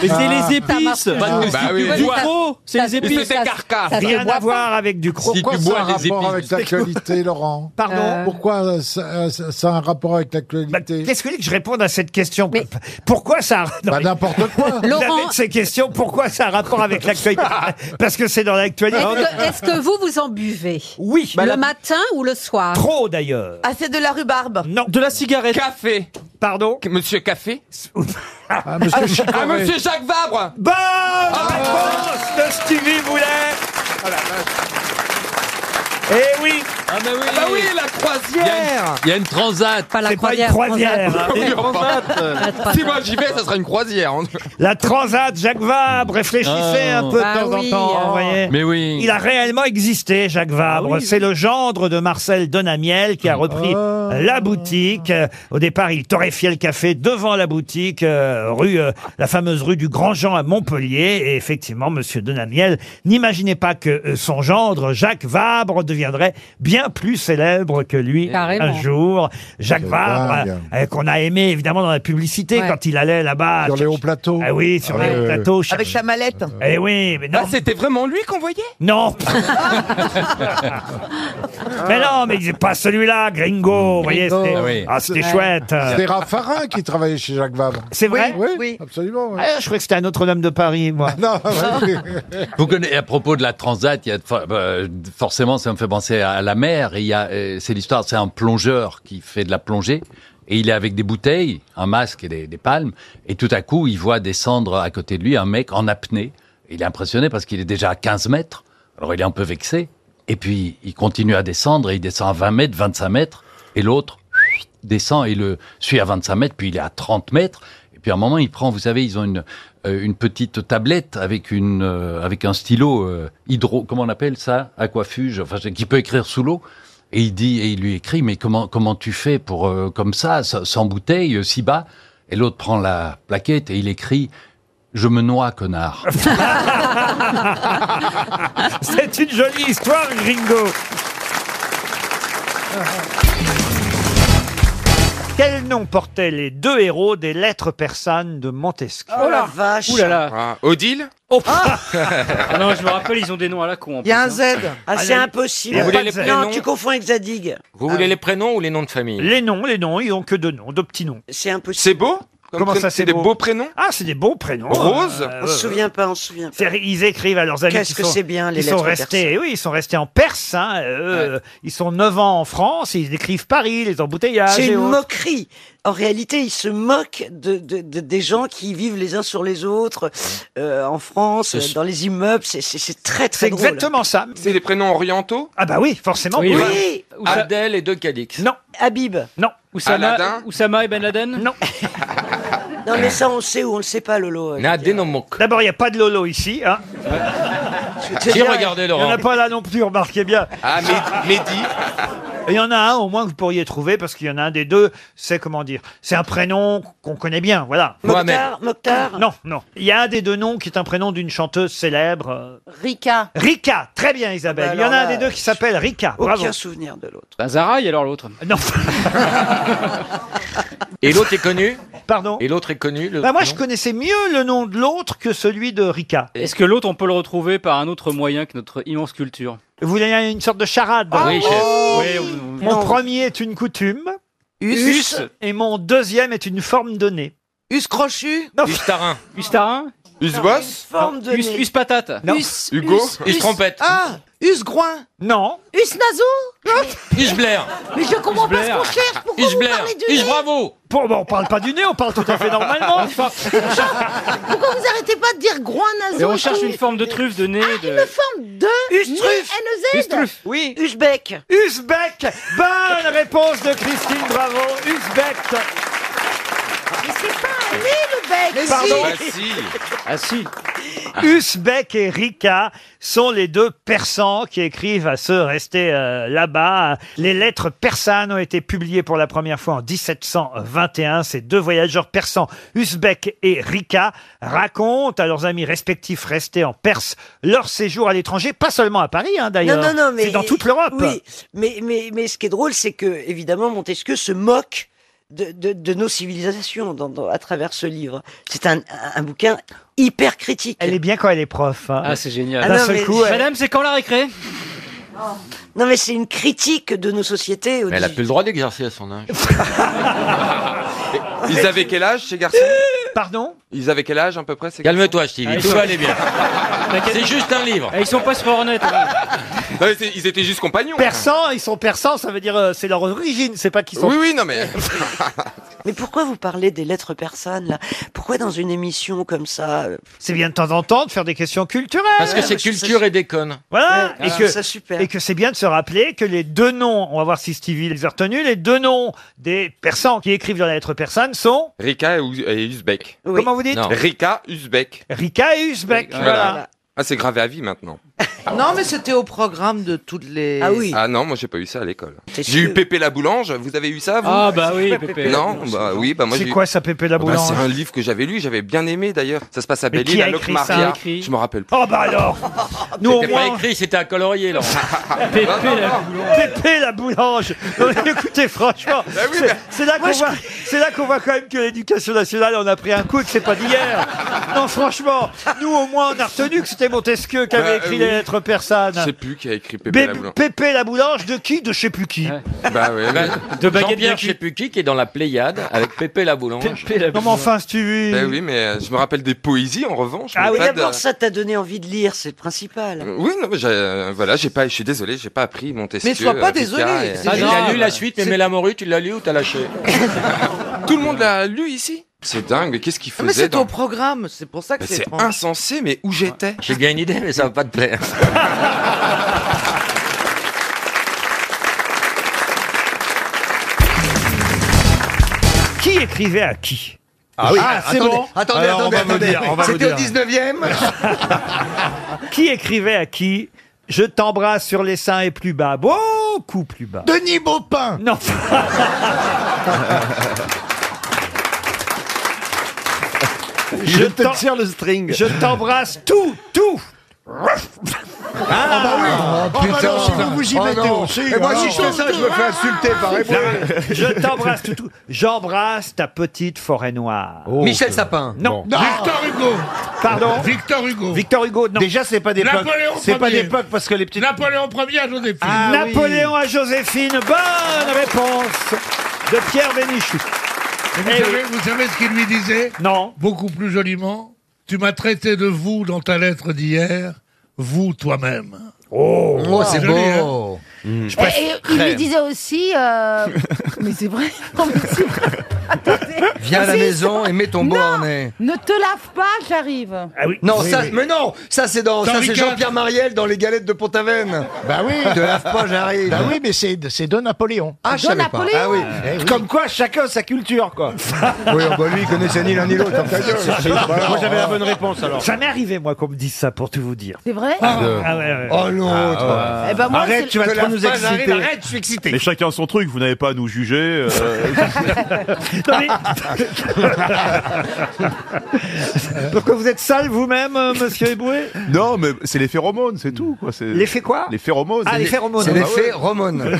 S22: c'est Ah. les épices. Ça marche toujours. Bah,
S1: Bah
S22: si tu
S1: oui.
S22: bois.
S1: Ducrot,
S22: Ça- mais c'est carcasse. Ça se
S1: Rien
S22: boit
S1: à voir avec Ducrot.
S2: Pourquoi ça a un rapport
S22: [laughs]
S2: avec l'actualité, Laurent
S1: Pardon Euh.
S2: Pourquoi euh, ça, euh, ça- ça a un rapport avec l'actualité
S1: Qu'est-ce que vous voulez que je réponde à cette question Pourquoi ça Bah
S2: n'importe quoi.
S1: [laughs] Vous avez de ces questions, pourquoi ça a un rapport avec
S2: [laughs]
S1: l'actualité Parce que c'est dans l'actualité.
S20: Est-ce que, est-ce que vous vous en buvez
S1: Ah, Oui.
S20: le matin ou le soir
S1: Trop d'ailleurs.
S20: Ah, c'est de la rhubarbe.
S1: Non.
S22: De la cigarette.
S3: Café.
S1: Pardon
S3: Monsieur Café
S2: ah,
S1: monsieur Chicoré.
S3: ah, monsieur Jacques Vabre
S1: Bonne
S3: Ah.
S1: réponse de Stevie Boulet Eh oui
S22: Ah bah oui,
S3: bah oui la croisière
S22: Il y a une transat.
S20: Pas
S1: la croisière, croisière, hein.
S3: Oui, enfin.
S9: euh,
S1: La transat.
S3: Si moi j'y vais, ça sera une croisière. hein.
S1: La Transat, Jacques Vabre, réfléchissez
S3: Oh.
S1: un peu de
S3: Ah
S1: temps
S3: oui,
S1: en temps,
S3: oh.
S1: vous voyez.
S22: Mais oui.
S1: Il a réellement existé, Jacques Vabre. C'est le gendre de Marcel Donamiel qui a repris la boutique. Euh, Au départ, il torréfiait le café devant la boutique, euh, rue, euh, la fameuse rue du Grand Jean à Montpellier. Et effectivement, Monsieur Donamiel n'imaginait pas que euh, son gendre, Jacques Vabre, deviendrait bien plus célèbre que lui un
S20: Carrément.
S1: jour. Jacques
S2: C'est
S1: Vabre,
S2: dingue.
S1: euh, qu'on a aimé évidemment dans la publicité
S20: Ouais.
S1: quand il allait là-bas.
S2: Sur les hauts plateaux.
S1: Ah oui, sur les hauts
S2: Euh,
S1: plateaux.
S20: Avec sa mallette.
S1: Eh oui, mais non.
S3: Bah, c'était vraiment lui qu'on voyait
S1: Non. [laughs] mais non, mais c'est pas celui-là, Gringo. Vous voyez, c'était ah, c'était chouette. [laughs]
S2: C'était Raffarin qui travaillait chez Jacques Vabre.
S1: C'est vrai
S2: Oui, absolument. oui.
S1: Ah, je croyais que c'était un autre homme de Paris,
S2: [laughs]
S1: moi. [laughs]
S22: Vous connaissez, à propos de la transat, il y a, for- euh, forcément, ça me fait penser à la mer. Et il y a, euh, c'est l'histoire, c'est un plongeur qui fait de la plongée. Et il est avec des bouteilles, un masque et des, des palmes. Et tout à coup, il voit descendre à côté de lui un mec en apnée. Il est impressionné parce qu'il est déjà à 15 mètres. Alors, il est un peu vexé. Et puis, il continue à descendre et il descend à 20 mètres, 25 mètres. Et l'autre descend et le suit à 25 mètres. Puis, il est à 30 mètres. Et Puis à un moment, il prend, vous savez, ils ont une, euh, une petite tablette avec, une, euh, avec un stylo euh, hydro, comment on appelle ça Aquafuge, enfin, c'est- qui peut écrire sous l'eau. Et il dit, et il lui écrit, mais comment, comment tu fais pour, euh, comme ça, sa- sans bouteille, euh, si bas Et l'autre prend la plaquette et il écrit, je me noie, connard.
S1: C'est une jolie histoire, Gringo. Quel nom portaient les deux héros des lettres persanes de Montesquieu
S11: Oh la vache.
S1: Ouh là là.
S3: Ah, Odile
S1: Oh.
S28: Ah non, je me rappelle, ils ont des noms à la con. en
S11: Il y a
S28: plus,
S11: un
S28: hein.
S11: Z. Ah, c'est impossible.
S9: Vous voulez les
S11: non,
S9: prénoms
S11: tu confonds avec Zadig.
S9: Vous voulez les prénoms ou les noms de famille
S1: Les noms, les noms, ils ont que deux noms, deux petits noms.
S11: C'est impossible.
S9: C'est beau Comme
S1: Comment
S9: pré-
S1: ça,
S9: c'est des beaux prénoms
S1: Ah, c'est des beaux prénoms.
S9: Oh, Rose
S1: Euh,
S11: On se souvient pas, on se souvient pas.
S1: C'est-à-dire, Ils écrivent à leurs amis. qui
S11: Qu'est-ce que
S1: sont-
S11: c'est bien, les
S1: Ils sont
S11: lettres
S1: restés,
S11: persanes.
S1: oui, ils sont restés en Perse. hein, euh, Ils sont 9 ans en France, et ils écrivent Paris, les
S5: Ah,
S1: embouteillages.
S11: C'est
S1: et
S11: une
S1: autres.
S11: moquerie. En réalité, ils se moquent de, de- de- des gens qui vivent les uns sur les autres euh, en France, euh, dans les immeubles. C'est- C'est c'est très très
S1: C'est
S11: drôle.
S1: exactement ça.
S9: C'est des prénoms orientaux
S1: Ah bah oui, forcément.
S11: Oui.
S3: Ah.
S9: Abdel et De Calix.
S1: Non.
S11: Habib.
S1: Non.
S28: Oussama,
S9: Aladdin.
S28: Oussama et Ben Laden
S1: Non.
S11: Non mais ça on sait ou on le sait pas, Lolo. euh,
S9: Nadenomok.
S1: D'abord, il n'y a pas de Lolo ici. Hein.
S11: Je
S9: Qui
S11: euh,
S9: regardait
S1: Il n'y en
S9: Ah. Laurent
S1: a pas là non plus, remarquez bien.
S9: Ah, Mehdi- Mehdi.
S1: Il y en a un au moins que vous pourriez trouver parce qu'il y en a un des deux, c'est comment dire, c'est un prénom qu'on connaît bien, voilà.
S11: Mokhtar, Mokhtar.
S1: Non, non. Il y a un des deux noms qui est un prénom d'une chanteuse célèbre. euh,
S29: Rika.
S1: Rika, très bien Isabelle.
S11: Ah bah
S1: Il y en a
S11: alors
S1: un
S11: là,
S1: des deux qui s'appelle
S28: Ah,
S1: Rika.
S11: Aucun
S1: Bravo.
S11: souvenir de l'autre.
S28: Bah, Zaraï, alors l'autre.
S1: Non.
S9: Et l'autre est connu
S1: Pardon
S9: Et l'autre est connu le
S1: Bah, moi, je
S9: prénom
S1: connaissais mieux le nom de l'autre que celui de Rika.
S28: Est-ce que l'autre, on peut le retrouver par un autre moyen que notre immense culture Ah
S1: Vous voulez une sorte de charade Oh
S28: Oui, chef. Oui, on- on-
S1: Mon premier est une coutume.
S28: Us. Us.
S1: Et mon deuxième est une forme donnée.
S11: Us crochu.
S1: Non.
S9: Ustarin.
S28: Ustarin
S9: Usbos
S11: Forme de
S28: Us, us patate
S1: Non.
S9: Hugo Us trompette.
S11: Ah, Us groin.
S1: Non.
S29: Us Nazo
S9: Us Blair.
S29: Mais je comprends pas ce qu'on cherche. Pourquoi
S9: Us
S29: vous
S9: Blair.
S29: parlez du
S9: Us
S29: nez
S9: Bravo.
S1: Bon, bah, on parle pas du nez, on parle tout à fait normalement.
S6: Ah,
S29: Pourquoi vous arrêtez pas de dire groin Nazo
S28: Et on cherche
S29: tout
S28: une forme de truffe de nez.
S6: Ah,
S28: de-
S29: Une forme de
S11: Us truffe.
S6: E
S29: N-E-Z
S1: Oui.
S11: Usbek.
S1: Uzbek. Bonne réponse de Christine, bravo. Uzbek.
S29: Mais c'est pas un nez le bec
S11: Mais
S1: Pardon.
S9: Bah, si. Ah.
S28: Ah si
S1: Usbek et Rika sont les deux persans qui écrivent à ceux restés euh, là-bas. Les lettres persanes ont été publiées pour la première fois en 1721. Ces deux voyageurs persans, Usbek et Rika, racontent à leurs amis respectifs restés en Perse leur séjour à l'étranger, pas seulement à Paris hein,
S11: Non,
S1: d'ailleurs,
S11: non, non, mais
S1: c'est dans toute l'Europe.
S11: Oui, mais, mais, mais ce qui est drôle, c'est que évidemment Montesquieu se moque de, de, de nos civilisations dans, dans- à travers ce livre. C'est un, un bouquin hyper critique.
S1: Elle est bien quand elle est prof. hein.
S28: Ah, c'est génial.
S11: Ah
S1: D'un
S11: non,
S1: seul
S11: mais-
S1: coup, elle-
S28: Madame, c'est quand la récré
S11: Non, mais c'est une critique de nos sociétés. au
S9: Mais elle a
S11: dix-
S9: plus le droit d'exercer à son âge. Ils avaient quel âge ces garçons
S1: Pardon
S3: Ils avaient quel âge à peu près ces garçons
S9: Calme-toi, Stevie. Tout va aller
S28: [laughs]
S9: bien. C'est juste un livre.
S28: Ah, Ils sont pas spornets.
S3: Non, mais c'est- Ils étaient juste compagnons.
S1: Persans, ils sont persans, ça veut dire euh, c'est leur origine, c'est pas qu'ils sont
S3: Oui, oui, non
S1: [laughs]
S3: mais.
S11: Mais pourquoi vous parlez des lettres persanes là Pourquoi dans une émission comme ça euh,
S1: C'est bien de temps en temps de faire des questions culturelles.
S9: Parce que
S11: Ouais,
S9: c'est
S11: Ah, mais je trouve ça
S9: culture et déconne.
S1: Voilà.
S11: Ouais,
S1: et,
S11: je
S1: que,
S11: trouve ça super.
S1: et que c'est bien de se rappeler que les deux noms, on va voir si Stevie les a retenus, les deux noms des persans qui écrivent dans la lettre persane sont,
S3: Rika et Uz- et Uzbek.
S11: Oui.
S1: comment vous dites
S9: Non.
S3: Rika, Uzbek.
S1: Rika et Uzbek.
S28: Oui,
S1: Voilà. Ah
S3: Voilà. Ah, c'est gravé à vie
S11: [laughs]
S3: maintenant.
S6: Ah Non, mais c'était au programme de toutes les.
S11: Ah oui.
S3: Ah non, moi j'ai pas eu ça à l'école.
S11: T'es
S3: J'ai eu
S11: sûr
S3: Pépé la boulange, vous avez eu ça vous
S28: Ah bah oui, Pépé.
S3: Non, bah oui, bah moi
S1: C'est
S3: j'ai eu-
S1: quoi ça, Pépé la
S3: Ah bah,
S1: Boulange
S3: C'est un livre que j'avais lu, j'avais bien aimé d'ailleurs. Ça se passe à
S1: Mais qui
S3: Belle-Île,
S1: a
S3: à
S1: écrit
S3: Locmaria.
S28: ça
S3: Je me rappelle plus.
S1: Oh bah
S3: [laughs]
S1: alors Nous au
S9: C'était pas
S1: moins,
S9: écrit, c'était à colorier, Laurent.
S28: Pépé,
S3: Bah,
S28: la-
S1: Pépé Ah,
S28: [laughs]
S1: la Boulange Non, mais Écoutez, franchement,
S28: Bah
S1: c'est- c'est là qu'on voit, c'est là qu'on voit quand même que l'éducation nationale en a pris un coup, que c'est pas d'hier Non, franchement, nous au moins on a retenu que c'était Montesquieu qui avait
S3: Bah,
S1: écrit
S3: euh,
S1: les
S3: oui.
S1: lettres persanes.
S3: Je sais plus qui a écrit Pépé
S1: Bé-
S3: la boulange.
S1: Pépé la boulange de qui De je sais plus qui.
S28: Ouais.
S3: Bah ouais, ouais.
S28: De baguette bien
S9: Jean-Pierre, je sais
S28: cuite.
S9: plus qui, qui est dans la Pléiade avec Pépé la Boulange.
S28: Pépé, la
S1: Non mais enfin, Stevie.
S3: Bah oui, mais euh, je me rappelle des poésies en revanche.
S11: Ah
S3: mais
S11: oui,
S3: pas de-
S11: d'abord ça t'a donné envie de lire, c'est
S3: [laughs]
S11: le principal.
S3: Oui, non, mais j'ai, euh, voilà, j'ai pas, je suis désolé, j'ai pas appris Montesquieu.
S6: Mais sois pas
S3: euh, Ricard
S6: désolé,
S3: et-
S6: c'est
S9: Ah,
S28: Ah,
S9: il
S28: non,
S9: a lu la
S28: bah,
S9: suite, mais Mélamoru, tu l'as lu ou t'as lâché
S3: [laughs] Tout le monde l'a lu ici. C'est dingue, mais qu'est-ce qu'il
S6: Non, Ah, mais
S3: faisait
S6: c'était
S3: dans...
S6: au programme, c'est pour ça que
S3: Bah,
S6: c'est
S3: C'est
S6: étrange.
S3: insensé, mais où j'étais
S9: J'ai bien une idée, mais ça va pas te plaire.
S1: Qui écrivait à qui Ah oui,
S9: c'est
S1: attendez,
S9: bon.
S1: attendez,
S9: Alors,
S1: attendez,
S9: on va me
S1: attendez.
S9: dire, on va me
S1: C'était au
S9: dire.
S1: 19e. [laughs] qui écrivait à qui Je t'embrasse sur les seins et plus bas, beaucoup plus bas. Denis Baupin Non [laughs]
S9: Je te
S1: t'en-
S9: tire le string.
S1: Je t'embrasse tout, tout
S9: Ah, bah oui.
S1: Ah,
S9: Oh, bah non, si
S1: oh, putain.
S9: vous vous y
S1: Oh,
S9: mettez
S1: non.
S9: aussi.
S1: Et moi, si je fais ça, je me fais
S9: insulter par
S1: [laughs] Je t'embrasse tout, tout. J'embrasse ta petite forêt noire.
S9: Oh, Michel Sapin.
S1: Non.
S9: Bon. Victor
S1: Hugo. Pardon.
S9: Victor Hugo.
S1: Victor Hugo. Non.
S9: Déjà, c'est pas d'époque.
S1: Napoléon
S9: C'est pas
S1: Ier.
S9: d'époque parce que les petites. Ah Napoléon 1er à Joséphine.
S1: Ah Napoléon à Joséphine. Bonne réponse de Pierre Bénichou.
S16: Vous,
S1: Eh
S16: savez,
S1: oui.
S16: vous savez ce qu'il lui disait
S1: Non.
S16: Beaucoup plus joliment. Tu m'as traité de vous dans ta lettre d'hier, vous toi-même.
S1: Oh,
S16: Wow.
S9: c'est
S16: Joli,
S9: beau.
S16: hein
S9: Je
S6: Et, et il lui disait aussi.
S28: [laughs]
S6: euh, mais c'est vrai. non, mais c'est vrai. Attendez.
S9: Viens à la
S6: Si,
S9: maison et mets ton
S6: Non.
S9: bornet.
S6: Ne te lave pas, j'arrive.
S9: Non, Oui, ça, oui. mais non, ça c'est dans, Dans ça c'est Ricard. Jean-Pierre Mariel dans les galettes de Pont-Aven.
S5: Bah oui.
S9: Te lave pas, j'arrive.
S5: Bah oui, mais c'est c'est de Napoléon. Eh
S9: hein. Ah, je savais pas. Ah oui. Comme quoi, chacun sa culture, quoi. [laughs] oui, oh, bah lui, il connaissait ni l'un ni l'autre.
S1: Moi, j'avais la bonne
S9: réponse
S1: Ça m'est arrivé, moi, qu'on me dise ça, pour tout vous dire. Ah.
S6: C'est vrai
S9: Oh non,
S5: Ah, ouais. Eh ben, moi, Arrête, c'est- tu vas trop nous exciter.
S9: je suis excité.
S5: Mais chacun son truc, vous n'avez pas à nous juger.
S19: Euh,
S1: Pourquoi vous êtes sale vous-même, euh, monsieur Eboué
S5: non, mais c'est les phéromones, c'est tout. Quoi.
S1: L'effet quoi
S5: Les phéromones.
S1: [laughs] Ah, les phéromones. C'est l'effet [laughs]
S9: Romone.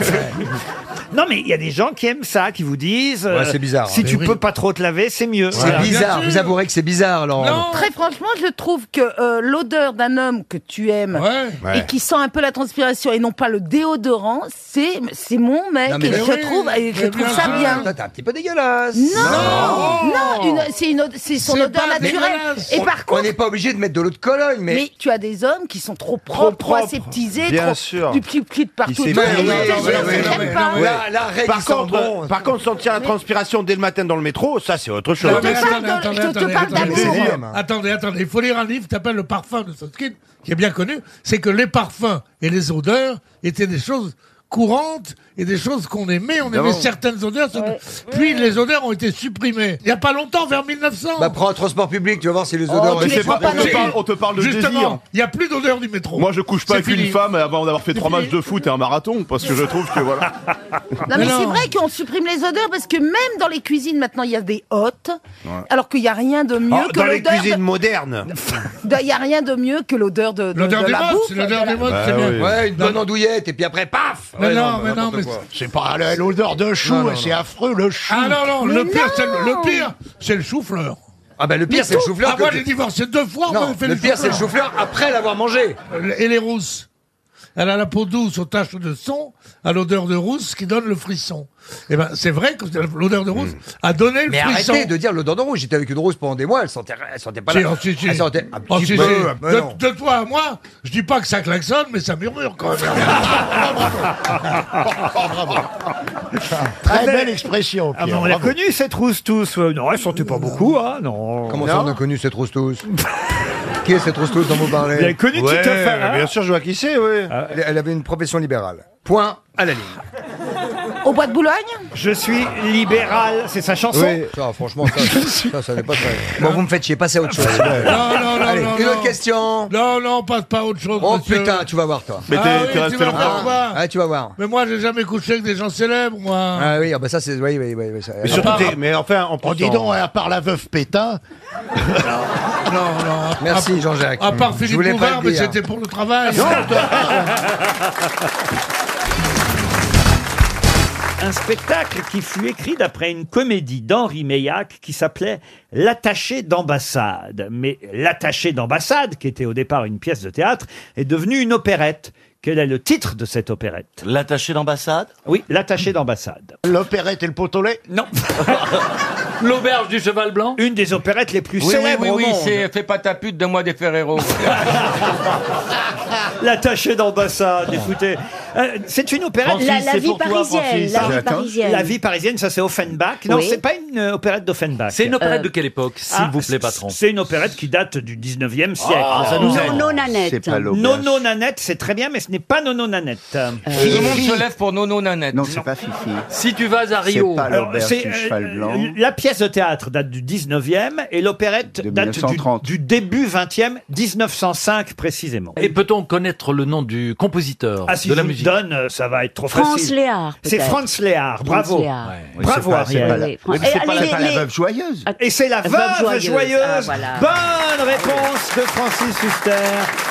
S1: Non, mais il y a des gens qui aiment ça, qui vous disent euh,
S9: Ouais, c'est bizarre,
S1: Si
S9: hein.
S1: tu
S9: Mais oui.
S1: peux pas trop te laver, c'est mieux.
S9: C'est
S1: Voilà.
S9: bizarre, vous avouerez que c'est bizarre, Laurent.
S6: Très franchement, je trouve que euh, l'odeur d'un homme que tu aimes et
S9: Ouais.
S6: qui sent un peu la transpiration et non pas le déodorant, c'est c'est mon mec
S9: Non, mais
S6: et
S9: bien
S6: je
S9: sûr.
S6: trouve et je
S9: Mais
S6: trouve
S9: bien
S6: ça
S9: sûr.
S6: bien.
S9: Toi, t'es un petit peu dégueulasse.
S6: Non, non,
S9: Non.
S6: une- c'est une ode- c'est son
S9: C'est
S6: odeur
S9: pas
S6: naturelle.
S9: dégueulasse.
S6: Et
S9: On-
S6: par contre,
S9: on n'est pas obligé de mettre de l'eau de Cologne, mais,
S6: mais... tu as des hommes qui sont trop propres, trop,
S9: propres.
S6: aseptisés,
S9: Bien
S6: trop
S9: sûr.
S6: du pli pli de partout.
S9: s'est
S6: Non,
S9: fait- Oui,
S6: mais je
S9: oui,
S6: les
S9: oui,
S6: aime
S9: non, mais-
S6: pas.
S9: non, mais- La- la règle,
S30: par
S9: ils sont
S30: contre,
S9: bons.
S30: euh, par contre, sentir la transpiration dès le matin dans le métro, ça c'est autre chose.
S16: Non, mais attendez, attendez, attendez, attendez,
S30: Désir.
S16: attendez, Attendez, attendez, il faut lire un livre qui s'appelle Le parfum de Sotkin, qui est bien connu. C'est que les parfums et les odeurs étaient des choses courantes et des choses qu'on aimait. On
S9: Évidemment.
S16: aimait certaines odeurs. surtout- Puis les odeurs ont été supprimées. Il n'y a pas longtemps, vers 1900.
S9: Bah, prends un transport public, tu vas voir si les
S6: Oh,
S9: odeurs.
S5: tu sais pas, on te parle- on te parle de désir.
S16: Justement, il n'y a plus d'odeur du métro.
S5: Moi, je couche pas
S16: C'est
S5: avec une
S16: fini.
S5: femme avant d'avoir fait trois matchs de foot et un marathon, parce que je trouve que voilà.
S6: [laughs]
S9: Ah.
S6: Non, mais c'est vrai qu'on supprime les odeurs parce que même dans les cuisines maintenant il y a des hôtes, alors qu'il n'y a rien de mieux
S1: Ah,
S5: Oh,
S6: que
S5: dans les
S6: l'odeur.
S5: cuisines
S6: [laughs]
S9: modernes.
S6: de- Il n'y a rien de mieux que l'odeur de, de,
S9: L'odeur
S6: de
S9: des
S6: la
S18: Ah.
S9: modes,
S6: bouffe.
S9: c'est
S6: de la-
S9: Bah
S5: c'est
S9: oui.
S5: mieux.
S9: Ouais, une bonne andouillette, et puis après, paf
S16: Mais
S9: Ouais,
S16: non, mais non,
S9: n'importe
S16: mais
S9: quoi.
S5: C'est pas l'odeur de
S16: chou, Non, non, c'est non.
S5: affreux le chou.
S16: Ah non, non,
S9: Mais
S16: le pire,
S9: non.
S16: c'est le, le pire, c'est le chou-fleur.
S9: Ah bah le pire,
S16: Mais
S9: c'est le
S16: tout.
S9: chou-fleur
S16: Ah
S9: que
S16: moi
S9: tu-
S16: j'ai divorcé deux fois, on
S9: Non,
S16: m'a fait
S9: le pire, c'est le chou-fleur après l'avoir mangé.
S16: Et les rousses. Elle a la peau douce aux taches de son, à l'odeur de rousse qui donne le frisson. Eh ben, c'est vrai que l'odeur de rousse a donné le
S9: Hmm. Mais
S16: frisson.
S9: arrêtez de dire l'odeur de rouge. J'étais avec une rose pendant des mois, elle sentait, elle sentait pas
S16: Si,
S9: la.
S16: oh, si, si.
S9: Elle sentait un petit
S16: Oh, si,
S9: peu.
S16: si.
S9: mais non.
S16: de, de toi à moi, je dis pas que ça klaxonne, mais ça murmure quand même.
S9: [laughs]
S16: Oh,
S5: Très
S1: belle
S5: expression.
S1: Ah, mais on l'a connu cette rousse tous. Euh, Non, elle sentait pas beaucoup, hein, non.
S9: Comment ça, on a connu cette roustous
S1: [laughs]
S9: Qui est cette roustous dont vous parlez
S1: Vous avez connu
S9: Ouais,
S1: Tito Farah
S9: Bien sûr, je vois qui c'est, oui.
S1: Ah.
S9: Elle, elle avait une profession libérale. Point à la ligne.
S6: Au bois de Boulogne
S1: Je suis libéral, c'est sa chanson.
S9: Oui, ça, franchement,
S1: [laughs]
S9: ça, ça, ça n'est pas très.
S1: Hein.
S9: Bon, vous me faites chier, passez à autre chose.
S16: Non, non, non,
S9: Allez,
S16: non,
S9: une
S16: non.
S9: autre question
S16: Non, non, on passe pas à autre chose.
S9: Oh
S16: monsieur.
S9: putain, tu vas voir, toi.
S16: Mais t'es- Ah oui, t'es resté tu vas longtemps. voir, quoi.
S9: Ah, tu vas voir.
S16: Mais moi, j'ai jamais couché avec des gens célèbres, moi.
S9: Ah oui, ah bah ça, c'est. Oui, oui, oui. oui, ça-
S5: Mais surtout,
S9: Ah,
S5: t'es- mais enfin, en
S9: Oh, dis donc,
S5: à part la veuve Pétain.
S16: Non, non.
S9: Merci, Jean-Jacques.
S16: À part
S9: Je
S16: Philippe
S9: voulais pas
S16: Bouvard,
S9: le
S16: mais
S9: dire.
S16: c'était pour le travail.
S1: Un spectacle qui fut écrit d'après une comédie d'Henri Meillac qui s'appelait L'attaché d'ambassade. Mais l'attaché d'ambassade, qui était au départ une pièce de théâtre, est devenue une opérette. Quel est le titre de cette opérette
S31: L'attaché d'ambassade
S1: Oui, l'attaché d'ambassade.
S5: L'opérette et le pot au lait
S1: Non.
S31: L'auberge du cheval blanc
S1: Une des opérettes les plus
S31: Oui,
S1: célèbres
S31: oui, oui,
S1: au
S31: oui,
S1: monde. [laughs]
S31: c'est
S32: Fais pas ta pute de moi des Ferrero.
S1: L'attaché d'ambassade, écoutez. Euh, c'est une
S7: Ah.
S1: opérette.
S7: Francis, La- la c'est vie pour toi, parisienne, Francis. la vie J'attends. parisienne.
S1: La vie parisienne, ça c'est Offenbach. Non,
S7: Oui.
S1: c'est pas une euh, opérette d'Offenbach.
S22: C'est une opérette de quelle époque, s'il
S1: Ah,
S22: vous plaît, patron
S1: C'est une opérette qui date du 19e siècle.
S22: Ah, ça nous aide. Nono
S3: Nanette. C'est pas l'auberge.
S1: Nono Nanette, c'est très bien, mais ce n'est pas Nono Nanette.
S7: Euh,
S3: Tout le monde se lève pour Nono Nanette. Non,
S1: c'est
S3: pas
S1: Fifi.
S22: Si tu vas à
S3: Rio.
S1: Alors, c'est, euh, La pièce de théâtre date du 19e et l'opérette date du,
S22: 1930.
S1: du début 20e, 1905 précisément.
S22: [laughs] Et peut-on connaître le nom du compositeur
S1: Ah, si
S22: de
S1: je
S22: la
S1: vous le
S22: musique
S1: donne, euh, ça va être trop
S22: Franz
S1: facile.
S22: Léard,
S1: C'est
S22: peut-être.
S1: Franz Léard,
S22: Franz
S1: bravo.
S22: Léard. Ouais.
S1: Oui, Bravo,
S22: c'est pas- c'est
S1: Ariel.
S22: pas la- Oui, mais c'est Et pas la- allez, pas la les- veuve
S1: joyeuse. Et c'est la
S22: La
S1: veuve,
S22: veuve
S1: joyeuse.
S22: joyeuse. Ah, voilà.
S1: Bonne réponse de Francis Huster.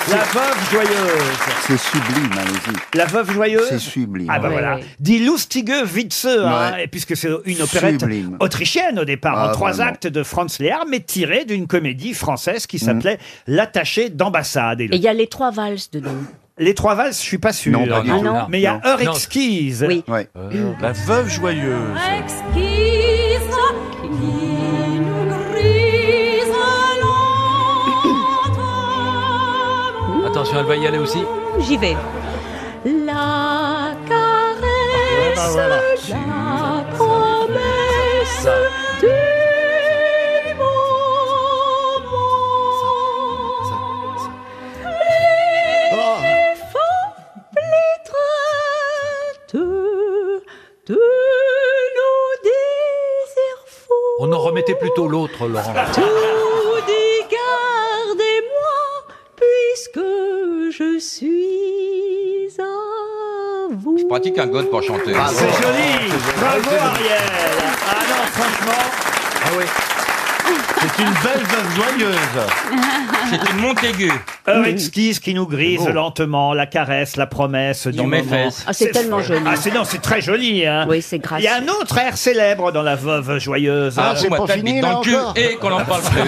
S1: La veuve joyeuse.
S8: C'est sublime, allez-y.
S1: La veuve joyeuse
S8: C'est sublime.
S1: Ah bah
S8: Ouais.
S1: voilà. Dit Lustige Witze, hein,
S8: Ouais.
S1: et puisque c'est une opérette
S8: Sublime.
S1: autrichienne au départ, en
S8: Ah,
S1: trois
S8: vraiment.
S1: actes de Franz Léard, mais tirée d'une comédie française qui s'appelait L'attaché d'ambassade. Et le-
S7: Et il y a les trois valses dedans.
S1: Les trois valses, je suis pas sûr.
S8: Non, pas du Ah tout. non
S1: Mais il y a
S8: Non.
S1: Heure
S8: Non.
S1: exquise. Oui.
S10: Euh,
S8: La veuve joyeuse.
S14: exquise qui nous grise
S22: Attention, elle va y aller aussi.
S14: J'y vais. La caresse,
S22: Ah, voilà.
S14: la promesse du moment. Les femmes, les traites de nos désirs fous.
S22: On en remettait plutôt l'autre, Laurent.
S14: Tout dit gardez-moi, puisque je suis à vous.
S10: Je pratique un god pour chanter.
S1: C'est joli. Bravo Ariel. Ah non, franchement.
S10: Ah oui. C'est une belle veuve joyeuse. C'est une Montaigu.
S1: Heure exquise qui nous grise lentement, la caresse, la promesse du
S10: mes
S1: moment.
S10: fesses. Ah, c'est tellement joli.
S1: Ah, c'est non, c'est très joli. Hein. Oui, c'est grâce. Il y a un autre air célèbre dans La Veuve Joyeuse.
S10: Ah, c'est pas fini, dans le cul et qu'on en parle plus.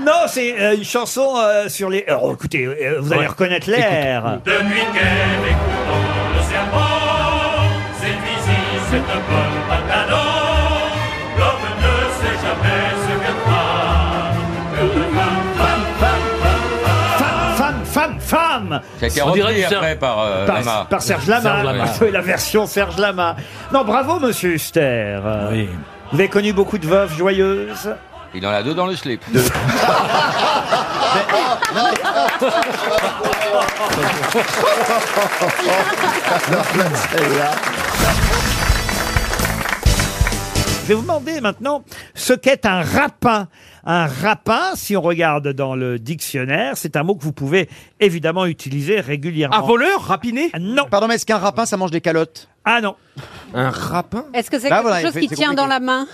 S1: Non, c'est euh, une chanson euh, sur les. Alors, écoutez, euh, vous allez
S14: Ouais.
S1: reconnaître l'air.
S14: Depuis qu'elle écoute le serpent, séduisit cette bonne pantalon, l'homme ne sait jamais ce que fera.
S1: Femme, femme, femme
S10: Ça a été
S1: On
S10: repris
S1: dirait du Serge-
S10: après par, euh, Lama.
S1: par Serge Lama.
S10: Serge Lama.
S1: [laughs] Oui, la version Serge Lama. Non, bravo, monsieur Huster. Euh, Vous avez connu beaucoup de veuves joyeuses
S10: Il en a deux dans le slip.
S1: Je vais vous demander maintenant ce qu'est un rapin. Un rapin, si on regarde dans le dictionnaire, c'est un mot que vous pouvez évidemment utiliser régulièrement.
S33: Un voleur rapiné
S1: Non.
S33: Pardon, mais est-ce qu'un rapin, ça mange des calottes
S1: Ah non.
S33: Un rapin
S18: Est-ce que c'est
S33: Bah
S18: quelque
S33: voilà,
S18: chose
S33: c'est-
S18: qui
S33: c'est
S18: tient dans la main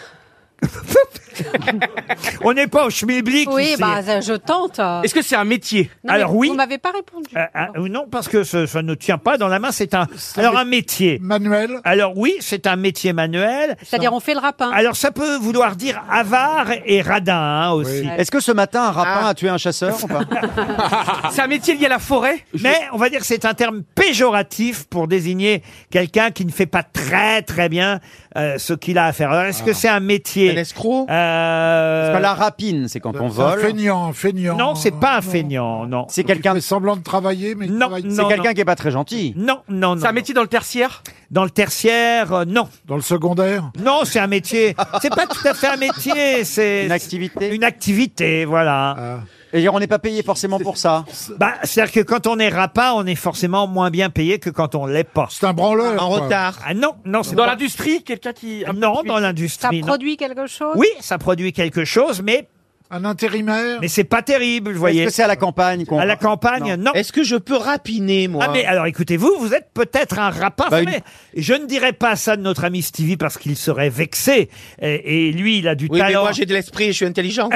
S1: On n'est pas au schmilblick
S18: Oui,
S1: ici.
S18: bah ça, je tente.
S1: Est-ce que c'est un métier Alors oui.
S18: Vous m'avez pas répondu.
S1: Euh, ah, euh, non, parce que ce- ça ne tient pas dans la main. C'est un, alors un métier. Manuel. Alors oui, c'est un métier manuel.
S18: C'est-à-dire on fait le rapin.
S1: Alors ça peut vouloir dire avare et radin hein, aussi.
S18: Oui.
S1: Ah.
S33: Est-ce que ce matin, un rapin a tué un chasseur ou pas
S9: [laughs]
S1: C'est un métier lié à la [laughs] forêt Mais on va dire que c'est un terme péjoratif pour désigner quelqu'un qui ne fait pas très très bien euh, ce qu'il a à faire. Alors est-ce que c'est un métier Euh, Un escroc
S33: Parce que la rapine, Ah. c'est quand on vole.
S2: Un feignant, un feignant.
S1: Non, c'est pas un feignant, non.
S33: C'est quelqu'un.
S2: semblant de travailler, mais
S1: non,
S33: C'est quelqu'un qui est pas très gentil.
S1: Non, non, non. C'est un métier dans le tertiaire Dans le tertiaire, euh, non. Dans le secondaire Non, c'est un métier. C'est pas tout à fait un métier, c'est... Une activité Une activité, voilà.
S33: Et on n'est pas payé forcément pour ça.
S1: Bah, c'est-à-dire que quand on est rapin, on est forcément moins bien payé que quand on l'est pas. C'est un branleur.
S33: En quoi. retard.
S1: Ah non, non, c'est
S33: Dans
S1: l'industrie, quelqu'un qui. Non, dans
S18: Ça
S1: l'industrie. non.
S18: produit quelque chose
S1: Oui, ça produit quelque chose, mais. Un intérimaire. Mais c'est pas terrible, vous voyez.
S33: Est-ce que c'est à la campagne qu'on-
S1: À la campagne, non. Est-ce que je peux rapiner, moi Ah, mais alors écoutez, vous, vous êtes peut-être un rapin.
S33: Bah,
S1: mais Je ne dirais pas ça de notre ami Stevie parce qu'il serait vexé. Et, et lui, il a du
S23: Oui, mais
S1: talent.
S23: moi j'ai de l'esprit, je suis
S1: [laughs]
S23: intelligent.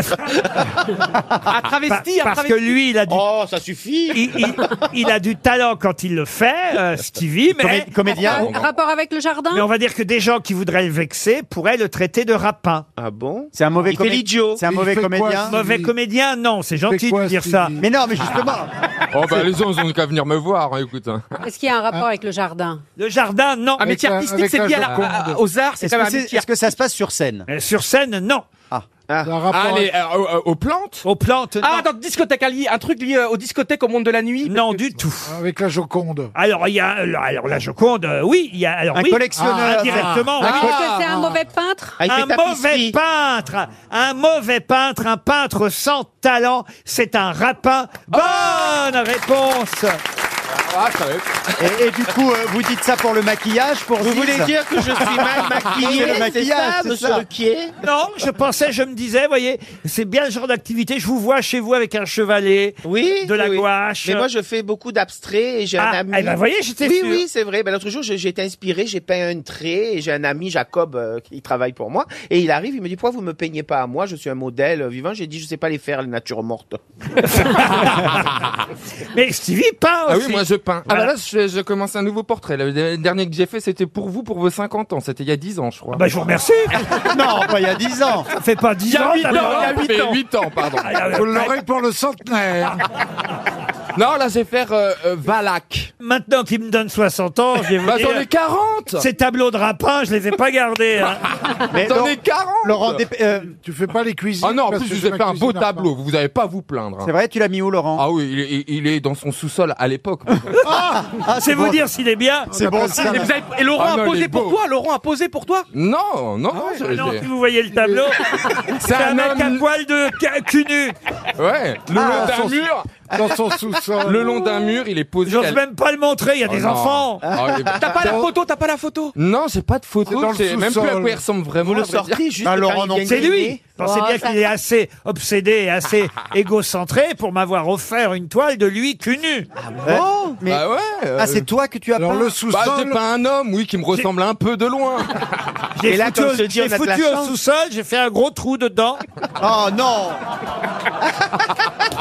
S1: un
S23: travesti, un
S1: Parce
S23: travesti.
S1: que lui, il a du. Oh, ça suffit il, il- il a du talent quand il le fait, euh, Stevie, mais.
S18: Euh, Rapport avec le jardin
S1: Mais on va dire que des gens qui voudraient le vexer pourraient le traiter de rapin.
S23: Ah bon
S33: C'est un mauvais
S1: Il fait
S33: comé-
S1: l'idiot.
S33: C'est un
S1: Il
S33: mauvais
S1: fait quoi,
S33: comédien.
S1: Stevie Mauvais comédien, non, Oh, c'est gentil de dire ça.
S33: Mais non, mais
S3: [laughs]
S33: justement.
S16: Oh bah les gens, ils ont qu'à venir me voir, hein, écoute. hein.
S18: Est-ce qu'il y a un rapport avec le jardardin
S1: Le jardin, non.
S9: Ah,
S23: Un métier artistique, c'est lié à la- à- aux arts, c'est
S33: Est-ce que
S23: quand même un
S33: c'est-
S23: métier.
S9: Euh,
S33: Est-ce que ça se passe sur scène
S1: Sur scène, non.
S9: Allez, euh, aux plantes
S1: Aux plantes.
S9: Ah, dans discothèque, un, li- un truc lié euh, aux discothèques au monde de la nuit Ah.
S1: Non, du tout.
S9: Avec la
S1: [laughs]
S9: Joconde.
S1: Alors, il y a. euh, Alors, la Joconde, euh, oui, il y a. Alors,
S9: Un
S1: oui,
S9: collectionneur. Ah,
S1: Indirectement. oui.
S9: ah,
S34: Est-ce que c'est un mauvais peintre
S1: un mauvais peintre, un mauvais peintre, un peintre sans talent, c'est un rapin. Bonne réponse.
S35: Et, et du coup, euh, vous dites ça pour le maquillage, pour
S1: Vous
S35: Ziz
S1: voulez dire que je suis
S35: [laughs]
S1: mal maquillé,
S35: C'est le
S1: c'est
S35: maquillage,
S1: ça,
S35: c'est
S1: monsieur
S35: ça.
S1: Ruquier Non, je pensais, je me disais, voyez, c'est bien le genre d'activité. Je vous vois chez vous avec un chevalet, de la gouache.
S36: Mais moi, je fais beaucoup d'abstraits et j'ai
S1: Ah,
S36: un ami.
S1: eh ben, voyez, j'étais
S36: Oui,
S1: sûr.
S36: oui, c'est vrai. Ben, L'autre jour, je- j'ai été inspiré, j'ai peint un trait et j'ai un ami, Jacob, euh, qui travaille pour moi. Et il arrive, il me dit Pourquoi vous me peignez pas à moi Je suis un modèle euh, vivant. J'ai dit Je sais pas les faire, les natures mortes. [laughs]
S1: Mais Stevie peint
S3: Ah oui,
S36: aussi.
S3: moi je peins. Ah
S36: Voilà.
S3: bah là, je, je commence un nouveau portrait. Le le dernier que j'ai fait, c'était pour vous, pour vos 50 ans. C'était il y a 10 ans, je crois.
S1: bah je vous remercie.
S35: non, pas il y a 10 ans.
S1: Ça fait pas 10
S3: Il y a
S1: ans. Ah,
S3: huit
S1: ça
S3: ans,
S1: va.
S3: il y a huit ans, pardon.
S1: Vous l'aurez
S3: pour le centenaire. [laughs] Non, là, je vais faire euh, euh, Valak.
S1: Maintenant qu'il me donne 60 ans, j'ai
S3: Bah, j'en ai 40.
S1: Ces tableaux de rapin, je les ai pas gardés. hein.
S3: T'en es 40
S1: euh,
S35: euh,
S16: Tu fais pas les cuisines
S3: Ah non, en
S16: parce
S3: plus,
S16: que
S3: je vous
S16: tu
S3: ai
S16: la
S3: fait un beau
S16: cuisines
S3: [laughs]
S16: à
S3: tableau. Vous n'avez pas à vous plaindre. hein.
S16: C'est vrai, tu l'as mis où, Laurent
S3: Ah oui, il est, il est dans son sous-sol à l'époque.
S1: Ah, c'est vous dire s'il est bien.
S3: Ah, C'est bon, si.
S9: Et, vous avez- et Laurent
S3: Ah non,
S9: a
S3: il
S9: posé
S3: est
S9: pour
S3: beau.
S9: toi Laurent a posé pour toi
S3: Non, non, je-
S1: Ah non,
S3: je-
S1: si vous voyez le tableau, c'est un mec à poil de ca- cul nu.
S3: Ouais, le
S1: Ah,
S3: long d'un
S1: son-
S3: mur.
S1: dans son sous-sol.
S3: Le long d'un mur, il est posé. Oh
S1: J'ose même pas le montrer, il y a des enfants.
S3: Ah,
S9: T'as pas la photo, t'as pas la photo
S3: Non, c'est pas de
S9: C'est dans
S3: photo.
S9: le
S3: C'est même plus à
S9: sous-sol.
S3: quoi il ressemble vraiment.
S9: Vous le
S3: à vrai
S9: sortez
S3: dire.
S9: juste Ah, Laurent, quand il non. vient
S1: C'est lui.
S9: dîner.
S1: Pensez
S9: Oh,
S1: bien
S9: ça
S1: qu'il est assez obsédé et assez égocentré pour m'avoir offert une toile de lui cul nu. Ah
S3: bon Mais- Bah ouais, euh, Ah, c'est
S1: toi que tu as
S3: Bah, c'est pas un homme, oui, qui me ressemble un peu de loin.
S1: [laughs] J'ai foutu, au- j'ai foutu au sous-sol, j'ai fait un gros trou dedans. [laughs] Oh non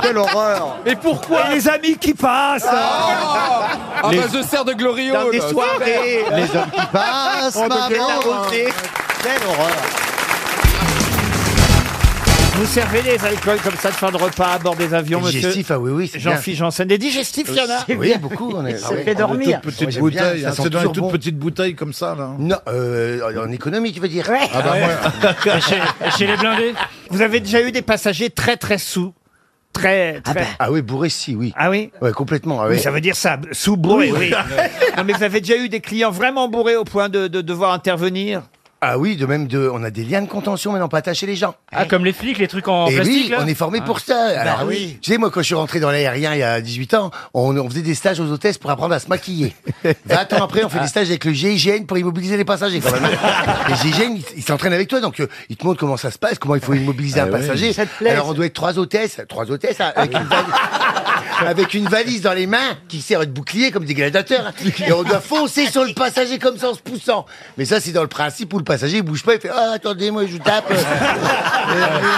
S1: Quelle horreur
S9: Et pourquoi
S1: Et les amis qui passent
S3: Ah bah je sers de Glorio
S1: Dans des soirées.
S9: Les hommes qui
S1: passent, Oh, de maman. Glorio.
S9: Quelle horreur
S1: Vous servez des alcools comme ça de fin de repas à bord des avions, monsieur
S5: Digestif, ah oui, oui, c'est bien.
S1: Jean-Philippe Janssen, des digestifs, il y en a
S5: Oui, beaucoup. On est-
S1: Ça
S5: ah oui.
S1: fait
S5: Dans des
S1: dormir.
S5: toutes petites
S1: Moi, j'aime bien,
S5: bouteilles,
S1: ça
S5: hein,
S1: sent
S5: c'est dans les
S1: toujours
S5: toutes
S1: bon.
S5: petites bouteilles comme ça, là. hein. Non, euh, en économie, tu veux dire
S1: Ah bah, [laughs]
S5: moi.
S1: Vous avez déjà eu des passagers très très sous Très,
S5: Ah,
S1: très...
S5: bah, ah oui, bourré, si, oui.
S1: Ah oui
S5: Ouais, complètement. ah
S1: Oui,
S5: oui.
S1: ça veut dire ça, sous bourré,
S5: Oui.
S1: oui. [laughs]
S5: [laughs]
S1: non, mais vous avez déjà eu des clients vraiment bourrés au point de, de devoir intervenir
S5: Ah oui, de même, de, on a des liens de contention maintenant, pas attacher les gens.
S6: Ah, comme les flics, les trucs en
S5: Et
S6: plastique
S5: oui,
S6: là
S5: on est formé
S7: Ah.
S5: pour ça.
S6: Bah
S5: Alors,
S6: oui.
S5: Tu sais, moi, quand je suis rentré dans l'aérien il y a 18 ans, on, on faisait des stages aux hôtesses pour apprendre à se maquiller.
S7: [laughs]
S5: 20 ans après, on fait des stages avec le GIGN pour immobiliser les passagers, quand
S7: [laughs]
S5: même. le GIGN, il, il s'entraîne avec toi, donc euh, il te montre comment ça se passe, comment il faut immobiliser un
S7: Ah oui.
S5: passager.
S7: Ça te plaît,
S5: Alors,
S7: ça. Ah
S5: on doit être trois hôtesses, trois hôtesses, hein, avec une valise, avec une valise dans les mains qui sert de bouclier comme des gladiateurs. Et on doit foncer sur le passager comme ça en se poussant. Mais ça, c'est dans le principe où le passager, il bouge pas, il fait, ah, attendez, moi, je vous tape.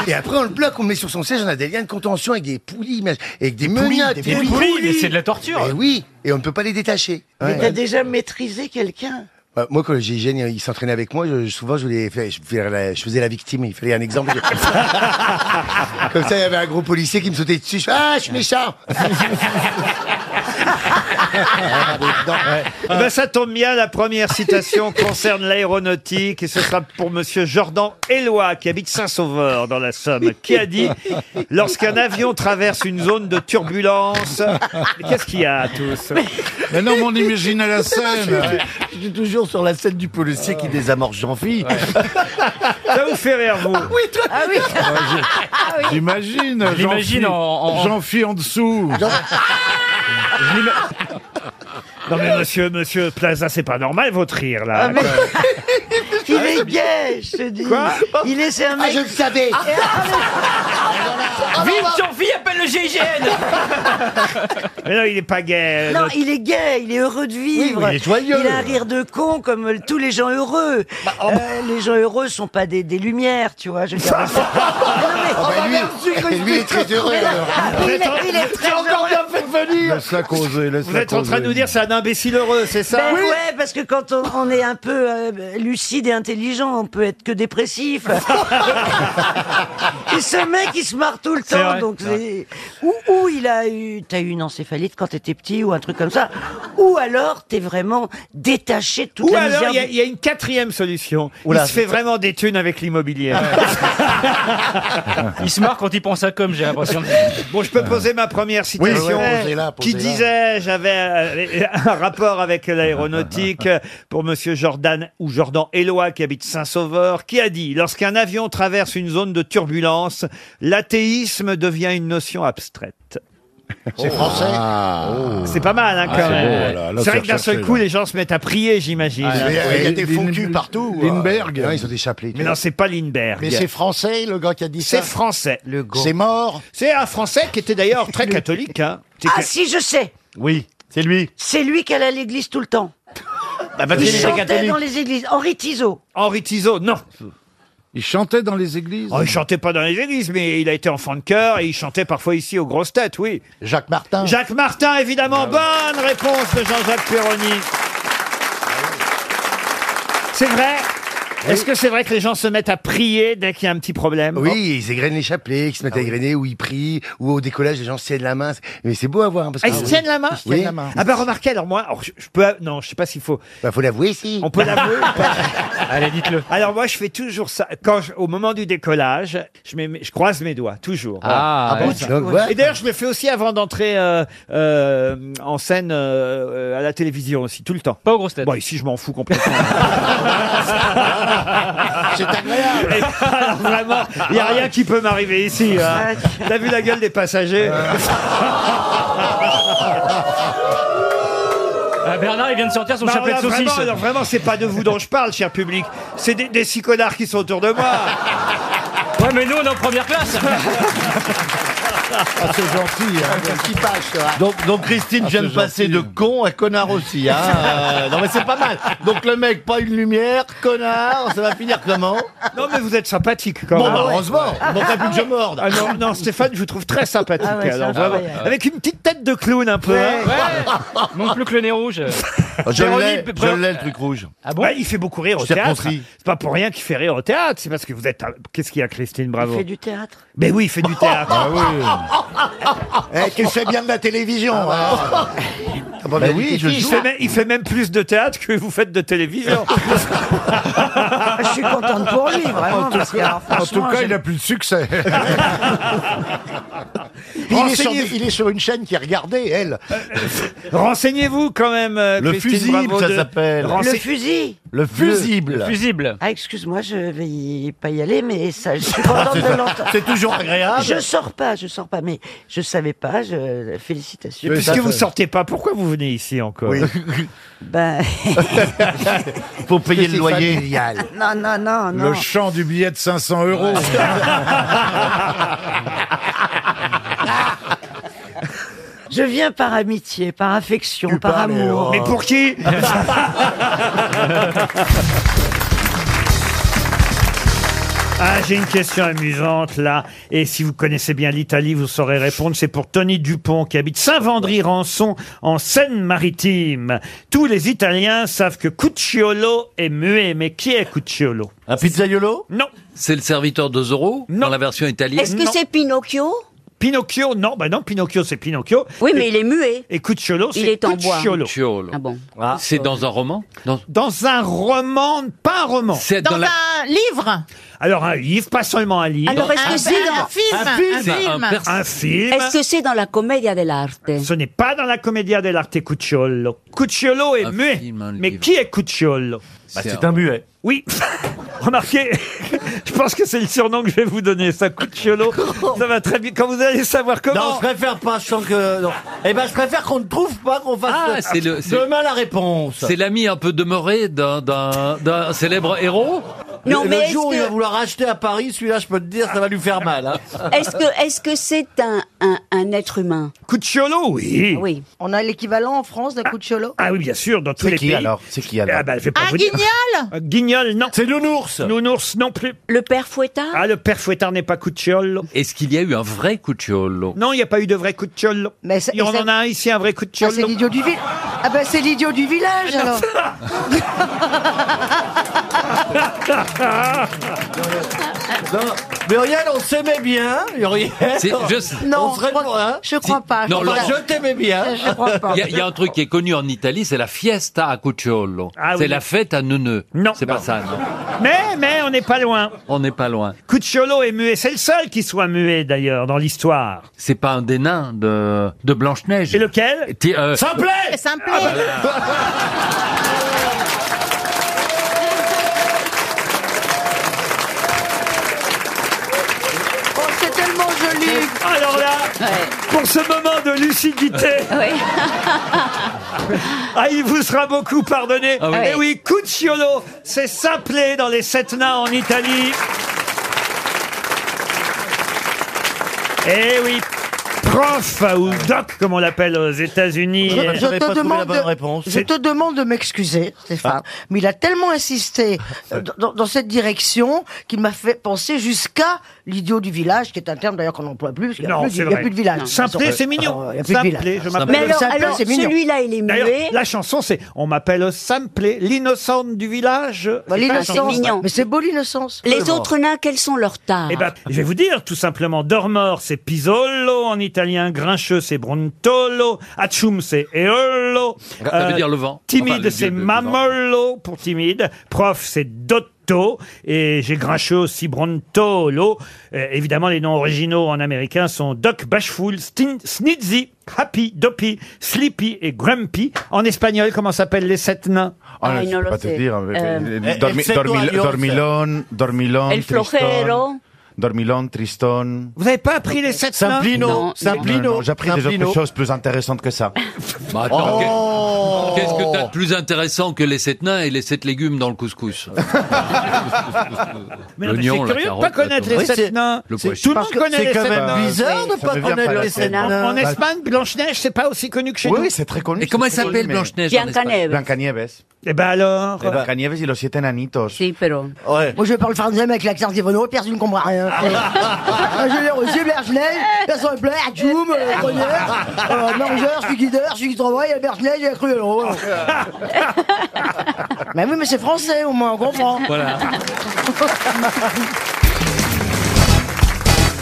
S5: Et après, on le bloque, on le met sur son siège, on a des liens de contention avec des poulies, mais- avec des menottes.
S6: des poulies, mais c'est de la torture.
S5: Et oui, et on ne peut pas les détacher.
S11: Mais
S5: Ouais.
S11: t'as déjà maîtrisé quelqu'un
S5: Bah, moi, quand le GIGN, il s'entraînait avec moi, je- souvent, je, voulais faire- je faisais la- je faisais la victime, il fallait un exemple. Je- Comme ça, il y avait un gros policier qui me sautait dessus, je fais, ah, je suis méchant Ah,
S1: Eh ben, ça tombe bien, la première citation [laughs] concerne l'aéronautique et ce sera pour monsieur Jordan Eloi qui habite Saint-Sauveur dans la Somme qui a dit lorsqu'un avion traverse une zone de turbulence Mais qu'est-ce qu'il y a à tous
S5: Mais non, mais on imagine
S1: [laughs]
S5: à la scène.
S7: Je suis toujours sur la scène du policier qui désamorce Jean-Fille.
S1: Ça vous fait rire, vous
S7: Ah oui, toi Ah oui
S11: Ah
S16: J'imagine.
S7: Je l'imagine
S16: Jean-Phi-
S7: en- en-
S16: Jean-Phi en dessous.
S1: Non mais monsieur, monsieur Plaza, c'est pas normal votre rire
S16: Ah,
S1: là.
S11: Il est gay, je te dis.
S1: Quoi
S11: Il est Ah, c'est un mec.
S5: Ah, je le savais.
S6: Vive Jean-Fille, appelle le [laughs] GIGN
S1: Mais non, il est pas gay.
S11: Non,
S1: notre-
S11: il est gay, il est heureux de vivre.
S1: Oui, il est joyeux.
S11: Il a un rire de con comme euh, tous les gens heureux. Euh, les gens heureux sont pas des, des lumières, tu vois. Je veux dire. Mais non, mais-
S5: bah, lui- lui, il est très heureux,
S11: Mais non,
S5: alors.
S11: Il est, il est très heureux.
S16: Laisse-la causer, laisse-la
S1: Vous êtes en train de nous dire c'est un imbécile heureux, c'est ça
S11: Ben ouais, parce que quand on, on est un peu euh, lucide et intelligent,
S1: [laughs]
S11: on peut être que dépressif. et ce mec, il se marre tout le
S1: C'est
S11: temps,
S1: vrai.
S11: donc c'est- Ou, ou il a eu, t'as eu une encéphalite quand t'étais petit ou un truc comme ça. Ou alors t'es vraiment détaché de toute
S1: Ou
S11: la
S1: alors,
S11: misère
S1: il y, a-
S11: du-
S1: il y a une quatrième solution.
S11: Oula,
S1: il se fait
S11: c'est-
S1: vraiment des thunes avec l'immobilier. [laughs]
S9: Il se marre quand il pense à comme, j'ai l'impression.
S1: Bon, je peux poser ma première citation
S9: Oui, ouais, posez-la,
S1: qui
S9: posez-la.
S1: disait j'avais euh, un rapport avec l'aéronautique euh, pour monsieur Jordan ou Jordan Eloi qui habite Saint-Sauveur qui a dit lorsqu'un avion traverse une zone de turbulence l'athéisme devient une notion abstraite. Oh. Ah.
S5: C'est français Oh.
S1: C'est pas mal, hein, quand
S5: Ah, c'est
S1: même.
S5: beau, là, là,
S1: c'est vrai
S5: c'est
S1: que d'un seul
S5: recherché,
S1: coup,
S5: là.
S1: les gens se mettent à prier, j'imagine.
S5: Ah, mais, euh, il y a des faux culs euh.
S1: partout.
S5: Lindbergh. Ouais, ils sont des chapelets, tu
S1: Mais
S5: vois.
S1: non, c'est pas Lindbergh.
S5: Mais c'est français, le gars qui a dit ça
S1: C'est français.
S5: C'est mort.
S1: C'est un français qui était d'ailleurs très catholique. Hein. C'est
S11: Ah
S1: que-
S11: si, je sais.
S1: Oui, c'est lui. Ah, bah,
S11: C'est lui qui allait à l'église tout le temps.
S1: parce
S11: il
S1: qu'il était
S11: chantait
S1: catholique.
S11: dans les églises. Oh. Henri Tizot.
S1: Henri Tizot, non. Il chantait dans les églises oh, Il chantait pas dans les églises, mais il a été enfant de chœur et il chantait parfois ici aux grosses têtes, oui. Jacques Martin. Jacques Martin,
S5: Ah
S1: évidemment. Bonne réponse de Jean-Jacques Perroni. C'est vrai Est-ce que c'est vrai que les gens se mettent à prier dès qu'il y a un petit problème Oh. Ah
S5: Oui, ils égrènent les chapelets, ils se mettent à égrener, ou ils prient, ou au décollage, les gens se tiennent la main. Mais c'est beau à voir. hein, Parce
S1: Ah, ils se tiennent la main
S5: Ils se tiennent la main.
S1: Ah bah remarquez, alors moi, alors, je, je peux... Non, je sais pas s'il faut...
S5: Bah, faut l'avouer, si.
S1: On peut l'avouer
S5: [laughs]
S1: ou pas Allez, dites-le. Alors moi, je fais toujours ça. Quand je- au moment du décollage, je, mets mes- je croise mes doigts, toujours.
S5: [laughs] Ah,
S1: Voilà.
S5: ah bon,
S1: Comme
S5: tu-
S1: ça.
S5: donc, voilà.
S1: Et d'ailleurs, je le fais aussi avant d'entrer euh, euh, en scène euh, euh, à la télévision aussi, tout le temps. Pas aux grosses têtes. Bon, ici, je m'en fous complètement. hein.
S5: C'est agréable.
S1: Alors, vraiment, il n'y a rien qui peut m'arriver ici. hein. T'as vu la gueule des passagers
S9: [laughs] Ah, Bernard, il vient de sortir son
S1: Non,
S9: chapelet
S1: là,
S9: de saucisse.
S1: Vraiment, Bah, alors, vraiment, c'est pas de vous dont je parle, cher public. C'est des, des six connards qui sont autour de moi.
S9: Ouais, mais nous, on est en première
S1: [laughs]
S9: classe.
S37: Ah, c'est gentil.
S7: hein. Donc, donc Christine
S37: Ah,
S7: vient de
S37: c'est
S7: passer de con à connard aussi. Hein. Euh, non mais c'est pas mal. Donc le mec, pas une lumière, connard, ça va finir comment
S1: Non mais vous êtes sympathique quand
S7: bon,
S1: même.
S7: Bon
S1: Ah ouais.
S7: heureusement, bon t'as plus que je morde.
S1: Ah non, non, Stéphane, je vous trouve très sympathique.
S7: Ah ouais, c'est
S1: alors,
S7: vrai.
S1: vraiment.
S7: Ah ouais.
S1: Avec une petite tête de clown un peu. hein.
S9: Manque plus que le nez
S5: [laughs]
S9: rouge. Ah,
S7: Je l'ai,
S1: Véronique,
S7: je
S1: Véronique-
S7: l'ai, le truc rouge.
S1: Ah
S9: Bah,
S1: bon Il fait beaucoup rire au
S7: Je t'ai
S1: théâtre.
S7: repris.
S1: C'est pas pour rien qu'il fait rire au théâtre. C'est parce que vous êtes. un- Qu'est-ce qu'il y a, Christine Bravo
S11: Il fait du théâtre.
S1: Mais oui, il fait du théâtre. ah
S11: Ah
S1: [laughs]
S11: [laughs]
S5: Eh, tu fais bien de la télévision.
S11: bah
S5: hein. Ah, bah,
S1: Bah
S5: mais
S1: oui,
S5: je
S1: il,
S5: joue.
S1: fait même, il fait même plus de théâtre que vous faites de télévision.
S11: Je suis contente pour lui,
S2: En
S11: vraiment.
S2: tout
S11: parce que,
S2: cas,
S11: alors,
S2: en tout
S11: franchement,
S2: cas,
S11: j'ai-
S2: il a plus de succès.
S5: Puis il, est sur,
S1: Renseignez-
S5: il est sur une chaîne qui est regardée,
S1: Euh,
S5: elle.
S1: [laughs] Renseignez-vous quand même. euh,
S5: Le
S1: Christine
S5: fusible,
S1: Bravo
S5: ça
S1: de-
S5: s'appelle.
S1: Rense-
S11: Le fusil
S7: Le fusible. Le fusible.
S11: Ah, excuse-moi, je vais y- pas y aller, mais ça, je suis contente de l'entendre.
S7: C'est toujours agréable.
S11: Je sors pas, je sors pas, mais je savais pas, je... félicitations.
S1: Puisque vous sortez pas, pourquoi vous venez ici encore
S11: Ben...
S7: [laughs] Faut payer
S5: Parce que
S7: le
S5: c'est
S7: loyer.
S5: familial.
S11: Non, non, non, Oh, non.
S2: Le champ du billet de 500 euros.
S11: Je viens par amitié, par affection, par amour.
S1: Mais pour
S11: [laughs]
S1: qui Ah, j'ai une question amusante là, et si vous connaissez bien l'Italie, vous saurez répondre. C'est pour Tony Dupont qui habite Saint-Vendry-Rançon en Seine-Maritime. Tous les Italiens savent que Cucciolo est muet, mais qui est Cucciolo
S7: Un pizzaiolo
S1: Non.
S22: C'est le serviteur de Zorro dans la version italienne.
S14: Est-ce que
S22: Non.
S14: c'est Pinocchio
S1: Pinocchio Non, bah non, Pinocchio c'est Pinocchio.
S14: Oui, mais
S1: Et-
S14: il est muet.
S1: Et Cucciolo,
S14: Il
S1: c'est
S14: est en bois.
S1: Cucciolo.
S22: Cucciolo.
S14: Ah bon
S22: C'est dans un roman Dans-
S1: Dans un roman, pas un roman.
S22: C'est dans Dans la-
S1: un livre. Alors un livre, pas seulement un livre.
S14: Alors, est-ce que Un- c'est un dans- film,
S1: un
S14: un
S1: film
S14: film.
S1: Un pers- un film.
S14: Est-ce que c'est dans la commedia [laughs] dell'arte
S1: Ce n'est pas dans la commedia dell'arte Cucciolo. Cucciolo est muet. Mais qui est Cucciolo
S7: Bah, c'est un muet.
S1: Oui. [laughs] Remarquez, je pense que c'est le surnom que je vais vous donner,
S14: [laughs]
S1: ça, Cucciolo. ça va très bien. Quand vous allez savoir comment.
S7: Non, je préfère pas, je sens que. Non. Eh ben, je préfère qu'on ne trouve pas qu'on fasse.
S22: Ah, c'est le- c'est-
S7: Demain la réponse.
S22: C'est l'ami un peu demeuré d'un- d'un d'un célèbre héros
S7: Le-
S14: Non, mais
S7: le
S14: est-ce
S7: jour où il va
S14: que-
S7: vouloir acheter à Paris, celui-là, je peux te dire, ça va lui faire mal. hein.
S14: Est-ce que est-ce que c'est un, un, un être humain
S1: Cucciolo, oui.
S14: Oui.
S6: On a l'équivalent en France d'un coup de cholo
S1: Ah oui, bien sûr, dans tous
S6: C'est
S1: les
S6: qui,
S1: pays.
S6: alors
S1: C'est qui alors Ah bah, je vais pas
S6: Un
S1: vous dire.
S6: guignol
S1: Euh, Guignol, non.
S7: C'est Nounours
S1: Nounours, non plus.
S14: Le père Fouettard
S1: Ah, le père Fouettard n'est pas Cucciolo.
S22: Est-ce qu'il y a eu un vrai Cucciolo
S1: Non, il n'y a pas eu de vrai Cucciolo. Mais
S6: ça-
S1: il y en,
S6: et ça-
S1: en a un ici, un vrai Cucciolo.
S6: Ah, c'est l'idiot du village. Ah bah c'est l'idiot
S1: [laughs]
S6: du village alors.
S7: Non, Muriel, on s'aimait bien, Muriel.
S22: C'est- je-
S7: non, on serait loin.
S11: Je crois
S14: Ah,
S11: pas.
S22: Non,
S7: Enfin,
S22: Laurent-
S7: je t'aimais bien.
S22: Il y, a- il y a un truc qui est connu en Italie, c'est la fiesta a cucciolo. c'est
S1: Ah oui.
S22: la fête à neuneu. Non. C'est pas ça, non.
S1: Mais, mais, on n'est pas loin.
S22: On n'est pas loin.
S1: Cucciolo est muet. C'est le seul qui soit muet, d'ailleurs, dans l'histoire.
S22: C'est pas un des nains de, de Blanche-Neige. Et euh,
S1: lequel
S14: Euh,
S1: Ah, bah,
S22: Simplet
S14: Ah,
S6: Ça me
S14: bah,
S6: plaît.
S11: Oh, c'est tellement joli.
S14: [laughs]
S1: Alors là, pour ce moment de lucidité. Ah, il vous sera beaucoup pardonné.
S38: Ah oui.
S1: Eh oui, Cucciolo, c'est s'appeler dans les sept nains en Italie. Eh oui, prof ou doc, comme on l'appelle aux États-Unis.
S11: Je, je te demande de, je te demande de m'excuser,
S1: Ah.
S11: Stéphane, mais il a tellement insisté euh, dans, dans cette direction qu'il m'a fait penser jusqu'à l'idiot du village, qui est un terme d'ailleurs qu'on n'emploie plus, parce qu'il n'y a,
S1: Non,
S11: plus-
S1: c'est
S11: il y a
S1: vrai.
S11: plus de village.
S1: Simplé, c'est mignon.
S11: Alors, Ah, Il n'y a plus de
S1: Simplé,
S11: village.
S1: je m'appelle
S11: Mais alors- Simplé, alors, c'est mignon. celui-là, il est muet.
S1: D'ailleurs, La chanson, c'est On m'appelle Samplé, l'innocente du village.
S11: Bah,
S1: C'est pas la chanson.
S11: L'innocence. Mais c'est beau l'innocence.
S1: Les autres
S11: nains, quels sont leurs tares
S1: Eh ben, je vais vous dire tout simplement, Dormor c'est Pizzolo, en italien, Grincheux c'est Brontolo, Achum c'est Eolo, euh,
S22: Ça veut dire le vent.
S1: Timide
S22: Enfin, le dieu
S1: c'est
S22: de- du
S1: Mamolo pour timide, Prof c'est Dotto, et j'ai Grincheux aussi Brontolo. Euh, évidemment, les noms originaux en américain sont Doc Bashful, Stin- Snitzy, Happy, Dopey, Sleepy et Grumpy. En espagnol, comment s'appellent les sept nains
S2: Ah, Ah, je no sais lo pas te sé. dire, mais- Euh, mais- dormi-
S1: Excepto
S2: dormil-
S1: Alliance.
S2: dormilón, dormilón,
S1: El
S2: tristón.
S1: flojero.
S2: Dormilón, Triston.
S1: Vous n'avez pas appris les sept nains
S2: Simplino, Non, non, J'ai appris des autres choses plus intéressantes que ça.
S22: Bah, attends,
S14: Oh.
S22: qu'est- Qu'est-ce que t'as de plus intéressant que les sept nains et les sept légumes dans le couscous
S1: Mais non, mais c'est curieux de pas connaître les sept nains.
S22: Le
S1: C'est-
S22: poisson.
S1: Tout le monde
S22: Parce que
S1: connaît
S22: c'est
S1: les
S22: quand
S1: sept
S22: même
S1: nains.
S22: bizarre de
S1: Ça
S22: pas
S1: me vient
S22: connaître
S1: pas
S22: les
S1: la
S22: sept
S1: peine.
S22: nains.
S1: En en Espagne, Blanche-Neige, c'est pas aussi connu que chez
S2: Oui,
S1: nous.
S2: oui, c'est très connu.
S22: Et comment elle
S2: c'est très
S22: s'appelle,
S2: connu, mais-
S22: Blanche-Neige, en Blancanieves. Espagne
S2: Blancanieves.
S1: Eh ben alors
S2: Blancanieves y los siete enanitos.
S11: Si, pero.
S2: Ouais.
S11: Moi, je parle français, mais avec l'accent des Renault, personne ne comprend rien.
S1: Ah.
S6: Ah,
S11: Moi, je l'ai reçu, Bergenet, personne ne plaît, à Joum, euh, preneur, euh, mangeur, je suis guideur, je suis qui travaille, à Bergenet, j'ai cru.
S1: [laughs]
S11: alors, voilà. mais oui, mais c'est français, au moins, on comprend. [laughs]
S38: Voilà.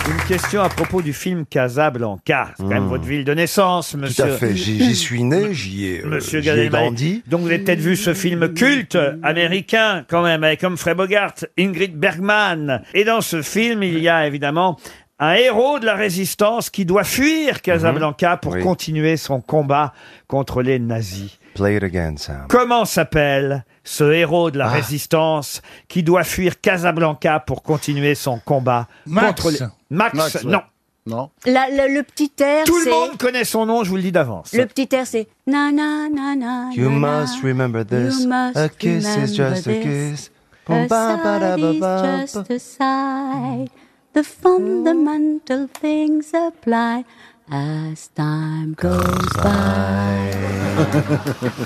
S1: Une question à propos du film Casablanca. C'est quand même votre ville de naissance,
S5: Hmm. Tout
S1: monsieur.
S5: à fait. J'y j'y suis né, j'y ai, euh,
S1: Monsieur
S5: j'y ai
S1: Gadel
S5: grandi.
S1: Donc vous avez peut-être vu ce film culte américain quand même avec Humphrey Bogart, Ingrid Bergman. Et dans ce film, il y a évidemment un héros de la résistance qui doit fuir
S5: Mhm.
S1: Casablanca pour continuer son combat contre les nazis.
S5: [laughs] Play it again, Sam.
S1: Comment s'appelle ce héros de la résistance qui doit fuir Casablanca pour continuer son combat
S39: Max.
S1: contre les... Max,
S39: Max, ouais.
S1: non.
S39: Non.
S14: La- la- le petit air,
S1: Tout le
S14: c'est-
S1: monde connaît son nom, je vous le dis d'avance.
S14: Le petit air, c'est na na na na.
S5: You
S14: na,
S5: must remember this.
S14: You must
S5: a kiss
S14: remember
S5: is just a
S14: this.
S5: kiss.
S14: na.
S5: Boom,
S14: A
S5: ba, ba, da,
S14: sigh
S5: ba,
S14: is
S5: ba,
S14: just a sigh. The fundamental things apply as time goes by.
S5: [laughs] Mais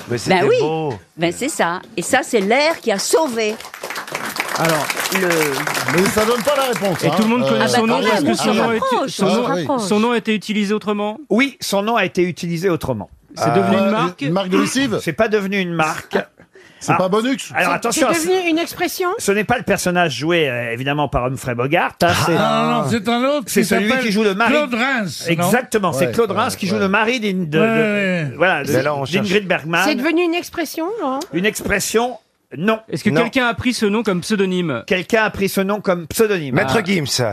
S14: Ben
S5: c'était
S14: oui,
S5: beau.
S14: ben c'est ça. Et ça, c'est l'air qui a sauvé.
S7: Alors, Mais ça donne pas la réponse.
S9: Et tout le monde
S1: Euh,
S9: connaît
S1: bah,
S9: son nom parce que son nom,
S14: rapproche, Ah bah on
S9: est, son,
S14: se
S9: nom,
S14: rapproche.
S9: son nom a été utilisé autrement.
S1: Oui, son nom a été utilisé autrement.
S9: C'est devenu une marque
S1: Euh, Une marque de lessive C'est pas devenu une marque. C'est pas Bonux Alors attention,
S6: C'est devenu une expression
S1: ce n'est pas le personnage joué euh, évidemment par Humphrey Bogart. hein, c'est-
S40: Ah, non, non, c'est un autre.
S1: C'est celui
S40: s'appelle
S1: qui joue le mari.
S40: Claude Reims. non
S1: Exactement, c'est
S40: Ouais,
S1: Claude
S40: ouais,
S1: Reims qui joue
S40: ouais.
S1: le mari d'In- de- de-
S40: Ouais, ouais.
S1: voilà, de-
S40: Mais là, on cherche-
S1: d'Ingrid Bergman.
S6: C'est devenu une expression, Laurent
S1: Une expression, non.
S9: Est-ce que
S1: Non.
S9: quelqu'un a pris ce nom comme pseudonyme Ah.
S1: Quelqu'un a pris ce nom comme
S2: Ah.
S1: pseudonyme.
S5: Maître
S1: [laughs]
S5: Gims.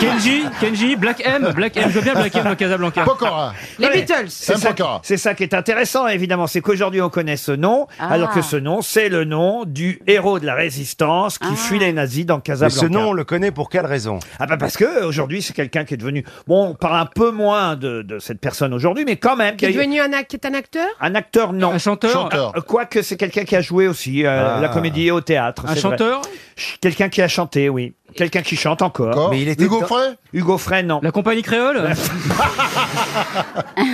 S9: Kenji, Kenji, Black M, Black M, je veux bien Black M dans Casablanca. Pokora.
S1: Les Beatles. C'est ça, c'est ça qui est intéressant, évidemment. C'est qu'aujourd'hui, on connaît ce nom,
S5: Ah.
S1: alors que ce nom, c'est le nom du héros de la résistance
S6: Ah.
S1: qui fuit les nazis dans
S5: Mais
S1: Casablanca.
S5: ce nom, on le connaît pour quelle raison
S1: Ah bah parce que euh, aujourd'hui c'est quelqu'un qui est devenu bon on parle un peu moins de, de cette personne aujourd'hui mais quand même
S6: Qui est
S1: qui a eu-
S6: devenu un, ac- qui est un acteur
S1: un acteur non un chanteur
S9: Chanteur.
S1: quoique c'est quelqu'un qui a joué aussi euh,
S5: Ah.
S1: la comédie et au théâtre
S9: Un
S1: c'est vrai.
S9: chanteur
S1: Ch- quelqu'un qui a chanté oui quelqu'un qui chante encore,
S5: Mais il était Hugo dans- Frey
S1: Hugo Frey non
S9: La compagnie créole
S1: [laughs]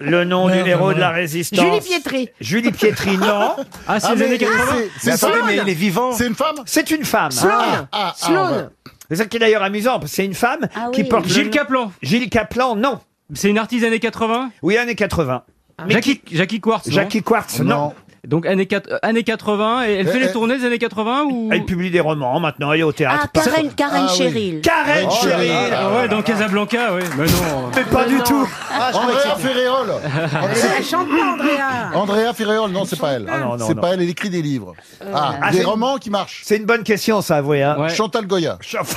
S1: le nom
S9: Merde,
S1: du héros de
S9: voilà.
S1: la résistance
S6: Julie Pietri.
S1: Julie Pietri non
S9: [laughs] Ah, c'est Ah, les mais- années 80. c'est-
S5: c'est Mais attendez, Sloan. mais il est
S1: vivant c'est une femme c'est une femme
S6: Sloan. Ah, ah, Sloan.
S1: on va- c'est ça qui est d'ailleurs amusant parce que c'est une femme
S6: Ah
S1: qui
S6: oui.
S1: porte le
S9: Gilles
S1: nom-
S9: Caplan.
S1: Gilles Caplan non
S9: C'est une artiste des années 80
S1: oui années 80 Mais
S9: Jackie, Jackie Quartz. non
S1: Jackie Quartz, non.
S9: Donc années, quat- euh, années 80, et
S16: Eh,
S9: elle fait les tournées des années 80 ou
S1: Elle publie des romans maintenant, elle est au théâtre.
S9: Ah, Karen- Karen Ah oui. Cheryl. Oh là
S1: Karen
S9: là
S1: Cheryl
S9: là là. Ouais, dans Casablanca, oui. Mais non. Ah,
S1: Mais pas du tout
S14: Ah,
S16: Andrea
S9: [laughs]
S16: Ferréol
S6: Elle chante pas, Andrea.
S16: Andrea Ferréol, non, c'est pas elle.
S1: Ah, non, non,
S16: c'est
S1: non.
S16: pas elle, elle écrit des livres.
S9: Euh,
S16: Ah,
S1: Ah,
S16: des
S1: c'est-
S16: romans qui marchent.
S1: C'est une bonne question, ça, avouez. Hein.
S16: Chantal Goya.
S9: [laughs]
S1: Chantal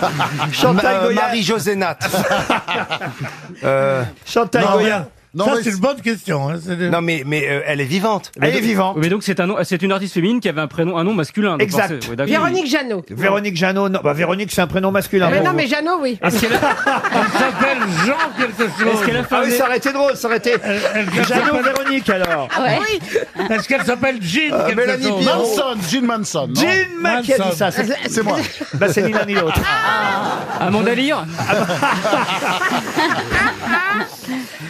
S5: Ah, Ma- euh,
S1: Goya.
S5: Marie-José Nat. [laughs] Euh,
S1: Chantal
S5: non,
S1: Goya.
S5: mais-
S9: Non,
S5: Ça,
S9: mais-
S5: c'est une bonne question. hein, c'est des- Non, mais, mais euh, elle est vivante.
S9: Mais donc- Mais donc c'est un nom- c'est une artiste féminine qui avait un prénom, un nom masculin. donc
S1: Exact.
S9: forcément- ouais, d'accord.
S6: Véronique Jeannot.
S1: Véronique Jeannot, non. Bah, Véronique, c'est un prénom masculin.
S6: Ah, Mais
S1: pour
S6: non,
S1: vous.
S6: mais Jeannot, oui.
S9: Ah,
S1: Est-ce qu'elle
S6: [laughs]
S9: s'appelle Jean quelque
S1: Est-ce qu'elle a fait
S9: Ah
S1: un-
S9: oui, ça Ah aurait
S1: été drôle, ça aurait été. Jeannot Véronique alors.
S6: oui.
S16: Est-ce qu'elle s'appelle Jean
S1: quelque chose
S16: Manson, Jean Manson. non
S1: Jean Ma- qui a dit ça
S16: C'est c'est moi.
S1: Bah, c'est ni l'un ni l'autre.
S9: Amanda Lear
S1: [laughs]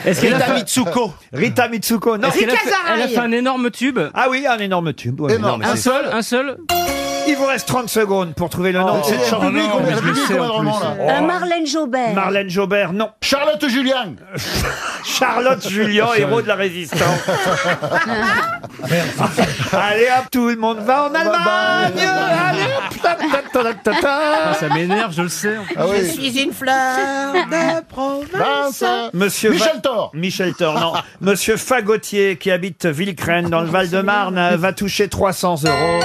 S9: Est-ce qu'elle a
S1: Rita
S9: fait-
S1: Mitsuko. Rita Mitsuko, non.
S9: Est-ce qu'elle a fait- elle a fait un énorme tube.
S1: Ah oui, un énorme tube. ouais.
S9: Énorme, Un c'est- seul, un seul. Ah,
S1: Il vous reste 30 secondes pour trouver le nom de cette
S16: oh,
S1: chanson.
S16: oh, non, mais je le sais, en plus.
S14: Euh, Marlène Jobert.
S1: Oh. Marlène Jobert, non.
S16: Charlotte Julien.
S1: [laughs] Charlotte Julien, héros de la
S9: [laughs]
S1: résistance. Allez hop, tout le monde va en Allemagne Allez hop ta, ta, ta, ta, ta, Ah ta.
S9: Ah, Ça m'énerve, je le sais.
S6: Je suis une fleur [laughs] de province.
S1: Monsieur
S6: Michel
S1: Thor. Michel Thor, non. Monsieur Fagotier, qui habite Villecrène dans le Val-de-Marne, euh, va toucher 300 euros.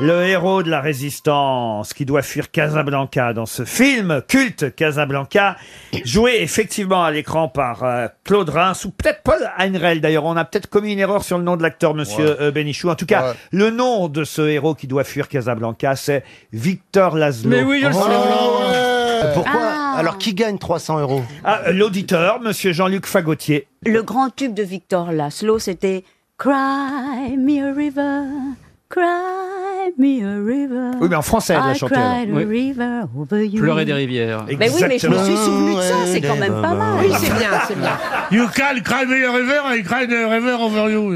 S1: Le héros de la résistance qui doit fuir Casablanca dans ce film culte Casablanca, joué effectivement à l'écran par euh, Claude Reims ou peut-être Paul Heinrel. D'ailleurs, on a peut-être commis une erreur sur le nom de l'acteur, Monsieur
S16: Ouais.
S1: euh, Bénichou. En tout cas, le nom de ce héros qui doit fuir Casablanca, c'est Victor Laszlo. Oh.
S9: Mais oui, je le sais.
S5: Pourquoi Alors, qui gagne 300 euros
S1: Ah, euh, L'auditeur, Monsieur Jean-Luc Fagotier.
S14: Le grand tube de Victor Laszlo, c'était Cry me a river, cry me a river.
S1: Oui, mais en français, elle l'a
S14: I
S1: chanté,
S14: cried
S1: alors.
S14: a
S1: Oui.
S14: river over you.
S9: Pleurer des rivières.
S14: Mais oui, mais je me suis souvenu de ça, c'est quand même pas mal.
S6: Oui, c'est bien, c'est bien.
S5: You can cry me a river, I cry the river over you.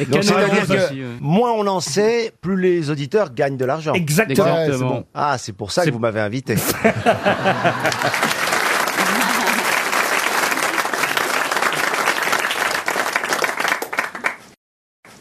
S9: Et
S5: Donc, ça
S9: Canada
S5: veut dire que
S9: aussi, ouais.
S5: moins on en sait, plus les auditeurs gagnent de l'argent.
S1: Exactement.
S5: Ouais, c'est
S1: Exactement. [laughs]
S5: bon. Ah, c'est pour ça que vous m'avez invité.